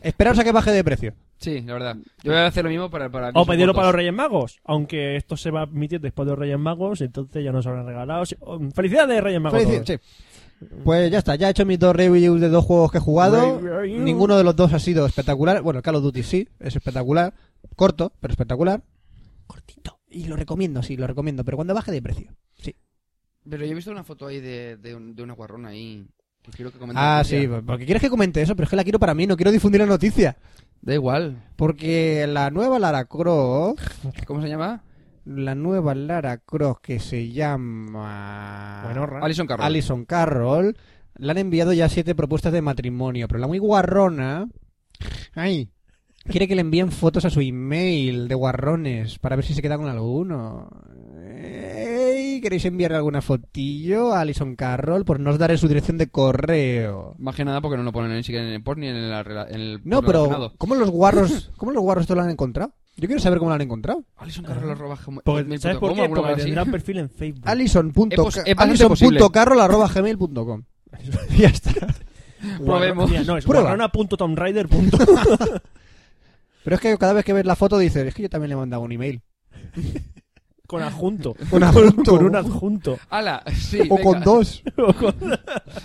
Speaker 4: Esperaos a que baje de precio.
Speaker 3: Sí, la verdad. Yo voy a hacer lo mismo para... para
Speaker 1: O pedirlo para los
Speaker 3: los
Speaker 1: Reyes Magos. Aunque esto se va a emitir después de los Reyes Magos, entonces ya nos habrán regalado. Sí, oh, ¡Felicidades, Reyes Magos!
Speaker 4: Felici-
Speaker 1: todos!
Speaker 4: sí. Pues ya está, ya he hecho mis dos reviews de dos juegos que he jugado.
Speaker 1: Review.
Speaker 4: Ninguno de los dos ha sido espectacular. Bueno, el Call of Duty sí, es espectacular. Corto, pero espectacular. Cortito. Y lo recomiendo, sí, lo recomiendo. Pero cuando baje de precio.
Speaker 3: Pero yo he visto una foto ahí de, de, un- de una guarrona ahí. Que quiero que comentes.
Speaker 4: Ah, sí, porque quieres que comente eso, pero es que la quiero para mí, no quiero difundir la noticia.
Speaker 3: Da igual.
Speaker 4: Porque la nueva Lara Croft,
Speaker 3: ¿Cómo se llama?
Speaker 4: la nueva Lara Croft que se llama...
Speaker 1: Bueno, ra-
Speaker 3: Alison Carroll.
Speaker 4: Alison Carroll, le han enviado ya siete propuestas de matrimonio, pero la muy guarrona. Ay. Quiere que le envíen fotos a su email de guarrones para ver si se queda con alguno. Ey, ¿Queréis enviarle alguna fotillo a Alison Carroll? Pues no os daré su dirección de correo.
Speaker 3: Más que nada porque no lo ponen ni siquiera en el porn ni en, la rela- en el
Speaker 4: No,
Speaker 3: porno
Speaker 4: pero
Speaker 3: relacionado.
Speaker 4: ¿cómo los guarros, cómo los guarros esto lo han encontrado? Yo quiero saber cómo lo han encontrado.
Speaker 3: Alison Carroll arroba gmail
Speaker 4: Pues,
Speaker 1: Porque-
Speaker 3: punto
Speaker 1: ¿Sabes
Speaker 3: com,
Speaker 1: por qué?
Speaker 3: alguna
Speaker 1: Porque
Speaker 3: cosa así.
Speaker 1: tendrán perfil en Facebook.
Speaker 3: Es
Speaker 4: Alison.ca-
Speaker 3: pos- es bastante posible.
Speaker 4: Alison.carroll.gmail.com *laughs* Ya está.
Speaker 1: Guarro-
Speaker 3: Probemos.
Speaker 1: Mira, no, es
Speaker 4: Prueba.
Speaker 1: guarrona.tomrider.
Speaker 4: Pero es que cada vez que ves la foto dices, es que yo también le he mandado un email.
Speaker 1: con adjunto.
Speaker 4: Con adjunto.
Speaker 1: Con un adjunto.
Speaker 3: Ala, *laughs* sí.
Speaker 4: o
Speaker 3: venga.
Speaker 4: con dos.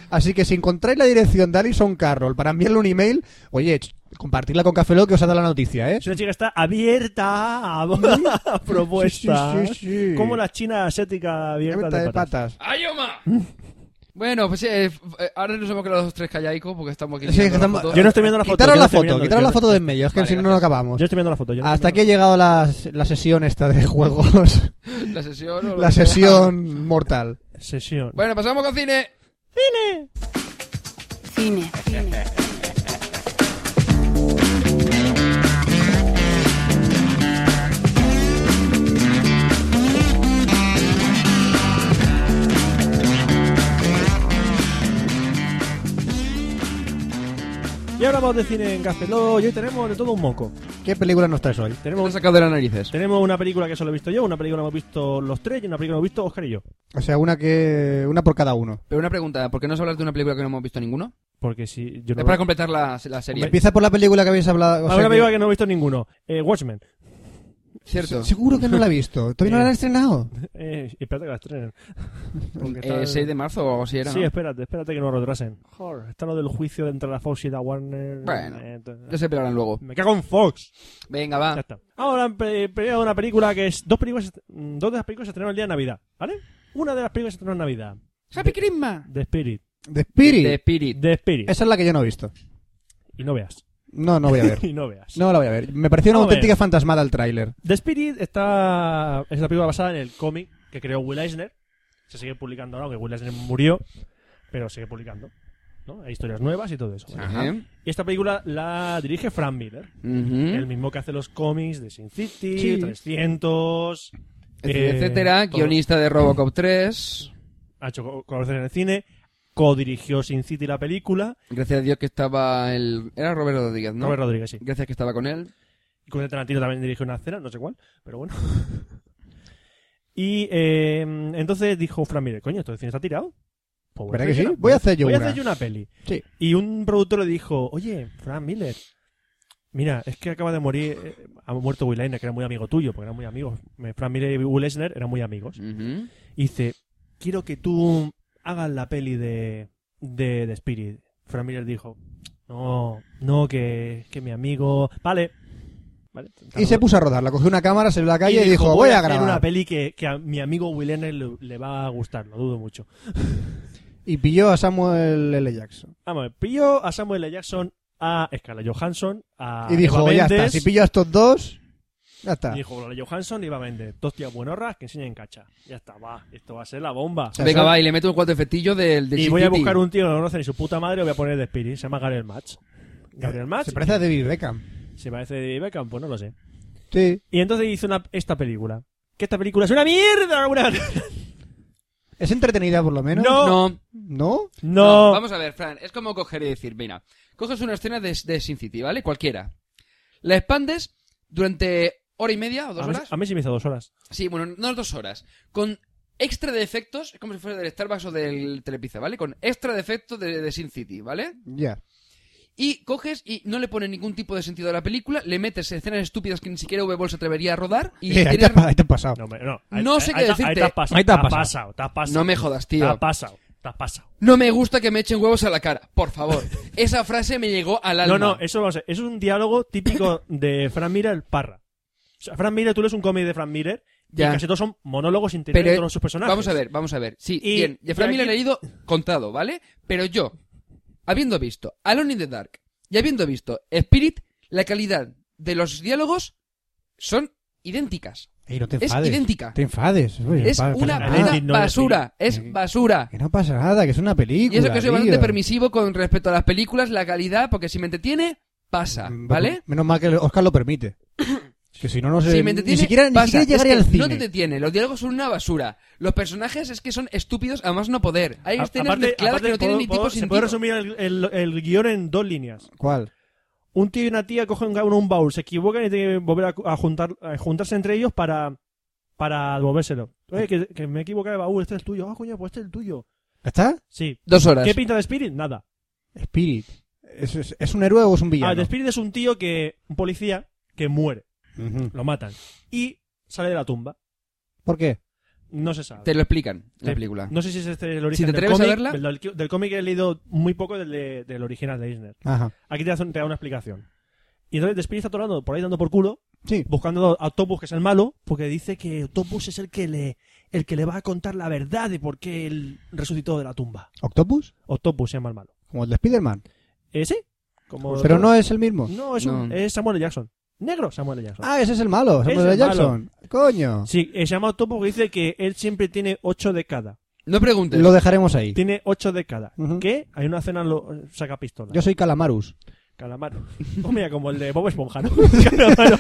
Speaker 4: Así que si encontráis la dirección de Alison Carroll para enviarle un email, oye, ch- compartirla con Café Lock que os ha dado la noticia, ¿eh?
Speaker 1: Si una chica está abierta a, a *laughs* propuestas.
Speaker 4: Sí, sí, sí, sí.
Speaker 1: Como la china asiática abierta
Speaker 4: Venta
Speaker 1: de
Speaker 4: de
Speaker 1: patas.
Speaker 4: patas.
Speaker 3: ¡Ayoma! bueno, pues eh, f- eh, ahora nos hemos quedado los tres callaicos porque estamos aquí.
Speaker 4: Sí,
Speaker 3: mirando
Speaker 4: que
Speaker 3: la
Speaker 4: estamos-
Speaker 3: foto.
Speaker 1: Yo no estoy viendo la foto.
Speaker 4: Quitaros
Speaker 1: yo no
Speaker 4: la
Speaker 1: estoy
Speaker 4: foto,
Speaker 1: viendo-
Speaker 4: quitaros
Speaker 1: yo-
Speaker 4: la foto de en medio, es que
Speaker 3: Vale,
Speaker 4: si no, no
Speaker 3: gracias.
Speaker 4: acabamos.
Speaker 1: Yo estoy viendo la foto. yo no
Speaker 4: Hasta aquí ha
Speaker 1: estoy
Speaker 4: llegado las- la sesión esta de *laughs* juegos.
Speaker 3: La sesión. o lo
Speaker 4: la
Speaker 3: que sea.
Speaker 4: sesión mortal.
Speaker 1: viendo- Sesión.
Speaker 3: Bueno, pasamos con cine.
Speaker 5: Cine.
Speaker 1: Y ahora vamos de cine en Cafeló y hoy tenemos de todo un moco.
Speaker 4: ¿Qué película nos traes hoy?
Speaker 3: Lo he
Speaker 1: Tenemos,
Speaker 3: sacado de las narices.
Speaker 1: tenemos una película que solo he visto yo, una película que hemos visto los tres y una película que hemos visto Oscar y yo.
Speaker 4: O sea, una que una por cada uno.
Speaker 3: Pero una pregunta, ¿por qué no has hablado de una película que no hemos visto ninguno?
Speaker 1: Porque si yo no...
Speaker 3: Es para completar la, la serie.
Speaker 4: Empieza por la película que habéis hablado. o
Speaker 1: Ahora
Speaker 4: sea
Speaker 1: una
Speaker 4: que-
Speaker 1: película que no he visto ninguno. Eh, Watchmen.
Speaker 3: Cierto.
Speaker 4: Seguro que no la he visto. ¿Todavía no la han estrenado?
Speaker 1: Eh, espérate que la estrenen. Porque
Speaker 3: Eh,
Speaker 1: está-
Speaker 3: 6 de marzo o algo así era.
Speaker 1: Sí,
Speaker 3: ¿no?
Speaker 1: espérate, espérate que no lo retrasen. Joder, está lo del juicio entre la Fox y la Warner.
Speaker 3: Bueno, Ah.
Speaker 1: Eh, t-
Speaker 3: Ya se pelearán luego.
Speaker 1: me cago en Fox. Ya
Speaker 3: Venga, va.
Speaker 1: está. Ahora pe- pe- una película que es. Dos películas. mm, Dos de las películas se estrenaron el día de Navidad, ¿vale? Una de las películas se estrenó en Navidad.
Speaker 5: Happy Christmas.
Speaker 1: The Spirit.
Speaker 4: The
Speaker 3: The
Speaker 4: Spirit.
Speaker 3: Spirit.
Speaker 1: The Spirit.
Speaker 4: Esa es la que yo no he visto.
Speaker 1: Y no veas. *laughs*
Speaker 4: No, no voy a ver.
Speaker 1: y no veas.
Speaker 4: No la voy a ver. Me pareció una
Speaker 1: Vamos a ver.
Speaker 4: auténtica fantasmada el tráiler.
Speaker 1: The Spirit está. Es la película basada en el cómic que creó Will Eisner. Se sigue publicando ahora, aunque Will Eisner murió. Pero sigue publicando. ¿no? Hay historias nuevas y todo eso. ¿vale?
Speaker 3: Ajá.
Speaker 1: Y esta película la dirige Frank Miller.
Speaker 3: Ujú.
Speaker 1: El mismo que hace los cómics de Sin City,
Speaker 4: ¿Mm? Sí.
Speaker 1: 300. eh,
Speaker 3: Etcétera.
Speaker 1: todo.
Speaker 3: Guionista de Robocop 3.
Speaker 1: Ha hecho co- conocer en el cine. Codirigió Sin City la película.
Speaker 3: Gracias a Dios que estaba el... Era Roberto Rodríguez, ¿no?
Speaker 1: Robert Rodríguez, sí.
Speaker 3: Gracias que estaba con él.
Speaker 1: Y Quentin Tarantino también dirigió una escena, no sé cuál, pero bueno. *laughs* y eh, entonces dijo Fran Miller, coño, esto de cine está tirado. Pues
Speaker 4: ¿Verdad
Speaker 1: hacer
Speaker 4: que sí?
Speaker 1: una-
Speaker 4: Voy a hacer yo
Speaker 1: voy
Speaker 4: una.
Speaker 1: a hacer yo una peli.
Speaker 4: Sí.
Speaker 1: Y un productor le dijo, oye, Fran Miller, mira, es que acaba de morir, eh, ha muerto Will Eisner, que era muy amigo tuyo, porque eran muy amigos. Me- Fran Miller y Will Eisner eran muy amigos.
Speaker 3: Ujú.
Speaker 1: Y dice, quiero que tú hagas la peli de, de, de Spirit. Frank Miller dijo, no, no, que, que mi amigo... Vale. Vale.
Speaker 4: Y se puso a rodarla. Cogió una cámara, salió a la calle y,
Speaker 1: Y
Speaker 4: dijo, voy a
Speaker 1: hacer
Speaker 4: grabar.
Speaker 1: una peli que, que a mi amigo Will Eisner le, le va a gustar, lo dudo mucho.
Speaker 4: Y pilló a Samuel L. Jackson.
Speaker 1: Vamos, a ver, pilló a Samuel L. Jackson, a Scarlett Johansson, a
Speaker 4: y dijo,
Speaker 1: Eva
Speaker 4: ya
Speaker 1: Mendes,
Speaker 4: está. Si pillo a estos dos, ya está.
Speaker 1: y Ah, dijo, Scarlett Johansson y Eva Mendes, dos tías buenorras que enseñan cacha. Ya está, va, esto va a ser la bomba.
Speaker 4: sea,
Speaker 3: Venga,
Speaker 4: son-
Speaker 3: va, y le meto un cuatro efectillos del, del
Speaker 1: y voy a
Speaker 3: City.
Speaker 1: buscar un tío que no conoce ni su puta madre, voy a poner de Spirit, se llama Gabriel Match.
Speaker 3: Eh,
Speaker 1: Gabriel Match.
Speaker 4: Se parece a David Beckham.
Speaker 1: Se parece de Beckham, pues no lo sé.
Speaker 4: Sí.
Speaker 1: Y entonces hizo una, esta película. Que esta película es una mierda. alguna-
Speaker 4: Es entretenida por lo menos.
Speaker 1: No.
Speaker 3: No,
Speaker 4: ¿No?
Speaker 1: No.
Speaker 3: Vamos a ver, Fran. Es como coger y decir, mira, coges una escena de, de Sin City, ¿vale? Cualquiera. La expandes durante hora y media o dos
Speaker 1: a, mí,
Speaker 3: horas.
Speaker 1: a mí sí me hizo dos horas.
Speaker 3: Sí, bueno, no dos horas. Con extra de efectos, es como si fuera del Starbucks o del Telepizza, ¿vale? Con extra de efectos de, de Sin City, ¿vale?
Speaker 4: Ya.
Speaker 3: Y coges y no le pones ningún tipo de sentido a la película, le metes escenas estúpidas que ni siquiera V-Ball se atrevería a rodar y
Speaker 4: *laughs* Eh, ahí,
Speaker 3: tienes-
Speaker 4: te has, pa- ahí te has pasado.
Speaker 1: No, hombre, no. Ahí-
Speaker 3: No sé
Speaker 1: ahí-
Speaker 3: qué
Speaker 1: ahí te- Ahí
Speaker 3: decirte.
Speaker 1: te has pasado.
Speaker 4: Ahí te
Speaker 1: Te
Speaker 4: has
Speaker 1: has
Speaker 4: pasado.
Speaker 1: pasado. Te has pasado.
Speaker 3: No me jodas,
Speaker 1: Te has
Speaker 3: tío.
Speaker 1: pasado. Te has pasado.
Speaker 3: No me gusta que me echen huevos a la cara, por favor. Esa frase me llegó al alma.
Speaker 1: No, no, eso vamos a ver, Eso es un diálogo típico de Frank Miller, parra. O sea, Frank Miller, tú lees un cómic de Frank Miller
Speaker 3: Ya.
Speaker 1: y casi todos son monólogos interiores de
Speaker 3: Pero-
Speaker 1: todos sus personajes.
Speaker 3: Vamos a ver, vamos a ver. Sí,
Speaker 1: Y-
Speaker 3: bien. Jeffrey
Speaker 1: pero
Speaker 3: Miller
Speaker 1: aquí-
Speaker 3: he leído contado, ¿vale? Pero yo, habiendo visto Alone in the Dark y habiendo visto Spirit, la calidad de los diálogos son idénticas.
Speaker 4: Ey, no te
Speaker 3: Es
Speaker 4: enfades.
Speaker 3: idéntica.
Speaker 4: Te enfades. Oye,
Speaker 3: Es
Speaker 4: pa- pasa
Speaker 3: una
Speaker 4: nada.
Speaker 1: película-
Speaker 3: puta
Speaker 1: no, no,
Speaker 3: basura.
Speaker 4: sí.
Speaker 3: Es basura.
Speaker 4: Que no pasa nada, que es una película.
Speaker 3: Y eso que soy bastante
Speaker 4: tío.
Speaker 3: permisivo con respecto a las películas, la calidad, porque si me entretiene, pasa, ¿vale?
Speaker 4: Mm, Menos mal que Oscar lo permite. Que si no, no sé.
Speaker 3: Si me
Speaker 4: ni
Speaker 3: entretiene,
Speaker 4: siquiera, ni
Speaker 3: pasa.
Speaker 4: siquiera
Speaker 3: Es
Speaker 4: llegaría
Speaker 3: que
Speaker 4: al cine.
Speaker 3: No te entretiene, los diálogos son una basura. Los personajes es que son estúpidos a más no poder. Hay
Speaker 1: A-
Speaker 3: escenas mezcladas
Speaker 1: aparte
Speaker 3: que no tienen
Speaker 1: puedo-
Speaker 3: ni
Speaker 1: puedo-
Speaker 3: tipo
Speaker 1: Se
Speaker 3: sentido.
Speaker 1: puede resumir el, el- el guión en dos líneas.
Speaker 4: ¿Cuál?
Speaker 1: un tío y una tía cogen cada uno un baúl, se equivocan y tienen que volver a, a juntar, a juntarse entre ellos para, para devolvérselo. Oye, que, que me he equivocado de baúl, este es el tuyo. Ah, coño, pues este es el tuyo.
Speaker 4: ¿Está?
Speaker 1: Sí.
Speaker 3: Dos horas.
Speaker 1: ¿Qué pinta de Spirit? Nada.
Speaker 4: Spirit. ¿Es, es, es un héroe o es un villano?
Speaker 1: Ah, de Spirit es un tío que, un policía, que muere,
Speaker 4: Ujú.
Speaker 1: lo matan. Y sale de la tumba.
Speaker 4: ¿Por qué?
Speaker 1: No se sabe.
Speaker 3: Te lo explican en la
Speaker 1: Sí.
Speaker 3: película.
Speaker 1: No sé si es este el
Speaker 3: Si
Speaker 1: origen
Speaker 3: te
Speaker 1: del
Speaker 3: atreves a
Speaker 1: cómic.
Speaker 3: verla.
Speaker 1: Del, del- del cómic he leído muy poco del, de- del original de Eisner.
Speaker 4: Ajá.
Speaker 1: Aquí te, hace- te da una explicación. Y entonces The Spirit está atorando por ahí dando por culo
Speaker 4: Sí.
Speaker 1: buscando a Topus, que es el malo, porque dice que Topus es el que le el que le va a contar la verdad de por qué él resucitó de la tumba.
Speaker 4: ¿Octopus?
Speaker 1: Octopus se llama el malo.
Speaker 4: Como el de Spider-Man.
Speaker 1: ¿Eh, sí? Como
Speaker 4: Pero no es el mismo.
Speaker 1: No, es, un-
Speaker 3: No.
Speaker 1: es Samuel L. Jackson. Negro Samuel L. Jackson.
Speaker 4: Ah, ese es el malo.
Speaker 1: Es
Speaker 4: Samuel L.
Speaker 1: el
Speaker 4: Jackson. Coño.
Speaker 1: Sí, eh, se llama Octopus que dice que él siempre tiene 8 de cada.
Speaker 3: No preguntes.
Speaker 4: Lo dejaremos ahí.
Speaker 1: Tiene 8 de cada.
Speaker 4: Ujú.
Speaker 1: Que hay una cena lo saca pistola.
Speaker 4: Yo soy Calamarus.
Speaker 1: Calamaro. Oh, mira, como el de Bob Esponja, ¿no? *laughs* Calamaro.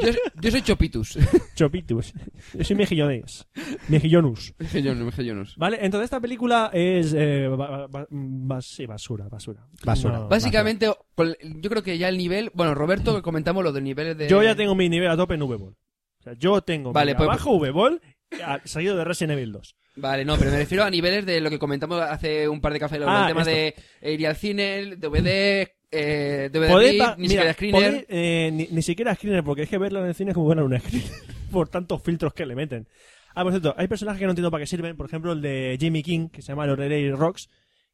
Speaker 3: Yo, yo
Speaker 1: *laughs*
Speaker 3: soy Chopitus.
Speaker 1: Chopitus. Yo soy mejillones. Mejillonus.
Speaker 3: Mejillones, mejillones.
Speaker 1: Vale, entonces esta película es. Eh, ba- ba- ba- sí, basura, basura.
Speaker 4: Basura.
Speaker 1: No,
Speaker 3: Básicamente, con- yo creo que ya el nivel. Bueno, Roberto, comentamos lo del nivel de.
Speaker 1: Yo ya tengo mi nivel a tope en V-Ball. O sea, yo tengo
Speaker 3: Vale,
Speaker 1: mi
Speaker 3: pues-
Speaker 1: abajo V-Ball a- seguido de Resident Evil 2.
Speaker 3: Vale, no, pero me refiero a niveles de lo que comentamos hace un par de cafés.
Speaker 1: Ah,
Speaker 3: el tema de eh, ir al cine, DVD, eh, DVD
Speaker 1: Podéis
Speaker 3: rip,
Speaker 1: pa-
Speaker 3: ni
Speaker 1: mira,
Speaker 3: siquiera screener.
Speaker 1: podéis, eh, ni, ni siquiera screener, porque es que verla en el cine es como verla en un screener *laughs* por tantos filtros que le meten. Ah, por cierto, hay personajes que no entiendo para qué sirven. Por ejemplo, el de Jimmy King, que se llama Lorelei Rocks,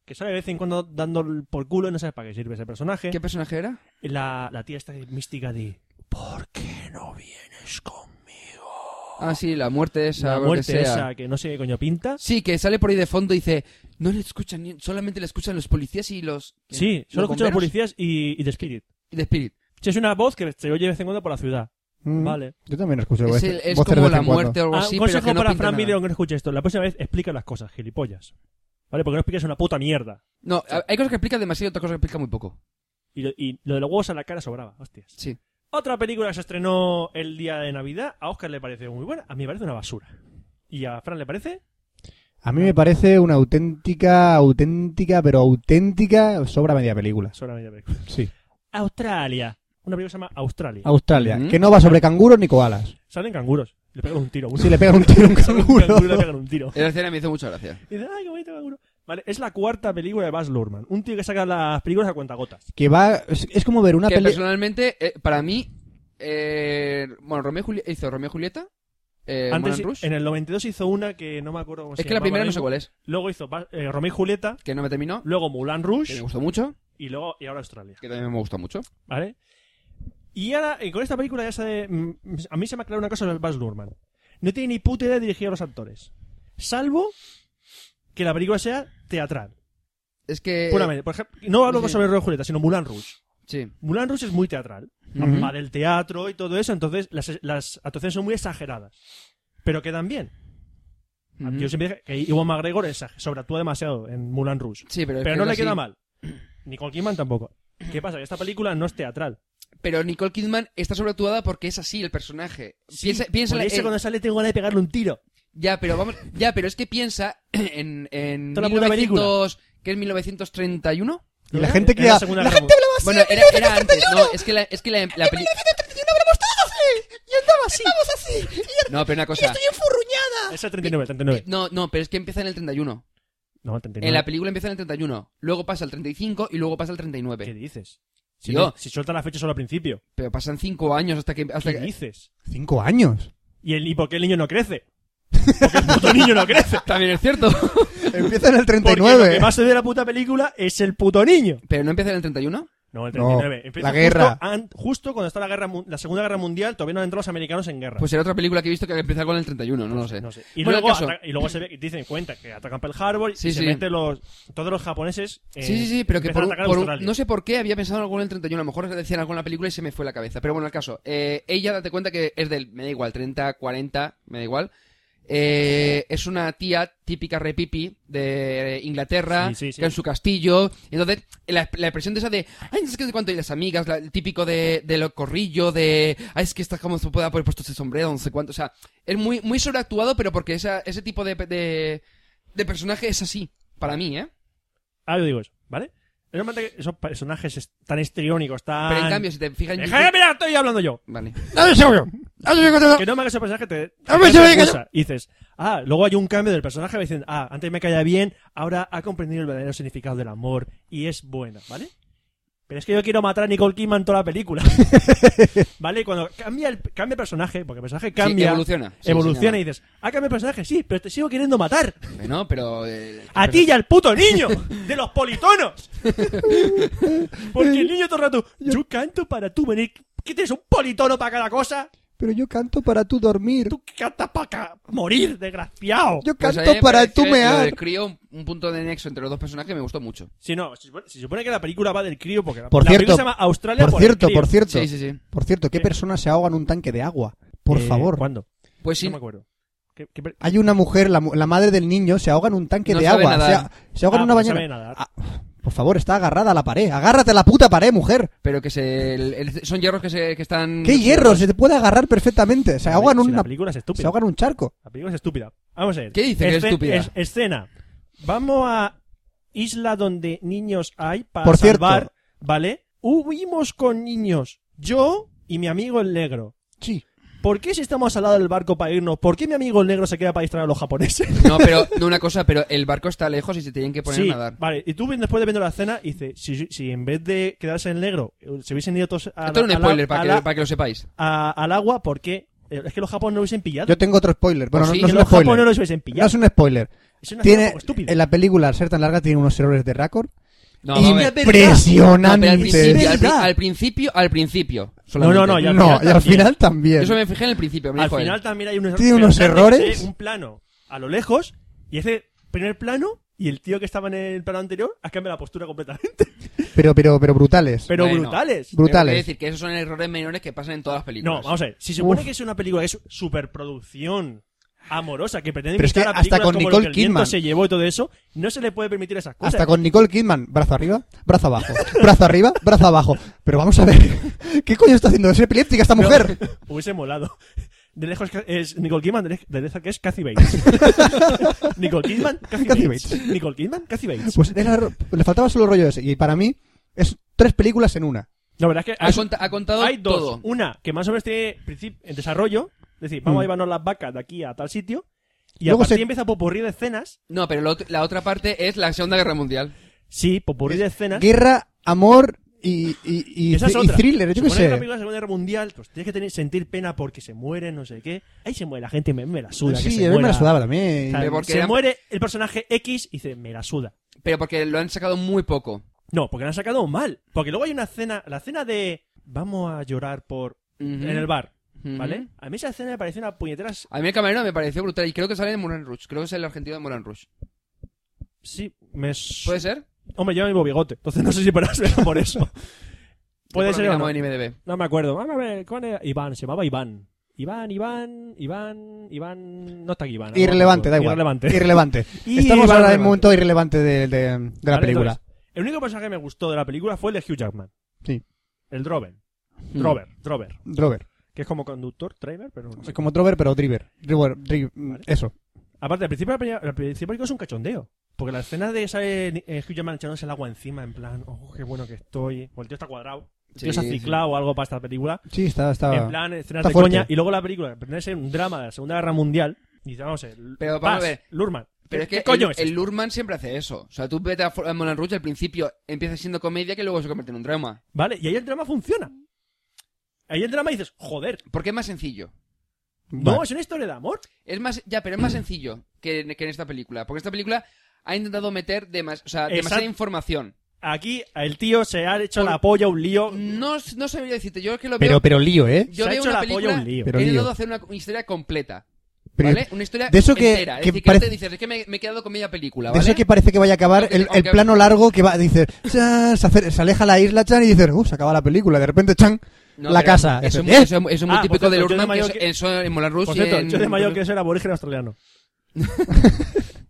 Speaker 1: que sale de vez en cuando dando el por culo y no sabes para qué sirve ese personaje.
Speaker 3: ¿Qué personaje era?
Speaker 1: La, la tía esta mística de... ¿Por qué no vienes conmigo?
Speaker 3: Ah, sí, la muerte esa.
Speaker 1: La
Speaker 3: o lo que
Speaker 1: muerte
Speaker 3: sea.
Speaker 1: esa que no sé qué coño pinta.
Speaker 3: Sí, que sale por ahí de fondo y dice: No le escuchan, ni- solamente le escuchan los policías y los.
Speaker 1: Sí, solo escucho a los
Speaker 3: bomberos
Speaker 1: policías y, y The Spirit.
Speaker 3: Y de Spirit.
Speaker 1: Sí, es una voz que se oye de vez en cuando por la ciudad.
Speaker 4: Mm.
Speaker 1: Vale.
Speaker 4: Yo también escucho
Speaker 3: Es,
Speaker 4: voces-
Speaker 3: el- es
Speaker 4: voces de
Speaker 3: como
Speaker 4: vez
Speaker 3: la
Speaker 4: en cuando.
Speaker 3: muerte o algo
Speaker 1: Ah,
Speaker 3: así,
Speaker 1: un
Speaker 3: pero
Speaker 1: consejo
Speaker 3: que no
Speaker 1: para
Speaker 3: pinta
Speaker 1: Fran
Speaker 3: nada.
Speaker 1: Video que no escuche esto. La próxima vez explica las cosas, gilipollas. ¿Vale? Porque no explicas una puta mierda.
Speaker 3: No, hay cosas que explican demasiado y otras cosas que explican muy poco.
Speaker 1: Y lo, y lo de los huevos a la cara sobraba, hostias.
Speaker 3: Sí.
Speaker 1: Otra película que se estrenó el día de Navidad, a Oscar le pareció muy buena, a mí me parece una basura. ¿Y a Fran le parece?
Speaker 4: A mí me parece una auténtica, auténtica, pero auténtica sobra media película.
Speaker 1: Sobre la media película.
Speaker 4: Sí.
Speaker 1: Australia. Una película que se llama Australia.
Speaker 4: Australia,
Speaker 3: Ujú.
Speaker 4: que no va sobre canguros ni koalas.
Speaker 1: Salen canguros. Le pegan un tiro. a uno.
Speaker 4: Si le pegan
Speaker 1: *laughs*
Speaker 4: un tiro a un
Speaker 1: Sale un canguro, le
Speaker 4: canguro.
Speaker 1: pegan un tiro.
Speaker 3: La escena me hizo mucha gracia.
Speaker 1: Y dice, ay, qué bonito canguro. Vale, es la cuarta película de Baz Luhrmann. Un tío que saca las películas a cuentagotas.
Speaker 4: Que va, es, es como ver una
Speaker 3: que
Speaker 4: película.
Speaker 3: personalmente, eh, para mí, eh, bueno, Romeo y Juli- hizo Romeo y Julieta, eh,
Speaker 1: Antes,
Speaker 3: Moulin Rouge.
Speaker 1: en el 92 hizo una que no me acuerdo cómo se
Speaker 3: es que la
Speaker 1: llamaba
Speaker 3: primera
Speaker 1: ahora
Speaker 3: no sé
Speaker 1: mismo.
Speaker 3: cuál es,
Speaker 1: Luego hizo Ba- eh, Romeo y Julieta,
Speaker 3: que no me terminó,
Speaker 1: luego Mulan
Speaker 3: que me
Speaker 1: Rouge
Speaker 3: gustó mucho,
Speaker 1: y luego y ahora Australia,
Speaker 3: que también me gustó mucho.
Speaker 1: ¿vale? Y ahora eh, con esta película ya se mm, a mí se me aclara una cosa sobre Baz Luhrmann. No tiene ni puta idea de dirigir a los actores, salvo que la película sea teatral.
Speaker 3: Es que...
Speaker 1: Puramente, por ejemplo, no hablo
Speaker 3: sí.
Speaker 1: sobre Romeo y Julieta, sino Mulan Rouge.
Speaker 3: Sí.
Speaker 1: Mulan Rouge es muy teatral,
Speaker 3: Ujú.
Speaker 1: va del teatro y todo eso, entonces las, las actuaciones son muy exageradas, pero quedan bien.
Speaker 3: Ujú.
Speaker 1: Ah, Yo siempre dije que Iwan McGregor exa- sobreactúa demasiado en Mulan Rouge.
Speaker 3: Sí, pero, es
Speaker 1: Pero
Speaker 3: que
Speaker 1: no
Speaker 3: es
Speaker 1: le
Speaker 3: así.
Speaker 1: queda mal. Nicole Kidman tampoco. ¿Qué pasa? Que esta película no es teatral.
Speaker 3: Pero Nicole Kidman está sobreactuada porque es así el personaje. piensa, piensa
Speaker 1: Por
Speaker 3: la-
Speaker 1: eso
Speaker 3: eh,
Speaker 1: cuando sale tengo ganas de pegarle un tiro.
Speaker 3: Ya, pero vamos, ya, pero es que piensa *clears throat* en, en
Speaker 1: Toda la puta Ah,
Speaker 3: 1900, ¿qué es 1931?
Speaker 4: Y la gente que
Speaker 1: Era
Speaker 4: ha-
Speaker 1: segunda
Speaker 4: la
Speaker 1: guerra
Speaker 4: gente
Speaker 1: mundial.
Speaker 3: Bueno, era, era antes, no, es que la, es que la, la peli- No, pero una cosa.
Speaker 1: Es el 39, 39.
Speaker 3: No, no, pero es que empieza en el 31.
Speaker 1: No, el 39.
Speaker 3: En la película empieza en el 31, luego pasa el 35 y luego pasa el
Speaker 1: ¿Qué
Speaker 3: 39.
Speaker 1: dices? Si,
Speaker 3: Tío,
Speaker 1: si suelta la fecha solo al principio.
Speaker 3: pero pasan 5 años hasta que... Hasta
Speaker 1: ¿Qué
Speaker 3: que
Speaker 1: dices?
Speaker 3: *laughs*
Speaker 4: Cinco años.
Speaker 1: ¿Y, el, ¿Y por qué el niño no crece? Porque el puto niño no crece.
Speaker 3: *laughs* también es cierto.
Speaker 4: Empieza en el
Speaker 1: Porque lo que
Speaker 4: 39.
Speaker 1: más se ve de la puta película es el puto niño.
Speaker 3: pero no empieza en el 31.
Speaker 1: No, el
Speaker 4: No,
Speaker 1: 39. Empieza
Speaker 4: la guerra.
Speaker 1: Justo, an- justo cuando está la, guerra, mu- la Segunda Guerra Mundial, todavía no han entrado los americanos en guerra.
Speaker 3: Pues era otra película que he visto que empieza con el 31, no lo sé.
Speaker 1: No sé. Y,
Speaker 3: Bueno, el
Speaker 1: luego
Speaker 3: caso.
Speaker 1: ataca- y luego se ve- dicen cuenta que atacan Pearl Harbor
Speaker 3: Sí,
Speaker 1: y se
Speaker 3: sí.
Speaker 1: meten los, todos los japoneses. eh,
Speaker 3: Sí, sí, sí, pero que
Speaker 1: empiezan a
Speaker 3: por, un-
Speaker 1: atacar
Speaker 3: por un-
Speaker 1: Australia.
Speaker 3: no sé por qué había pensado en algo en el 31, a lo mejor decían algo en la película y se me fue la cabeza. Pero bueno, el caso, eh, ella date cuenta que es del, me da igual, 30, 40, me da igual. Eh, es una tía típica repipi de Inglaterra,
Speaker 1: Sí, sí, sí.
Speaker 3: que en su castillo. Y entonces, la, la expresión de esa de, ay, no sé qué, no sé cuánto, y las amigas, la- el típico de, de lo corrillo, de, ay, es que está como se puede haber puesto ese sombrero, no sé cuánto. O sea, es muy, muy sobreactuado, pero porque esa, ese tipo de, de, de personaje es así, para mí, ¿eh?
Speaker 1: Ah, yo digo eso, ¿vale? Es normal que esos personajes es- tan estriónicos, tan.
Speaker 3: Pero en cambio, si te fijas en
Speaker 1: Deja de
Speaker 3: YouTube-
Speaker 1: mirar, estoy hablando yo.
Speaker 3: Vale.
Speaker 1: Que no me hagas ese personaje,
Speaker 3: *laughs*
Speaker 1: te. te
Speaker 4: Ah, me
Speaker 1: hace
Speaker 4: se me
Speaker 1: cosa. Y dices, ah, luego hay un cambio del personaje, dicen, ah, antes me caía bien, ahora ha comprendido el verdadero significado del amor y es buena, ¿vale? Pero es que yo quiero matar a Nicole Kidman toda la
Speaker 3: *laughs*
Speaker 1: película. ¿Vale? Cuando cambia el, cambia el personaje, porque el personaje
Speaker 3: Sí,
Speaker 1: cambia.
Speaker 3: evoluciona. Sí,
Speaker 1: evoluciona
Speaker 3: sí,
Speaker 1: y dices, ha cambiado el personaje, sí, pero te sigo queriendo matar.
Speaker 3: nada. Bueno, pero. eh,
Speaker 1: A ti y al puto niño de los
Speaker 3: *laughs*
Speaker 1: politonos. Porque el niño todo el rato, yo canto para tú venir. ¿Qué tienes un politono para cada cosa?
Speaker 4: Pero yo canto para tú dormir.
Speaker 1: Tú que cantas para ca- morir, desgraciado.
Speaker 4: Yo
Speaker 3: pues a
Speaker 4: canto
Speaker 3: mí me
Speaker 4: para
Speaker 3: parece
Speaker 4: tú
Speaker 3: Lo
Speaker 4: mear.
Speaker 3: del crío, un- un punto de nexo entre los dos personajes que me gustó mucho.
Speaker 1: Si no, se supone, se supone que la película va del crío porque la,
Speaker 4: Por
Speaker 1: la
Speaker 4: cierto,
Speaker 1: película se llama Australia
Speaker 4: Por
Speaker 1: por el
Speaker 4: cierto,
Speaker 1: crío.
Speaker 4: por cierto.
Speaker 3: Sí, sí, sí.
Speaker 4: Por cierto, ¿qué
Speaker 1: Eh.
Speaker 4: persona se ahoga en un tanque de agua? Por
Speaker 1: Eh,
Speaker 4: favor.
Speaker 1: ¿Cuándo?
Speaker 3: Pues sí.
Speaker 1: No me acuerdo. ¿Qué- qué per-
Speaker 4: Hay una mujer, la, mu- la madre del niño, se ahoga en un tanque
Speaker 3: No
Speaker 4: de
Speaker 3: sabe
Speaker 4: agua. Se,
Speaker 3: nadar.
Speaker 4: a- se ahoga
Speaker 1: Ah,
Speaker 4: en una
Speaker 1: pues no
Speaker 4: bañera.
Speaker 1: sabe nadar.
Speaker 4: Ah, Por favor, está agarrada a la pared. Agárrate a la puta pared, mujer.
Speaker 3: Pero que se. el- el- son hierros que, se, que están.
Speaker 4: ¡Qué hierro! Se te puede agarrar perfectamente. Se ahogan
Speaker 1: Si
Speaker 4: en
Speaker 1: La
Speaker 4: una...
Speaker 1: película es
Speaker 4: Se
Speaker 1: estúpida.
Speaker 4: ahogan en un charco.
Speaker 1: La película es estúpida. Vamos a ver.
Speaker 3: ¿Qué dice que es
Speaker 1: Escen-
Speaker 3: estúpida?
Speaker 1: es- escena. Vamos a isla donde niños hay para
Speaker 4: Por cierto.
Speaker 1: salvar, ¿vale? Huimos con niños. Yo y mi amigo el negro.
Speaker 4: Sí.
Speaker 1: ¿Por qué si estamos al lado del barco para irnos? ¿Por qué mi amigo el negro se queda para distraer a los japoneses?
Speaker 3: No, pero. No, una cosa, pero el barco está lejos y se tienen que poner
Speaker 1: sí,
Speaker 3: a nadar.
Speaker 1: vale. Y tú ven- después de viendo la escena, dices, si, si en vez de quedarse en el negro, eh, se hubiesen ido todos a la-
Speaker 3: Esto es un
Speaker 1: a la-
Speaker 3: spoiler
Speaker 1: a
Speaker 3: para,
Speaker 1: la-
Speaker 3: que, para que lo sepáis.
Speaker 1: a- al agua, ¿por qué? Eh, Es que los japoneses no hubiesen pillado.
Speaker 4: Yo tengo otro spoiler. Bueno,
Speaker 3: Pues sí,
Speaker 4: no,
Speaker 1: que
Speaker 4: es un
Speaker 1: los japoneses no
Speaker 4: spoiler.
Speaker 1: los hubiesen
Speaker 4: No
Speaker 1: pillado.
Speaker 4: es un spoiler.
Speaker 1: es una escena un
Speaker 4: Tiene,
Speaker 1: poco estúpida.
Speaker 4: en la película, al ser tan larga, tiene unos errores de récord
Speaker 3: No, vamos a ver. No, pero al
Speaker 4: impresionantes.
Speaker 3: principio, al, pri- al principio, al principio. solamente.
Speaker 1: No, no, ya- al
Speaker 4: No,
Speaker 1: final
Speaker 4: y al
Speaker 1: también.
Speaker 4: final también.
Speaker 3: Eso me fijé en el principio, me
Speaker 1: Al
Speaker 3: dijo él.
Speaker 1: final también hay unos,
Speaker 4: Tiene
Speaker 1: pero
Speaker 4: unos
Speaker 1: se hace
Speaker 4: errores.
Speaker 1: Un plano a lo lejos y ese primer plano y el tío que estaba en el plano anterior ha cambiado la postura completamente.
Speaker 4: Pero, pero, pero brutales.
Speaker 1: Pero
Speaker 3: Bueno.
Speaker 1: brutales.
Speaker 4: Bru- brutales.
Speaker 3: Es decir, que esos son errores menores que pasan en todas las películas.
Speaker 1: no, vamos a ver. Si se supone
Speaker 4: Uf.
Speaker 1: que es una película que es superproducción amorosa que pretende
Speaker 4: Pero es que
Speaker 1: imitar a
Speaker 4: hasta
Speaker 1: películas
Speaker 4: con
Speaker 1: como
Speaker 4: Nicole
Speaker 1: lo que el viento
Speaker 4: Kidman.
Speaker 1: se llevó y todo eso, no se le puede permitir esas cosas.
Speaker 4: Hasta con Nicole Kidman, brazo arriba, brazo abajo, brazo arriba, brazo abajo. Pero vamos a ver, *laughs* ¿qué coño está haciendo? Es epiléptica esta mujer.
Speaker 1: *laughs* Hubiese molado. De lejos que es Nicole Kidman, de lej- de lejos que es Kathy Bates.
Speaker 4: *laughs*
Speaker 1: Nicole Kidman, Kathy,
Speaker 4: Kathy
Speaker 1: Bates. Nicole Kidman, Kathy Bates.
Speaker 4: Pues era ro- le faltaba solo el rollo ese. Y para mí, es tres películas en una.
Speaker 1: La verdad es que
Speaker 3: Ha, cont- ha contado
Speaker 1: Hay dos.
Speaker 3: todo.
Speaker 1: Una que más o menos tiene princip- en desarrollo. Es decir, vamos
Speaker 4: Mm.
Speaker 1: a llevarnos las vacas de aquí a tal sitio. Y
Speaker 4: Luego
Speaker 1: a partir
Speaker 4: se-
Speaker 1: empieza popurrí de escenas.
Speaker 3: No, pero lo ot- la otra parte es la Segunda Guerra Mundial.
Speaker 1: Sí, popurrí de escenas.
Speaker 4: Guerra, amor y, y, y,
Speaker 1: Esa es
Speaker 4: y
Speaker 1: otra.
Speaker 4: thriller, yo
Speaker 1: Se
Speaker 4: qué
Speaker 1: supone que la
Speaker 4: sé.
Speaker 1: película de la Segunda Guerra Mundial, pues tienes que tener, sentir pena porque se muere, no sé qué. Ahí se muere la gente, me, me la suda. que
Speaker 4: Sí,
Speaker 1: se
Speaker 4: a mí me
Speaker 1: muera.
Speaker 4: la sudaba
Speaker 1: O
Speaker 4: también.
Speaker 1: sea,
Speaker 3: Pero porque
Speaker 1: se
Speaker 3: era-
Speaker 1: muere el personaje X y dice, me la suda.
Speaker 3: Pero porque lo han sacado muy poco.
Speaker 1: No, porque la han sacado mal. Porque luego hay una escena, la escena de vamos a llorar por en el bar,
Speaker 3: Ujú.
Speaker 1: ¿vale? A mí esa escena me parece una puñetera
Speaker 3: A mí el camarero me pareció brutal y creo que sale de Moulin Rouge. Creo que es el argentino de Moulin Rouge.
Speaker 1: sí, me su-
Speaker 3: ¿Puede ser?
Speaker 1: Hombre, lleva mi bigote, entonces no sé si para será por
Speaker 3: *laughs*
Speaker 1: eso. Puede
Speaker 3: Por lo
Speaker 1: ser
Speaker 3: que
Speaker 1: o
Speaker 3: llamo
Speaker 1: no.
Speaker 3: en IMDb.
Speaker 1: No me acuerdo. Vamos a ver, ¿cuál era? Iván, se llamaba Iván. Iván, Iván, Iván, Iván. No está aquí Iván. ahora
Speaker 4: Irrelevante,
Speaker 1: no
Speaker 4: da
Speaker 1: me
Speaker 4: igual.
Speaker 1: acuerdo. Irrelevante. *laughs*
Speaker 4: Irrelevante.
Speaker 1: Y
Speaker 4: Estamos ahora en
Speaker 1: irrelevante.
Speaker 4: un momento irrelevante de, de- de la
Speaker 1: Vale,
Speaker 4: película.
Speaker 1: entonces, el único personaje que me gustó de la película fue el de Hugh Jackman.
Speaker 4: Sí. Mm.
Speaker 1: El Drover. Drover, Drover.
Speaker 4: Drover.
Speaker 1: Que es como conductor, driver, pero.
Speaker 4: Es como Drover, pero Driver. Driver, dri- Eso.
Speaker 1: Aparte, al principio, la peli- al principio es un cachondeo. Porque la escena de sale eh, Hugh Jackman echándose el agua encima, en plan, oh, qué bueno que estoy. O el tío está cuadrado. El tío
Speaker 3: Sí,
Speaker 1: se ha ciclado o algo para esta película.
Speaker 4: Sí, está, está...
Speaker 1: en plan, escenas
Speaker 4: está
Speaker 1: de
Speaker 4: fuerte.
Speaker 1: coña. Y luego la película, que pretende ser un drama de la Segunda Guerra Mundial. Y dice, vamos a ver,
Speaker 3: Pero,
Speaker 1: Paz,
Speaker 3: vamos a ver.
Speaker 1: Lurman.
Speaker 3: Pero es que
Speaker 1: ¿Qué coño
Speaker 3: el,
Speaker 1: es
Speaker 3: el
Speaker 1: esto?
Speaker 3: Lurman siempre hace eso. O sea, tú vete a, Fo- a Moulin Rouge al principio, empieza siendo comedia que luego se convierte en un drama.
Speaker 1: Vale, y ahí el drama funciona. Ahí el drama dices, joder,
Speaker 3: Porque es más sencillo.
Speaker 1: no,
Speaker 4: Vale.
Speaker 1: es una historia de amor.
Speaker 3: Es más, ya, pero es más sencillo que, en- que en esta película. Porque esta película ha intentado meter demas- o sea,
Speaker 1: Exacto.
Speaker 3: demasiada información.
Speaker 1: Aquí el tío se ha hecho
Speaker 3: Por-
Speaker 1: la polla, un lío.
Speaker 3: No, no sabría decirte, yo es que lo veo.
Speaker 4: Pero, pero lío, ¿eh?
Speaker 3: yo
Speaker 1: se ha
Speaker 3: veo
Speaker 1: hecho
Speaker 3: una
Speaker 1: la polla
Speaker 3: película.
Speaker 1: un lío.
Speaker 4: Pero
Speaker 3: he intentado
Speaker 4: lío.
Speaker 3: hacer una, una historia completa.
Speaker 4: Pero-
Speaker 3: ¿Vale? Una historia
Speaker 4: de eso que-
Speaker 3: entera.
Speaker 4: que
Speaker 3: es decir, que no te
Speaker 4: parece-
Speaker 3: dices, es que me, me he quedado con media película,
Speaker 4: De
Speaker 3: ¿vale?
Speaker 4: eso que parece que vaya a acabar
Speaker 3: Aunque-
Speaker 4: el, el
Speaker 3: aunque-
Speaker 4: plano largo que va, dice, chan, se, acer- se aleja la isla, chan, y dice, uh, se acaba la película, de repente, chan,
Speaker 3: No,
Speaker 4: la
Speaker 3: pero
Speaker 4: casa.
Speaker 3: Eso,
Speaker 4: Dice,
Speaker 3: es muy-
Speaker 4: "Eh".
Speaker 3: eso es muy- eso es
Speaker 1: Ah,
Speaker 3: muy
Speaker 1: por
Speaker 3: típico de
Speaker 1: cierto, yo de
Speaker 3: Lurman, que
Speaker 1: mayor
Speaker 3: eso,
Speaker 1: que-
Speaker 3: eso en Moulin Rouge.
Speaker 1: Por
Speaker 3: y
Speaker 1: cierto,
Speaker 3: en-
Speaker 1: yo de mayor que ser aborigen
Speaker 4: *laughs*
Speaker 1: australiano.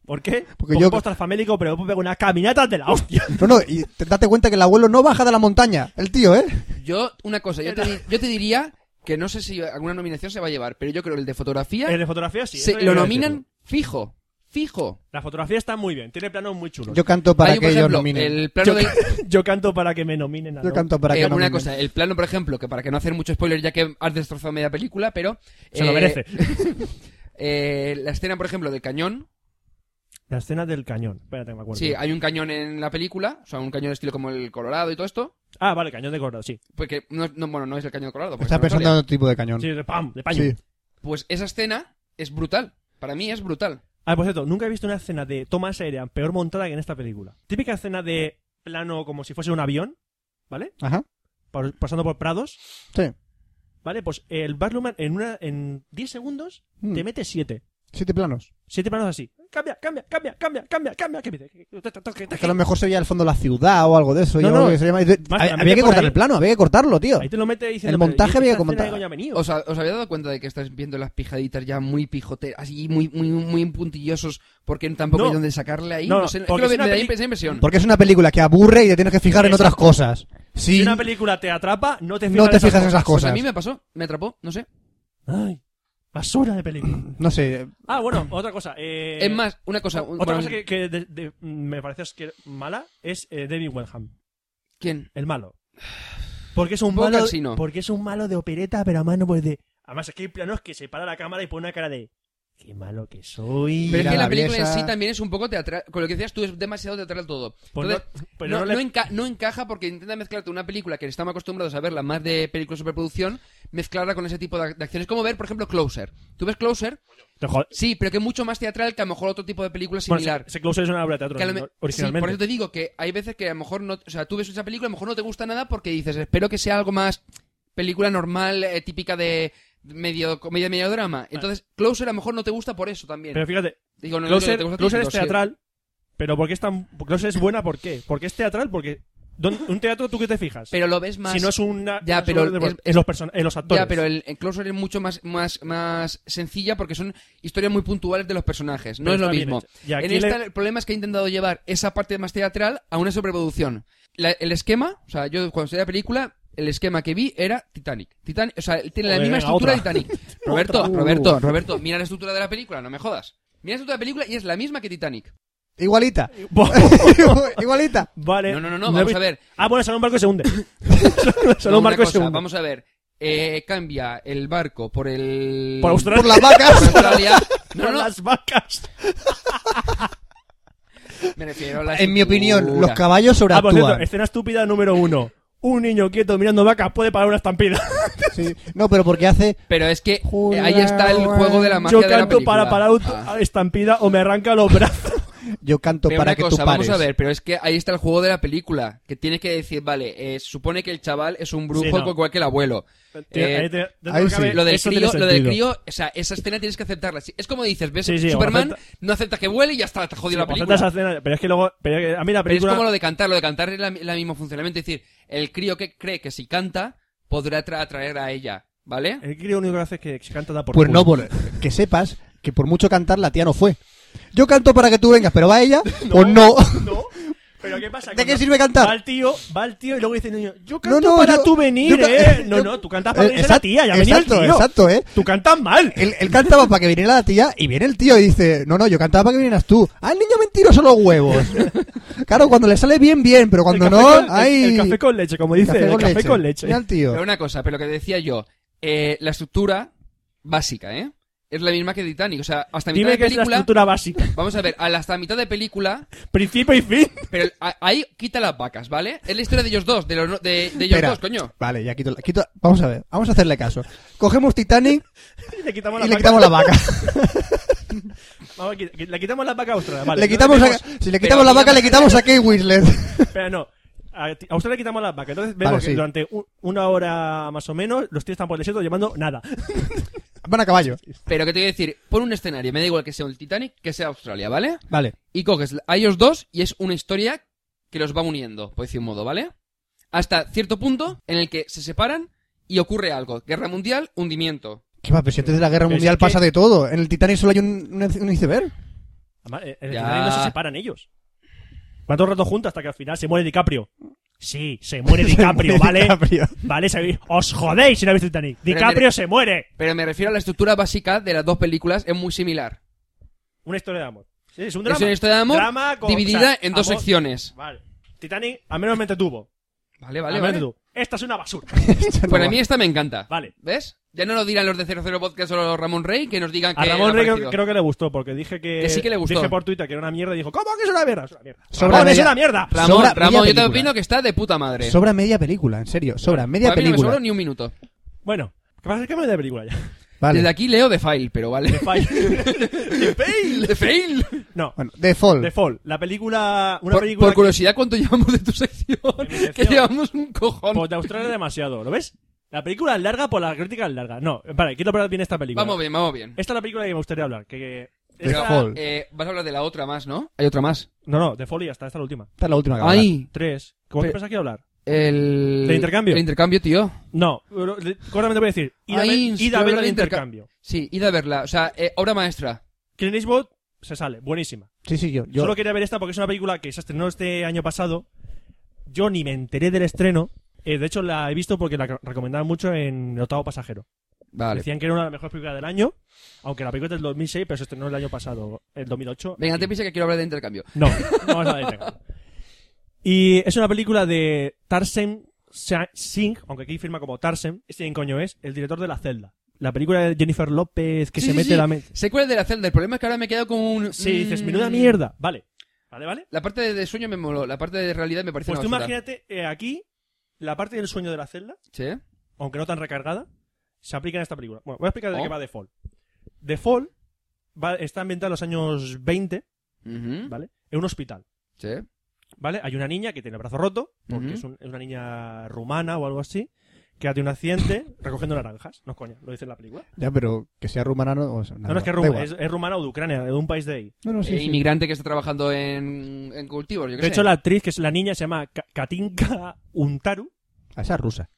Speaker 1: ¿Por qué?
Speaker 4: Porque
Speaker 1: Porque
Speaker 4: yo-
Speaker 1: yo postrafamérico, pero pego unas caminatas de la
Speaker 3: *laughs*
Speaker 1: hostia.
Speaker 4: No, no, y te- date cuenta que el abuelo no baja de la montaña, el tío, ¿eh?
Speaker 3: Yo, una cosa, yo te, di- yo te diría que no sé si alguna nominación se va a llevar, pero yo creo que el de fotografía
Speaker 1: El de fotografía sí.
Speaker 3: se-
Speaker 1: eso
Speaker 3: lo
Speaker 1: iba a
Speaker 3: nominan
Speaker 1: decirlo.
Speaker 3: fijo. Fijo.
Speaker 1: La fotografía está muy bien, tiene planos muy chulos. Yo,
Speaker 4: Yo canto para
Speaker 3: Hay un,
Speaker 4: que
Speaker 3: por
Speaker 4: ellos
Speaker 3: ejemplo,
Speaker 4: nominen.
Speaker 3: el plano
Speaker 1: Yo-
Speaker 3: de,
Speaker 1: canto para que me nominen a
Speaker 4: Yo
Speaker 1: lo-
Speaker 4: canto para
Speaker 3: Eh,
Speaker 4: que
Speaker 3: una
Speaker 4: nominen.
Speaker 3: cosa, el plano, por ejemplo, que para que no hacer mucho spoiler, ya que has destrozado media película, pero.
Speaker 1: Se lo
Speaker 3: eh,
Speaker 1: merece.
Speaker 3: eh, la escena, por ejemplo, del cañón.
Speaker 1: La escena del cañón. Espérate, me acuerdo.
Speaker 3: Sí, hay un cañón en la película, o sea, un cañón estilo como el Colorado y todo esto.
Speaker 1: Ah, vale, cañón de Colorado, sí.
Speaker 3: Porque, no, no- bueno, no es el cañón del Colorado. porque
Speaker 4: Está
Speaker 3: es una
Speaker 4: pensando en
Speaker 3: historia.
Speaker 4: otro tipo de cañón.
Speaker 1: Sí, de pam, de paño.
Speaker 4: Sí.
Speaker 3: Pues esa escena es brutal. Para mí es brutal.
Speaker 1: Ah, por cierto, nunca he visto una escena de toma aérea peor montada que en esta película. Típica escena de plano como si fuese un avión, ¿vale?
Speaker 4: Ajá.
Speaker 1: Por- pasando por prados.
Speaker 4: Sí.
Speaker 1: Vale, pues el Barluman en una en 10 segundos
Speaker 4: Mm.
Speaker 1: te mete 7.
Speaker 4: Siete planos.
Speaker 1: Siete planos así. Cambia, cambia, cambia, cambia, cambia, cambia. ¿Qué dice?
Speaker 4: Es que a lo mejor se veía al fondo la ciudad o algo de eso.
Speaker 1: No,
Speaker 4: yo
Speaker 1: no.
Speaker 4: creo que se llama-
Speaker 1: Más,
Speaker 4: Había-
Speaker 1: la
Speaker 4: había
Speaker 1: mete
Speaker 4: que
Speaker 1: por
Speaker 4: cortar
Speaker 1: ahí.
Speaker 4: el plano, había que cortarlo, tío.
Speaker 1: Ahí te lo mete diciendo.
Speaker 4: El
Speaker 1: pero, ¿y
Speaker 4: montaje
Speaker 1: esta
Speaker 4: había que
Speaker 1: escena de
Speaker 4: montar.
Speaker 1: coño ha venido?
Speaker 3: ¿Os, ha- os habéis dado cuenta de que estáis viendo las pijaditas ya muy pijoteras, así muy, muy, muy puntillosos, porque tampoco
Speaker 1: No.
Speaker 3: hay donde sacarle ahí?
Speaker 1: No,
Speaker 3: No,
Speaker 1: no,
Speaker 3: sé, es que
Speaker 1: porque
Speaker 3: lo
Speaker 1: es
Speaker 3: ve-
Speaker 1: una
Speaker 3: me da
Speaker 1: peli-
Speaker 3: esa impresión.
Speaker 4: Porque es una película que aburre y te tienes que fijar en
Speaker 1: Exacto.
Speaker 4: otras cosas.
Speaker 1: Si
Speaker 4: Sí,
Speaker 1: una película te atrapa, no te fijas,
Speaker 4: no te fijas en
Speaker 1: cosas.
Speaker 4: esas
Speaker 3: Pues
Speaker 4: cosas.
Speaker 3: a mí me pasó, me atrapó, no sé.
Speaker 1: Ay, basura de película.
Speaker 4: No sé,
Speaker 1: Ah, bueno, otra cosa. eh,
Speaker 3: es más, una cosa. un-
Speaker 1: Otra
Speaker 3: bueno,
Speaker 1: cosa que, que de- de- me parece que mala es eh, David Wenham,
Speaker 3: ¿Quién?
Speaker 1: el malo. Porque es un
Speaker 3: Poco
Speaker 1: malo,
Speaker 3: cansino.
Speaker 1: porque es un malo de opereta, pero a mano pues de además aquí hay planos que se para la cámara y pone una cara de qué malo que soy.
Speaker 3: Pero es
Speaker 4: Mira
Speaker 3: que
Speaker 4: la
Speaker 3: la película en
Speaker 4: vieja.
Speaker 3: sí también es un poco teatral. Con lo que decías tú, es demasiado teatral todo.
Speaker 1: Pues
Speaker 3: Entonces,
Speaker 1: no- pero no
Speaker 3: no,
Speaker 1: le-
Speaker 3: no enca- no encaja porque intenta mezclarte una película que estamos acostumbrados a verla más de películas de superproducción, mezclarla con ese tipo de, ac- de acciones. Como ver, por ejemplo, Closer. ¿Tú ves Closer?
Speaker 1: Te jod-
Speaker 3: Sí, pero que es mucho más teatral que a lo mejor otro tipo de película
Speaker 1: Bueno,
Speaker 3: similar.
Speaker 1: ese- ese Closer es una obra de teatro
Speaker 3: Que a lo me-
Speaker 1: ¿no?
Speaker 3: Sí, por eso
Speaker 1: originalmente.
Speaker 3: te digo que hay veces que a lo mejor no. O sea, tú ves esa película, a lo mejor no te gusta nada porque dices, espero que sea algo más película normal, eh, típica de medio comedia, medio drama. Entonces, Closer a lo mejor no te gusta por eso también.
Speaker 1: Ah. Pero fíjate,
Speaker 3: digo, no, no,
Speaker 1: Closer,
Speaker 3: te gusta a ti,
Speaker 1: Closer
Speaker 3: no
Speaker 1: es
Speaker 3: sé.
Speaker 1: teatral, pero porque es tan Closer es buena por qué? Porque es teatral porque don- un teatro tú qué te fijas?
Speaker 3: Pero lo ves más.
Speaker 1: si no es una
Speaker 3: Ya,
Speaker 1: no
Speaker 3: pero
Speaker 1: una obra de-
Speaker 3: es-
Speaker 1: en los person- en los actores.
Speaker 3: Ya, pero el, el Closer es mucho más, más, más sencilla porque son historias muy puntuales de los personajes. No
Speaker 1: Pero
Speaker 3: es lo
Speaker 1: está bien
Speaker 3: mismo.
Speaker 1: hecha. Y
Speaker 3: En
Speaker 1: aquí le- *laughs*
Speaker 3: esta el problema es que he intentado llevar esa parte más teatral a una sobreproducción. La- el esquema, o sea, yo cuando estudié la película, el esquema que vi era Titanic. Titanic o sea, tiene la
Speaker 1: Joder, venga,
Speaker 3: misma
Speaker 1: *laughs*
Speaker 3: estructura
Speaker 1: otra. Uh.
Speaker 3: de Titanic. Roberto,
Speaker 4: Otra.
Speaker 3: Roberto, Roberto, mira la estructura de la película, no me jodas. Mira la estructura de la película y es la misma que Titanic.
Speaker 4: igualita. igualita.
Speaker 1: Vale.
Speaker 3: No, no, no, no, vamos
Speaker 1: he-
Speaker 3: a ver.
Speaker 1: Ah, bueno, solo un barco y se
Speaker 3: *laughs*
Speaker 1: hunde. Solo- solo
Speaker 3: No,
Speaker 1: un
Speaker 3: una
Speaker 1: barco y se
Speaker 3: cosa,
Speaker 1: hunde.
Speaker 3: Vamos a ver. Eh, cambia el barco por el...
Speaker 1: Por Australia.
Speaker 4: Por las vacas.
Speaker 1: *laughs*
Speaker 3: por Australia. No,
Speaker 1: Con
Speaker 3: no,
Speaker 1: las vacas.
Speaker 3: me refiero a la
Speaker 4: En mi opinión, los
Speaker 3: estructura.
Speaker 4: caballos
Speaker 1: Ah, por cierto,
Speaker 4: sobreactúan.
Speaker 1: escena estúpida número uno. Un niño quieto mirando vacas puede parar una estampida.
Speaker 4: Sí. No, pero porque hace...
Speaker 3: Pero es que eh, ahí está el juego de la *laughs* magia
Speaker 1: Yo
Speaker 3: de la
Speaker 1: canto para
Speaker 3: película.
Speaker 1: parar una
Speaker 3: Ah.
Speaker 1: estampida o me arranca los
Speaker 3: *laughs*
Speaker 1: brazos.
Speaker 4: Yo canto
Speaker 3: Pero
Speaker 4: para
Speaker 3: una
Speaker 4: que
Speaker 3: cosa,
Speaker 4: tú pares.
Speaker 3: vamos a ver, pero es que ahí está el juego de la película, que tienes que decir, vale, eh, se supone que el chaval es un brujo
Speaker 1: Sí, no.
Speaker 3: igual que el abuelo. Eh,
Speaker 1: Ahí te- dentro
Speaker 4: ahí
Speaker 1: que
Speaker 4: sí.
Speaker 1: cabe,
Speaker 3: Lo del,
Speaker 1: eso tiene
Speaker 3: crío, lo del
Speaker 1: sentido.
Speaker 3: crío, o sea, esa escena tienes que aceptarla. Sí, Es como dices, ves
Speaker 1: Sí, sí, o
Speaker 3: Superman,
Speaker 1: acepta-
Speaker 3: no acepta que vuele y ya está, te ha jodido la
Speaker 1: Sí, pues,
Speaker 3: película.
Speaker 1: esa escena, pero es que luego. Pero es que a mí la
Speaker 3: Pero es
Speaker 1: película.
Speaker 3: como lo de cantar, lo de cantar es la, la mismo funcionamiento, es decir, el crío que cree que si canta, podrá atra- atraer a ella, ¿vale?
Speaker 1: El crío lo único que hace es que se canta da por
Speaker 4: Pues
Speaker 1: culo.
Speaker 4: no, por- que sepas que por mucho cantar la tía no fue. Yo canto para que tú vengas, pero
Speaker 1: *laughs*
Speaker 4: va ella, pues no.
Speaker 1: No. Pero ¿qué pasa?
Speaker 4: ¿De qué
Speaker 1: Cuando
Speaker 4: sirve cantar?
Speaker 1: Va el tío, va el tío y luego dice el niño, yo canto
Speaker 4: no,
Speaker 1: para
Speaker 4: yo-
Speaker 1: tú venir,
Speaker 4: yo ca-
Speaker 1: eh.
Speaker 4: *laughs*
Speaker 1: No,
Speaker 4: yo-
Speaker 1: no, tú cantas para
Speaker 4: Eh,
Speaker 1: venir la
Speaker 4: exact-
Speaker 1: tía, ya ha venido el
Speaker 4: exacto,
Speaker 1: tío.
Speaker 4: exacto, eh.
Speaker 1: Tú cantas mal.
Speaker 4: Él, él cantaba para que viniera la tía y viene el tío y dice, no, no, yo cantaba para que vinieras tú. Ah, el niño mentiroso los huevos.
Speaker 1: *laughs*
Speaker 4: claro, cuando le sale bien, bien, pero cuando
Speaker 1: El
Speaker 4: no,
Speaker 1: café con- el-
Speaker 4: ay...
Speaker 1: El, café con leche, como dice, el café con leche.
Speaker 4: Mira el tío.
Speaker 3: Pero una cosa, pero lo que decía yo, eh, la estructura básica, ¿eh? Es la misma que Titanic, o sea, hasta mitad
Speaker 1: Dime
Speaker 3: de
Speaker 1: que es la
Speaker 3: película...
Speaker 1: estructura
Speaker 4: *laughs*
Speaker 1: básica.
Speaker 3: Vamos a ver, a la- hasta mitad de película,
Speaker 1: Principio y fin.
Speaker 3: pero a- ahí quita las vacas, ¿vale? Es la historia de ellos dos, de, los, no- de, de ellos
Speaker 4: Espera.
Speaker 3: dos, coño.
Speaker 4: Vale, ya quito, la- quito... Vamos a ver, vamos a hacerle caso. Cogemos Titanic
Speaker 1: *laughs* Y le quitamos la
Speaker 4: y le
Speaker 1: vaca.
Speaker 4: quitamos la vaca.
Speaker 1: Vamos, qui- qui- le quitamos la vaca a Australia. Vale,
Speaker 4: le
Speaker 1: no
Speaker 4: quitamos
Speaker 1: tenemos-
Speaker 4: a- Si le quitamos
Speaker 3: Pero
Speaker 4: la vaca,
Speaker 3: mira-
Speaker 4: le quitamos a Kate Winslet. *laughs*
Speaker 1: Espera, no. A ti- a Australia le quitamos la vaca. Entonces vemos
Speaker 4: Vale,
Speaker 1: que
Speaker 4: sí.
Speaker 1: durante u- una hora más o menos los tíos están por el desierto llamando nada.
Speaker 4: Van a caballo.
Speaker 3: Pero que te voy a decir, pon un escenario, me da igual que sea el Titanic, que sea Australia, ¿vale?
Speaker 4: Vale.
Speaker 3: Y coges a ellos dos y es una historia que los va uniendo, por decir un modo, ¿vale? Hasta cierto punto en el que se separan y ocurre algo. Guerra mundial, hundimiento.
Speaker 4: ¿Qué va? Pero si antes de la guerra
Speaker 1: Pero si
Speaker 4: mundial
Speaker 1: es que-
Speaker 4: pasa de todo. En el Titanic solo hay un, un, un iceberg.
Speaker 1: Además, eh, en el
Speaker 3: Ya.
Speaker 1: final no se separan ellos. Van todo el rato juntos hasta que al final se muere DiCaprio. Sí, se
Speaker 3: *laughs*
Speaker 1: muere *laughs* DiCaprio,
Speaker 4: *laughs* muere
Speaker 1: ¿vale? *laughs*
Speaker 4: DiCaprio.
Speaker 1: Vale, sabéis- os jodéis si no habéis visto Titanic.
Speaker 3: Pero
Speaker 1: DiCaprio
Speaker 3: mira-
Speaker 1: se muere.
Speaker 3: Pero me refiero a la estructura básica de las dos películas, es muy similar.
Speaker 1: Una historia de amor. Sí, es un drama.
Speaker 3: Es una historia de amor
Speaker 1: Drama con-
Speaker 3: dividida
Speaker 1: o sea,
Speaker 3: en dos
Speaker 1: amor-
Speaker 3: secciones.
Speaker 1: Vale. Titanic, al menos me detuvo.
Speaker 3: Vale, vale,
Speaker 1: al menos
Speaker 3: vale.
Speaker 1: me detuvo. Esta es una basura.
Speaker 3: Pues a mí esta me encanta.
Speaker 1: Vale.
Speaker 3: *laughs* ¿Ves? Ya no lo dirán los de 00 Podcast o los Ramón Rey, que nos digan
Speaker 1: A
Speaker 3: que...
Speaker 1: Ramón
Speaker 3: era
Speaker 1: Rey creo,
Speaker 3: parecido.
Speaker 1: creo que le gustó, porque dije que.
Speaker 3: Que sí que le gustó.
Speaker 1: Dije por Twitter que era una mierda y dijo: ¿Cómo que es una mierda? Es una mierda.
Speaker 4: Sobra
Speaker 1: Ramón, Ah, es
Speaker 4: media-
Speaker 1: una mierda.
Speaker 4: Ra-
Speaker 3: Ramón,
Speaker 4: Sobra
Speaker 3: Ramón,
Speaker 4: media
Speaker 3: yo te
Speaker 4: película.
Speaker 3: opino que está de puta madre.
Speaker 4: Sobra media película, en serio. Sobra media
Speaker 3: Para mí no me
Speaker 4: película.
Speaker 3: sobró ni un minuto.
Speaker 1: Bueno, ¿qué pasa? Es que me de película ya. *laughs*
Speaker 4: Vale.
Speaker 3: Desde aquí leo The File, pero vale.
Speaker 1: The
Speaker 3: *laughs*
Speaker 1: *laughs* File. The Fail.
Speaker 3: The File.
Speaker 1: No,
Speaker 4: Bueno, The Fall.
Speaker 1: The Fall. La película. Una
Speaker 3: Por,
Speaker 1: película.
Speaker 3: por
Speaker 1: que-
Speaker 3: curiosidad, ¿cuánto llevamos de tu sección?
Speaker 1: mi sección.
Speaker 3: que llevamos un cojón.
Speaker 1: Pues de Australia demasiado, ¿lo ves? La película es larga por la crítica es larga. No, vale, quiero hablar bien de esta película.
Speaker 3: Vamos bien, vamos bien.
Speaker 1: Esta es la película que me gustaría hablar. Que, que-
Speaker 4: The
Speaker 3: Esta,
Speaker 4: Fall.
Speaker 3: eh, vas a hablar de la otra más, ¿no? Hay otra más.
Speaker 1: No, no, de Folly hasta esta es la última.
Speaker 4: Esta es la última que va a hablar.
Speaker 3: Ay,
Speaker 1: Tres. ¿Cómo
Speaker 3: Pe-
Speaker 1: te pensás que iba a hablar?
Speaker 3: el...
Speaker 1: ¿Del intercambio?
Speaker 3: El intercambio, tío.
Speaker 1: No, pero, le- cortamente voy a decir. Ida,
Speaker 3: Ahí
Speaker 1: ven-
Speaker 3: estoy
Speaker 1: ida, ven
Speaker 3: hablando
Speaker 1: al
Speaker 3: de
Speaker 1: intercambio.
Speaker 3: Sí, id a verla. O sea, eh, obra maestra.
Speaker 1: Clint Eastwood se sale, buenísima.
Speaker 4: Sí, sí, yo. yo-
Speaker 1: Solo quería ver esta porque es una película que se estrenó este año pasado. Yo ni me enteré del estreno. Eh, de hecho, la he visto porque la recomendaban mucho en El Octavo Pasajero.
Speaker 3: Vale.
Speaker 1: Decían que era una de las mejores películas del año, aunque la película es del 2006, pero se estrenó el año pasado, el 2008.
Speaker 3: Venga, te piensa que quiero hablar de intercambio.
Speaker 1: No, no es nada de pega. Y es una película de Tarsem Sa- Singh, aunque aquí firma como Tarsem, este quién coño es, el director de La Celda. La película de Jennifer López que
Speaker 3: Sí,
Speaker 1: se
Speaker 3: sí,
Speaker 1: mete
Speaker 3: sí.
Speaker 1: la mente.
Speaker 3: Secuela de la celda. El problema es que ahora me he quedado con un...
Speaker 1: Sí, dices,
Speaker 3: mm,
Speaker 1: menuda mierda. Vale. Vale, vale.
Speaker 3: La parte de sueño me moló. La parte de realidad me parece
Speaker 1: Pues tú
Speaker 3: una basura.
Speaker 1: imagínate eh, aquí la parte del sueño de la celda,
Speaker 3: Sí.
Speaker 1: aunque no tan recargada, se aplica en esta película. Bueno, voy a explicar de
Speaker 3: Oh.
Speaker 1: qué va The Fall. The Fall va- está ambientada en los años 20,
Speaker 3: Ujú.
Speaker 1: ¿vale? En un hospital,
Speaker 3: Sí.
Speaker 1: ¿vale? Hay una niña que tiene el brazo roto, porque
Speaker 3: Ujú.
Speaker 1: es, un- es una niña rumana o algo así, que ha tenido un accidente *coughs* recogiendo naranjas. No, coña, lo dice en la película.
Speaker 4: Ya, pero que sea rumana no. o sea,
Speaker 1: No,
Speaker 4: nada,
Speaker 1: no, es que es,
Speaker 4: da
Speaker 1: rum-
Speaker 4: igual.
Speaker 1: es- es rumana o de Ucrania, de un país de ahí.
Speaker 4: No, no, sí,
Speaker 3: Eh,
Speaker 4: sí.
Speaker 3: Inmigrante que está trabajando en, en cultivos, yo qué
Speaker 1: De
Speaker 3: sé.
Speaker 1: hecho, la actriz, que es la niña, se llama Ka- Katinka Untaru.
Speaker 4: Ah, Esa es rusa.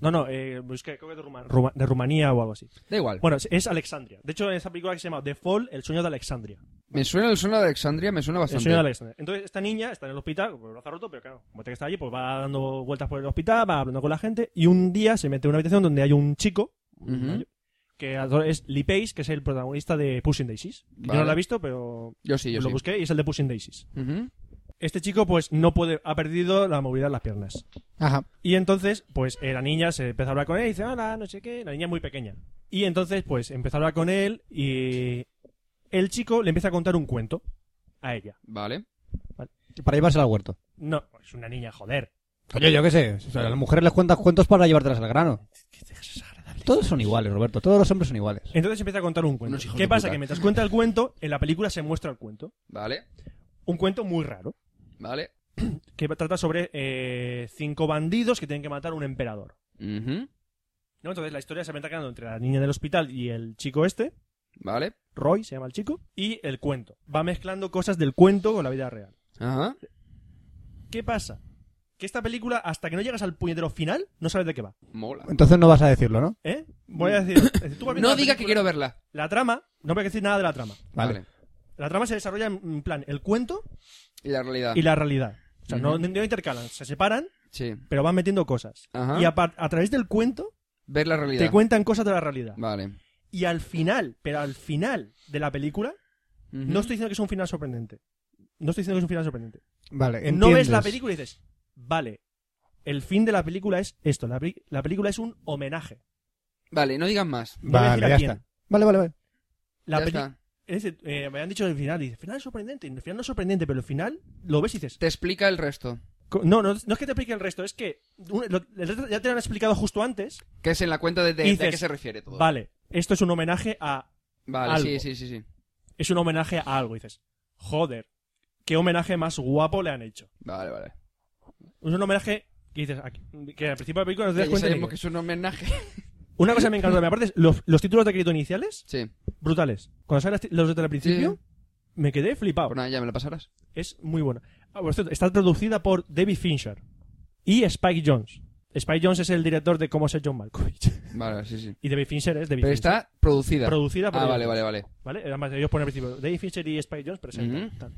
Speaker 1: No, no, eh, busqué, creo que es de, Ruma- Ruma- de Rumanía o algo así.
Speaker 3: Da igual.
Speaker 1: Bueno, es- es Alexandria. De hecho, esa película que se llama The Fall, El sueño de Alexandria.
Speaker 3: Me suena el sueño de Alexandria, me suena
Speaker 1: El
Speaker 3: bastante.
Speaker 1: sueño de Alexandria. Entonces, esta niña está en el hospital, con el brazo roto, pero claro, como tiene que está allí, pues va dando vueltas por el hospital, va hablando con la gente, y un día se mete en una habitación donde hay un chico,
Speaker 3: Ujú.
Speaker 1: que es Lee Pace, que es el protagonista de Pushing Daisies. Yo no
Speaker 3: Vale.
Speaker 1: lo he visto, pero
Speaker 3: Yo sí, yo
Speaker 1: lo
Speaker 3: sí.
Speaker 1: busqué y es el de Pushing Daisies.
Speaker 3: Ujú.
Speaker 1: Este chico, pues, no puede, ha perdido la movilidad en las piernas.
Speaker 4: Ajá.
Speaker 1: Y entonces, pues eh, la niña se empezó a hablar con él y dice, hola, no sé qué, la niña es muy pequeña. Y entonces, pues empezó a hablar con él y el chico le empieza a contar un cuento a ella.
Speaker 3: Vale.
Speaker 4: Para llevársela al huerto.
Speaker 1: No, es una niña, joder.
Speaker 4: Oye, yo qué sé. O sea, a las mujeres les cuentas cuentos para llevártelas al grano. Todos son iguales, Roberto. Todos los hombres son iguales.
Speaker 1: Entonces empieza a contar un cuento.
Speaker 3: Unos hijos
Speaker 1: ¿Qué
Speaker 3: de
Speaker 1: pasa?
Speaker 3: puta.
Speaker 1: Que mientras cuenta el cuento, en la película se muestra el cuento.
Speaker 3: Vale.
Speaker 1: Un cuento muy raro,
Speaker 3: Vale.
Speaker 1: que trata sobre eh, cinco bandidos que tienen que matar a un emperador.
Speaker 3: Ujú.
Speaker 1: ¿no? Entonces la historia se va encargando entre la niña del hospital y el chico este.
Speaker 3: Vale.
Speaker 1: Roy se llama el chico. Y el cuento. Va mezclando cosas del cuento con la vida real.
Speaker 3: Ajá.
Speaker 1: ¿Qué pasa? Que esta película, hasta que no llegas al puñetero final, no sabes de qué va.
Speaker 3: Mola.
Speaker 4: Entonces no vas a decirlo, ¿no?
Speaker 1: ¿Eh? Voy a
Speaker 3: *laughs*
Speaker 1: decir. es decir, tú vas viendo
Speaker 3: No
Speaker 1: la
Speaker 3: diga que
Speaker 1: película-
Speaker 3: quiero verla.
Speaker 1: La trama, no voy a decir nada de la trama.
Speaker 4: Vale.
Speaker 1: La trama se desarrolla en- en plan el cuento
Speaker 3: Y la realidad.
Speaker 1: y la realidad. O sea, no,
Speaker 3: Ujú.
Speaker 1: no intercalan, se separan,
Speaker 3: Sí.
Speaker 1: pero van metiendo cosas.
Speaker 3: Ajá.
Speaker 1: Y a, par- a través del cuento
Speaker 3: Ver la realidad.
Speaker 1: te cuentan cosas de la realidad.
Speaker 3: Vale.
Speaker 1: Y al final, pero al final de la película,
Speaker 3: Ujú.
Speaker 1: no estoy diciendo que es un final sorprendente. No estoy diciendo que es un final sorprendente.
Speaker 4: Vale.
Speaker 1: No ves
Speaker 4: entiendes.
Speaker 1: la película y dices, vale, el fin de la película es esto. La, peli- la película es un homenaje.
Speaker 3: Vale, no digas más.
Speaker 1: No voy a
Speaker 4: Vale,
Speaker 1: decir a
Speaker 4: ya
Speaker 1: quién.
Speaker 4: está. Vale, vale, vale.
Speaker 1: La
Speaker 3: Ya
Speaker 1: peli-
Speaker 3: está.
Speaker 1: es decir, eh, me han dicho el final, y dice, final es sorprendente, y el final no es sorprendente, pero el final lo ves y dices,
Speaker 3: Te explica el resto.
Speaker 1: co- no, no, no es que te explique el resto, es que un- lo- el resto ya te lo han explicado justo antes,
Speaker 3: Que es en la cuenta de, de-
Speaker 1: Y
Speaker 3: de
Speaker 1: dices,
Speaker 3: a qué se refiere todo.
Speaker 1: vale, esto es un homenaje a,
Speaker 3: Vale,
Speaker 1: algo.
Speaker 3: sí, sí, sí, sí.
Speaker 1: es un homenaje a algo, y dices, joder, qué homenaje más guapo le han hecho.
Speaker 3: Vale, vale.
Speaker 1: Es un homenaje que dices, aquí- que al principio de la película no te
Speaker 3: Que
Speaker 1: das
Speaker 3: ya
Speaker 1: cuenta. ni
Speaker 3: sabemos
Speaker 1: que-
Speaker 3: que es un homenaje. *laughs*
Speaker 1: Una cosa que me encantó, aparte, es los, los títulos de crédito iniciales,
Speaker 3: Sí.
Speaker 1: brutales. Cuando salen los desde el principio, me quedé flipado.
Speaker 3: Pues nada, ya me lo pasarás.
Speaker 1: Es muy buena. Ah, por cierto, está traducida por David Fincher y Spike Jones. Spike Jones es el director de Cómo ser John Malkovich. *laughs*
Speaker 3: Vale, sí, sí.
Speaker 1: Y David Fincher es David
Speaker 3: Pero
Speaker 1: Fincher.
Speaker 3: está producida.
Speaker 1: Producida por
Speaker 3: Ah,
Speaker 1: ellos
Speaker 3: vale,
Speaker 1: dos,
Speaker 3: vale, vale.
Speaker 1: ¿vale? Además, ellos ponen al principio David Fincher y Spike Jones presentan.
Speaker 3: Ujú.
Speaker 1: tal.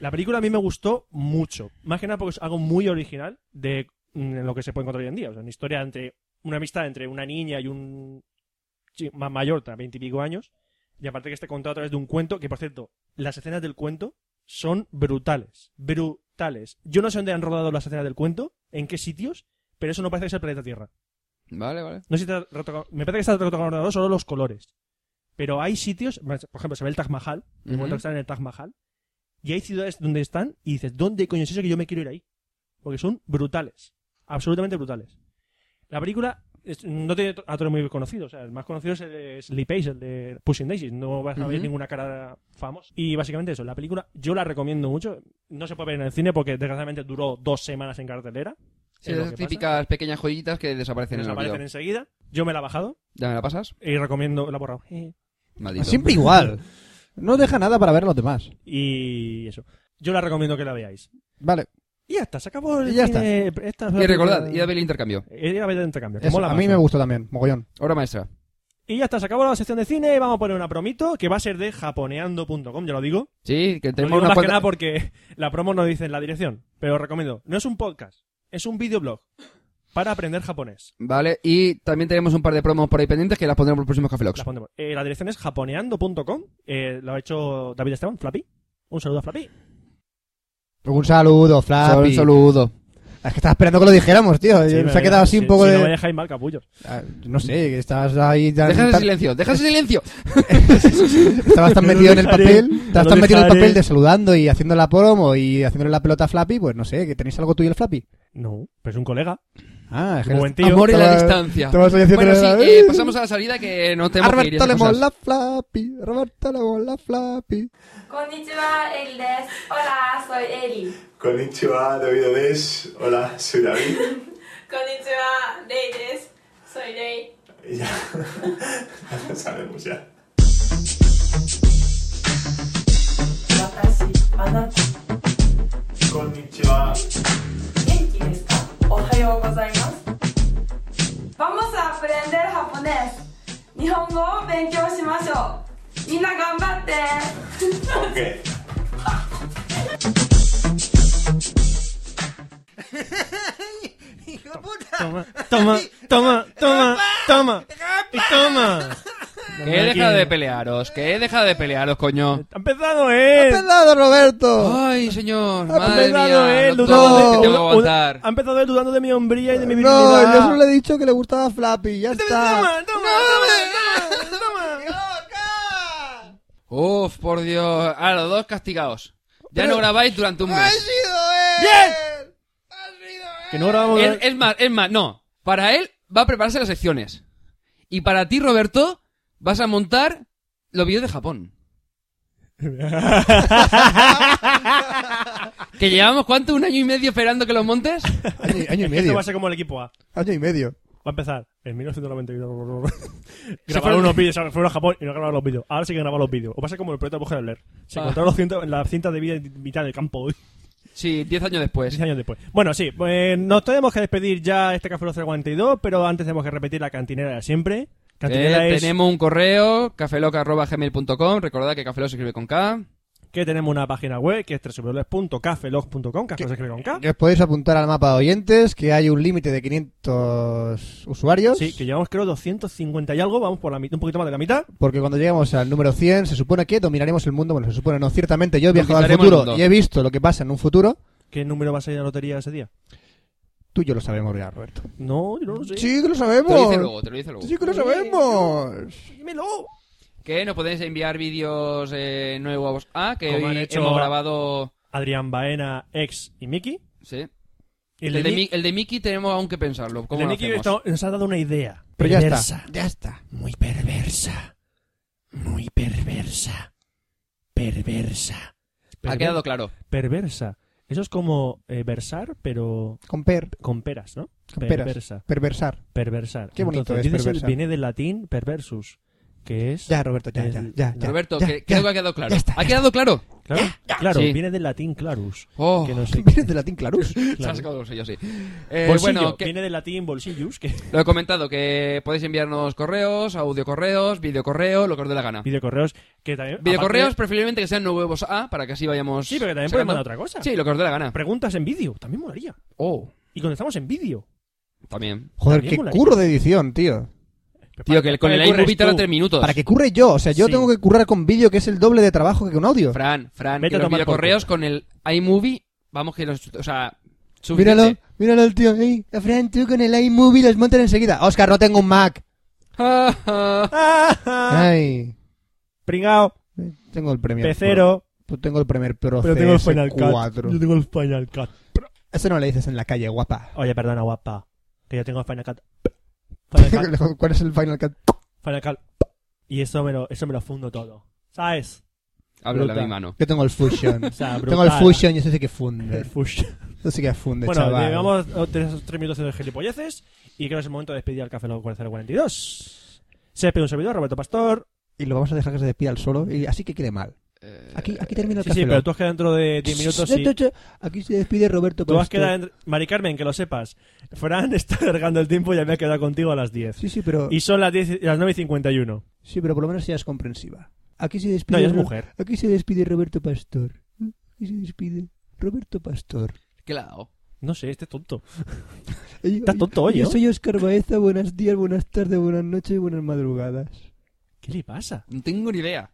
Speaker 1: La película a mí me gustó mucho. Más que nada porque es algo muy original de mm, lo que se puede encontrar hoy en día. O sea, una historia entre... Una amistad entre una niña y un... chi- Más mayor, de veintipico años. Y aparte que esté contado a través de un cuento, que por cierto, las escenas del cuento son brutales. Brutales. Yo no sé dónde han rodado las escenas del cuento, en qué sitios, pero eso no parece que sea el planeta Tierra.
Speaker 3: Vale, vale.
Speaker 1: No sé si está retocado- Me parece que está retocado en ordenador solo los colores. Pero hay sitios, por ejemplo, se ve el Taj Mahal, el
Speaker 3: Ujú.
Speaker 1: momento que están en el Taj Mahal, y hay ciudades donde están y dices, ¿dónde coño es eso que yo me quiero ir ahí? Porque son brutales. Absolutamente brutales. La película es- no tiene to- actores muy conocidos. O sea, el más conocido es, el, es Lee Pace, el de Pushing Daisies. No vas a ver
Speaker 3: Ujú.
Speaker 1: ninguna cara famosa. Y básicamente eso, la película yo la recomiendo mucho. No se puede ver en el cine porque desgraciadamente duró dos semanas en cartelera. Es
Speaker 3: Sí,
Speaker 1: lo
Speaker 3: esas
Speaker 1: que pasa.
Speaker 3: típicas pequeñas joyitas que desaparecen en el
Speaker 1: Desaparecen
Speaker 3: olvido.
Speaker 1: enseguida. Yo me la he bajado
Speaker 3: ¿Ya me la pasas?
Speaker 1: y recomiendo, la he borrado. ¿Ah,
Speaker 3: Maldito.
Speaker 4: Siempre igual. No deja nada para ver a los demás.
Speaker 1: Y eso. Yo la recomiendo que la veáis.
Speaker 4: Vale.
Speaker 1: Y ya está, se acabó el
Speaker 4: Y ya está.
Speaker 1: cine- esta es la Eh,
Speaker 3: Y recordad,
Speaker 1: película-
Speaker 3: id a ver el intercambio.
Speaker 1: Id a ver el intercambio. que
Speaker 4: Eso,
Speaker 1: mola
Speaker 4: a mí
Speaker 1: más.
Speaker 4: me gustó también, mogollón.
Speaker 3: Obra maestra.
Speaker 1: Y ya está, se acabó la sección de cine. Vamos a poner una promito que va a ser de japoneando.com, ya lo digo.
Speaker 3: Sí, que
Speaker 1: Lo digo
Speaker 3: tenemos
Speaker 1: más
Speaker 3: una
Speaker 1: que
Speaker 3: cuanta...
Speaker 1: nada porque *laughs* la promo no dice en la dirección. Pero os recomiendo. No es un podcast, es un videoblog para aprender japonés.
Speaker 3: Vale, y también tenemos un par de promos por ahí pendientes que las pondremos en los próximos Café Locks.
Speaker 1: La, pondremos. Eh, la dirección es japoneando.com. Eh, lo ha hecho David Esteban, Flappy. Un saludo a Flappy.
Speaker 4: Un saludo, Flappy.
Speaker 3: Un saludo.
Speaker 4: Es que estaba esperando que lo dijéramos, tío.
Speaker 1: Sí,
Speaker 4: Se
Speaker 1: me-
Speaker 4: ha quedado
Speaker 1: si-
Speaker 4: así un poco
Speaker 1: si
Speaker 4: de...
Speaker 1: no me dejáis mal, capullos.
Speaker 4: Ah, No sé, que estabas ahí... tan-
Speaker 3: Deja ese
Speaker 4: tan-
Speaker 3: silencio, deja ese silencio. *laughs*
Speaker 4: Estabas tan
Speaker 1: No lo
Speaker 4: metido en el
Speaker 1: dejaré,
Speaker 4: papel...
Speaker 1: no
Speaker 4: Estabas
Speaker 1: lo
Speaker 4: tan metido en el
Speaker 1: dejaré.
Speaker 4: papel de saludando y haciendo la promo y haciéndole la pelota a Flappy, pues no sé, que tenéis algo tú y el Flappy.
Speaker 1: No, pero es un colega.
Speaker 4: Ah, es
Speaker 1: Un buen tío.
Speaker 3: Amor y la
Speaker 4: Estaba-
Speaker 3: distancia.
Speaker 4: estabas ahí haciendo
Speaker 3: Bueno, sí,
Speaker 4: la-
Speaker 3: eh, pasamos a la salida que no
Speaker 4: A
Speaker 3: tenemos que ir. y
Speaker 4: Roberto
Speaker 3: esas
Speaker 4: le
Speaker 3: cosas.
Speaker 4: mola Flappy. Roberto le mola Flappy.
Speaker 8: Konnichiwa, Eli des. Hola, soy Eli.
Speaker 9: Konnichiwa, David Odes. Hola, soy David.
Speaker 8: Konnichiwa, Rei des. Soy Rei.
Speaker 9: Y ya. *laughs* ya lo sabemos ya.
Speaker 10: Watashi, anata,
Speaker 9: Konnichiwa.
Speaker 10: genki desu ka? Ohayou gozaimasu.
Speaker 8: Vamos a aprender japonés. Nihongo o benkyou shimashou. Mina ganbatte.
Speaker 9: Ok.
Speaker 2: ¡Hijo puta!
Speaker 1: Toma, toma, toma, toma, toma. Y toma.
Speaker 3: Que he dejado de pelearos, que he dejado de pelearos, coño.
Speaker 1: Ha empezado él.
Speaker 4: ¡Pelado, Roberto!
Speaker 3: Eh. Ay, señor,
Speaker 1: Ha
Speaker 3: madre
Speaker 1: empezado
Speaker 3: mía.
Speaker 1: él
Speaker 3: No
Speaker 1: dudando
Speaker 3: todo
Speaker 1: de-
Speaker 3: te tengo que
Speaker 1: duda-
Speaker 3: aguantar.
Speaker 1: Ha empezado él dudando de mi hombría y de mi
Speaker 4: No,
Speaker 1: virilidad.
Speaker 4: yo solo le he dicho que le gustaba Flappy, ya está.
Speaker 1: Toma, toma, toma, toma.
Speaker 3: Uf, por Dios. A los dos castigados. Ya no grabáis durante un mes.
Speaker 1: ¡Bien! Que no grabamos.
Speaker 3: Él- es más, es más, no. Para él va a prepararse las secciones. Y para ti, Roberto, vas a montar los vídeos de Japón.
Speaker 1: *laughs*
Speaker 3: ¿Que llevamos cuánto? ¿Un año y medio esperando que los montes?
Speaker 4: Año, año y
Speaker 1: Esto va
Speaker 4: medio.
Speaker 1: a ser como el equipo A.
Speaker 4: Año y medio.
Speaker 1: Va a empezar en 1991.
Speaker 3: Se fueron-
Speaker 1: grabaron unos vídeos, se fueron a Japón y no grabaron los vídeos. Ahora sí que grabar los vídeos. O pasa como el proyecto de Mujer Leer. Se
Speaker 3: Ah.
Speaker 1: encontraron los cientos- las cintas de vida en mitad del campo.
Speaker 3: Sí, 10 años después.
Speaker 1: 10 años después. Bueno, sí, pues nos tenemos que despedir ya este Café Lock 042, pero antes tenemos que repetir la cantinera de siempre. Cantinera
Speaker 3: Eh,
Speaker 1: es
Speaker 3: Tenemos un correo, cafeloca.gmail.com. Recordad que Cafeloc se escribe con K.
Speaker 1: que tenemos una página web que es www.cafelog.com, que se escribe con K.
Speaker 4: Que os podéis apuntar al mapa de oyentes, que hay un límite de 500 usuarios.
Speaker 1: Sí, que llevamos creo 250 y algo, vamos por la mitad, un poquito más de la mitad.
Speaker 4: Porque cuando lleguemos al número 100, se supone que dominaremos el mundo. Bueno, se supone, no, ciertamente yo he viajado al
Speaker 3: Conquistaremos el
Speaker 4: futuro
Speaker 3: mundo.
Speaker 4: y he visto lo que pasa en un futuro.
Speaker 1: ¿Qué número va a salir la lotería ese día?
Speaker 4: Tú y yo lo sabemos ya, Roberto.
Speaker 1: No, yo no lo sé.
Speaker 4: Sí, que lo
Speaker 3: Te lo
Speaker 4: sabemos.
Speaker 3: dice luego, te lo dice luego.
Speaker 4: Sí, que lo sabemos.
Speaker 1: Dímelo.
Speaker 3: Que nos podéis enviar vídeos eh, nuevos. Ah, que
Speaker 1: Como
Speaker 3: hoy
Speaker 1: han hecho-
Speaker 3: hemos grabado...
Speaker 1: Adrián Baena, ex y Miki.
Speaker 3: Sí.
Speaker 1: Y
Speaker 3: El, de, Mi- el de Mickey tenemos aún que pensarlo.
Speaker 1: el
Speaker 3: ¿Cómo
Speaker 1: de
Speaker 3: lo
Speaker 1: Miki
Speaker 3: hacemos?
Speaker 1: está- nos ha dado una idea.
Speaker 4: Pero ya
Speaker 1: perversa.
Speaker 4: está. Ya está.
Speaker 7: Muy perversa. Muy perversa. Perversa.
Speaker 3: Ha quedado claro.
Speaker 1: Perversa. Eso es como eh, versar, pero
Speaker 4: Comper,
Speaker 1: con peras, ¿no?
Speaker 4: Con peras.
Speaker 1: Perversa.
Speaker 4: perversar.
Speaker 1: Perversar.
Speaker 4: Qué bonito
Speaker 1: Entonces,
Speaker 4: es
Speaker 1: dices el-
Speaker 4: perversar.
Speaker 1: Viene del latín perversus, que es...
Speaker 4: Ya, Roberto, ya, ya,
Speaker 1: El-
Speaker 4: ya. ya.
Speaker 3: Roberto,
Speaker 4: Ya,
Speaker 3: que,
Speaker 4: ya.
Speaker 3: creo
Speaker 4: *laughs*
Speaker 3: que ha quedado claro.
Speaker 4: Ya está,
Speaker 3: ¿Ha
Speaker 4: ya
Speaker 3: quedado claro?
Speaker 1: Claro, claro
Speaker 3: Sí.
Speaker 1: viene del latín clarus.
Speaker 3: Oh,
Speaker 1: Que no
Speaker 4: *laughs*
Speaker 1: sé
Speaker 4: Vienes de latín, clarus.
Speaker 3: *laughs*
Speaker 1: qué-
Speaker 3: se ha
Speaker 1: claro.
Speaker 3: sacado los sellos, sí. Eh,
Speaker 1: Bolsillo,
Speaker 3: bueno, que-
Speaker 1: viene del latín bolsillus, que
Speaker 3: lo he comentado, que podéis enviarnos correos, audio correos, video correo, lo que os dé la gana.
Speaker 1: videocorreos, que también...
Speaker 3: Ah. Videocorreos,
Speaker 1: aparte-
Speaker 3: preferiblemente que sean nuevos A, para que así vayamos.
Speaker 1: Sí, pero que también
Speaker 3: sacando.
Speaker 1: podemos mandar otra cosa.
Speaker 3: Sí, lo que os dé la gana.
Speaker 1: Preguntas en vídeo, también molaría.
Speaker 3: Oh,
Speaker 1: Y contestamos en vídeo.
Speaker 3: también.
Speaker 4: Joder,
Speaker 1: También
Speaker 4: qué
Speaker 1: molaría.
Speaker 4: curro de edición, tío.
Speaker 3: Tío, que el- con
Speaker 1: ¿Para
Speaker 3: el
Speaker 1: qué Eh, corres
Speaker 3: iMovie tarda
Speaker 1: tú?
Speaker 3: 3 minutos.
Speaker 4: Para que curre yo. O sea, yo
Speaker 1: Sí.
Speaker 4: tengo que currar con vídeo, que es el doble de trabajo que con audio.
Speaker 3: Fran, Fran,
Speaker 1: Vete
Speaker 3: que
Speaker 1: a
Speaker 3: los
Speaker 1: tomar por
Speaker 3: videocorreos con el iMovie, vamos que los. O sea, suficiente. *laughs*
Speaker 4: Míralo, míralo el tío. Ey, Fran, tú con el iMovie los montan enseguida. Oscar, no tengo un Mac.
Speaker 3: Ah, ah.
Speaker 4: Ay,
Speaker 1: *laughs*
Speaker 4: eh,
Speaker 1: Pringao,
Speaker 4: tengo el premio.
Speaker 1: pecero...
Speaker 4: Pues tengo el primer Pro
Speaker 1: Pero tengo el
Speaker 4: CS4.
Speaker 1: Final Cut. Yo tengo el Final Cut.
Speaker 4: Eso no le dices en la calle, guapa.
Speaker 1: Oye, perdona, guapa. Que yo tengo el Final Cut. Final
Speaker 4: *laughs*
Speaker 1: Cut.
Speaker 4: ¿Cuál es el Final Cut?
Speaker 1: Final Cut. Y eso me lo, eso me lo fundo todo. ¿Sabes?
Speaker 3: Hablo de la
Speaker 1: Brutal.
Speaker 3: misma mano.
Speaker 4: Yo tengo el Fusion.
Speaker 1: O sea,
Speaker 4: tengo el
Speaker 1: *laughs* brutal.
Speaker 4: Fusion y eso sí que
Speaker 1: El
Speaker 4: funde.
Speaker 1: fush.
Speaker 4: No sé qué funde,
Speaker 1: bueno,
Speaker 4: chaval.
Speaker 1: llevamos a tres, tres minutos de gilipolleces y creo que es el momento de despedir al Café Lock 42. Se despide un servidor, Roberto Pastor.
Speaker 4: Y lo vamos a dejar que se despida al solo. Y así que quede mal. Aquí,
Speaker 3: Eh,
Speaker 4: aquí termina el
Speaker 1: Sí,
Speaker 4: café.
Speaker 1: sí,
Speaker 4: Lock.
Speaker 1: pero tú has quedado dentro de 10 minutos y...
Speaker 4: Aquí se despide Roberto
Speaker 1: Tú has
Speaker 4: Pastor.
Speaker 1: quedado... en- Mari Carmen, que lo sepas. Fran *laughs* está alargando el tiempo y había quedado contigo a las 10.
Speaker 4: Sí, sí, pero...
Speaker 1: Y son las, 10, y- las 9 y 51.
Speaker 4: Sí, pero por lo menos seas comprensiva. Aquí se
Speaker 1: No,
Speaker 4: despide...
Speaker 1: ya es
Speaker 4: Ro-
Speaker 1: mujer.
Speaker 4: Aquí se despide Roberto Pastor. Aquí se despide Roberto Pastor.
Speaker 3: ¿Qué le ha dado?
Speaker 1: No sé, este tonto.
Speaker 4: Yo-
Speaker 1: Está tonto hoy,
Speaker 11: ¿eh?
Speaker 4: Yo
Speaker 1: ¿no?
Speaker 4: soy Oscar Baeza. Buenos días, buenas tardes, buenas noches, buenas madrugadas.
Speaker 1: ¿Qué le pasa?
Speaker 3: No tengo ni idea.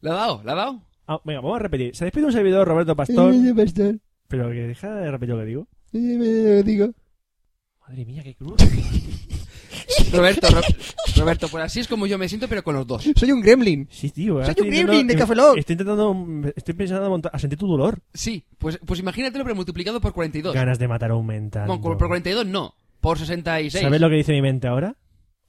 Speaker 3: ¿La ha dado? ¿La ha dado?
Speaker 1: Ah, venga, vamos a repetir. Se despide un servidor, Roberto Pastor.
Speaker 4: Roberto Pastor.
Speaker 1: Pero que deja de repetir lo que digo.
Speaker 4: Lo digo.
Speaker 1: Madre mía, qué cruz.
Speaker 3: Roberto, Ro- Roberto, pues así es como yo me siento, pero con los dos.
Speaker 4: Soy un gremlin.
Speaker 1: Sí, tío. ahora
Speaker 4: Soy
Speaker 1: estoy
Speaker 4: un
Speaker 1: intentando-
Speaker 4: gremlin de
Speaker 1: em-
Speaker 4: Café Lock.
Speaker 1: Estoy intentando... em, Estoy pensando a, monta- a sentir tu dolor.
Speaker 3: Sí, pues, pues imagínatelo, pero multiplicado por 42.
Speaker 1: Ganas de matar aumentando.
Speaker 3: No, por 42 no, por 66.
Speaker 1: ¿Sabes lo que dice mi mente ahora?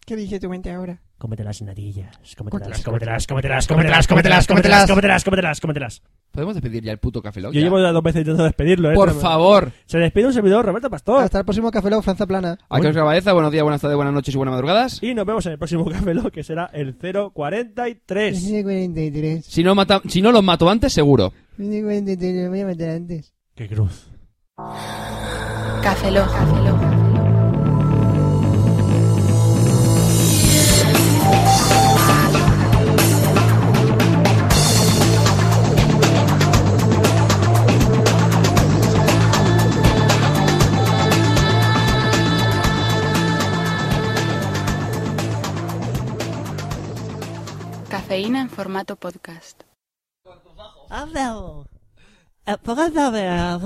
Speaker 4: ¿Qué dice tu mente ahora?
Speaker 1: Cómete las narillas. Cómetelas, cómetelas, cómetelas, cómetelas, cómetelas, cómetelas, cómetelas, cómetelas, cómetelas.
Speaker 3: ¿Podemos despedir ya el puto café Lock?
Speaker 1: Yo
Speaker 3: Ya.
Speaker 1: llevo ya dos veces intentando despedirlo, eh.
Speaker 3: Por
Speaker 1: pero me-
Speaker 3: favor.
Speaker 1: Se despide un servidor, Roberto Pastor.
Speaker 4: Hasta el próximo Café Lock, Franza Plana.
Speaker 3: Aquí os Cabeza, buenos días, buenas tardes, buenas noches y buenas madrugadas.
Speaker 1: Y nos vemos en el próximo Café Lock, que será el 043.
Speaker 4: 43.
Speaker 3: Si no, mata- si no los mato antes, seguro.
Speaker 4: 43. Voy a meter antes.
Speaker 1: ¡Qué cruz!
Speaker 5: Café Lock. Café Lock. Cafeína en formato podcast.
Speaker 7: Abel. Póngame a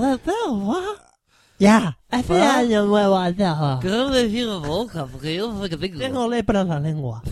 Speaker 1: ¡Ya!
Speaker 7: Hace
Speaker 11: ¿Ah?
Speaker 7: año nuevo, Abel.
Speaker 11: Quiero decir boca, porque yo no sé qué tengo.
Speaker 7: Tengo lepra en la lengua.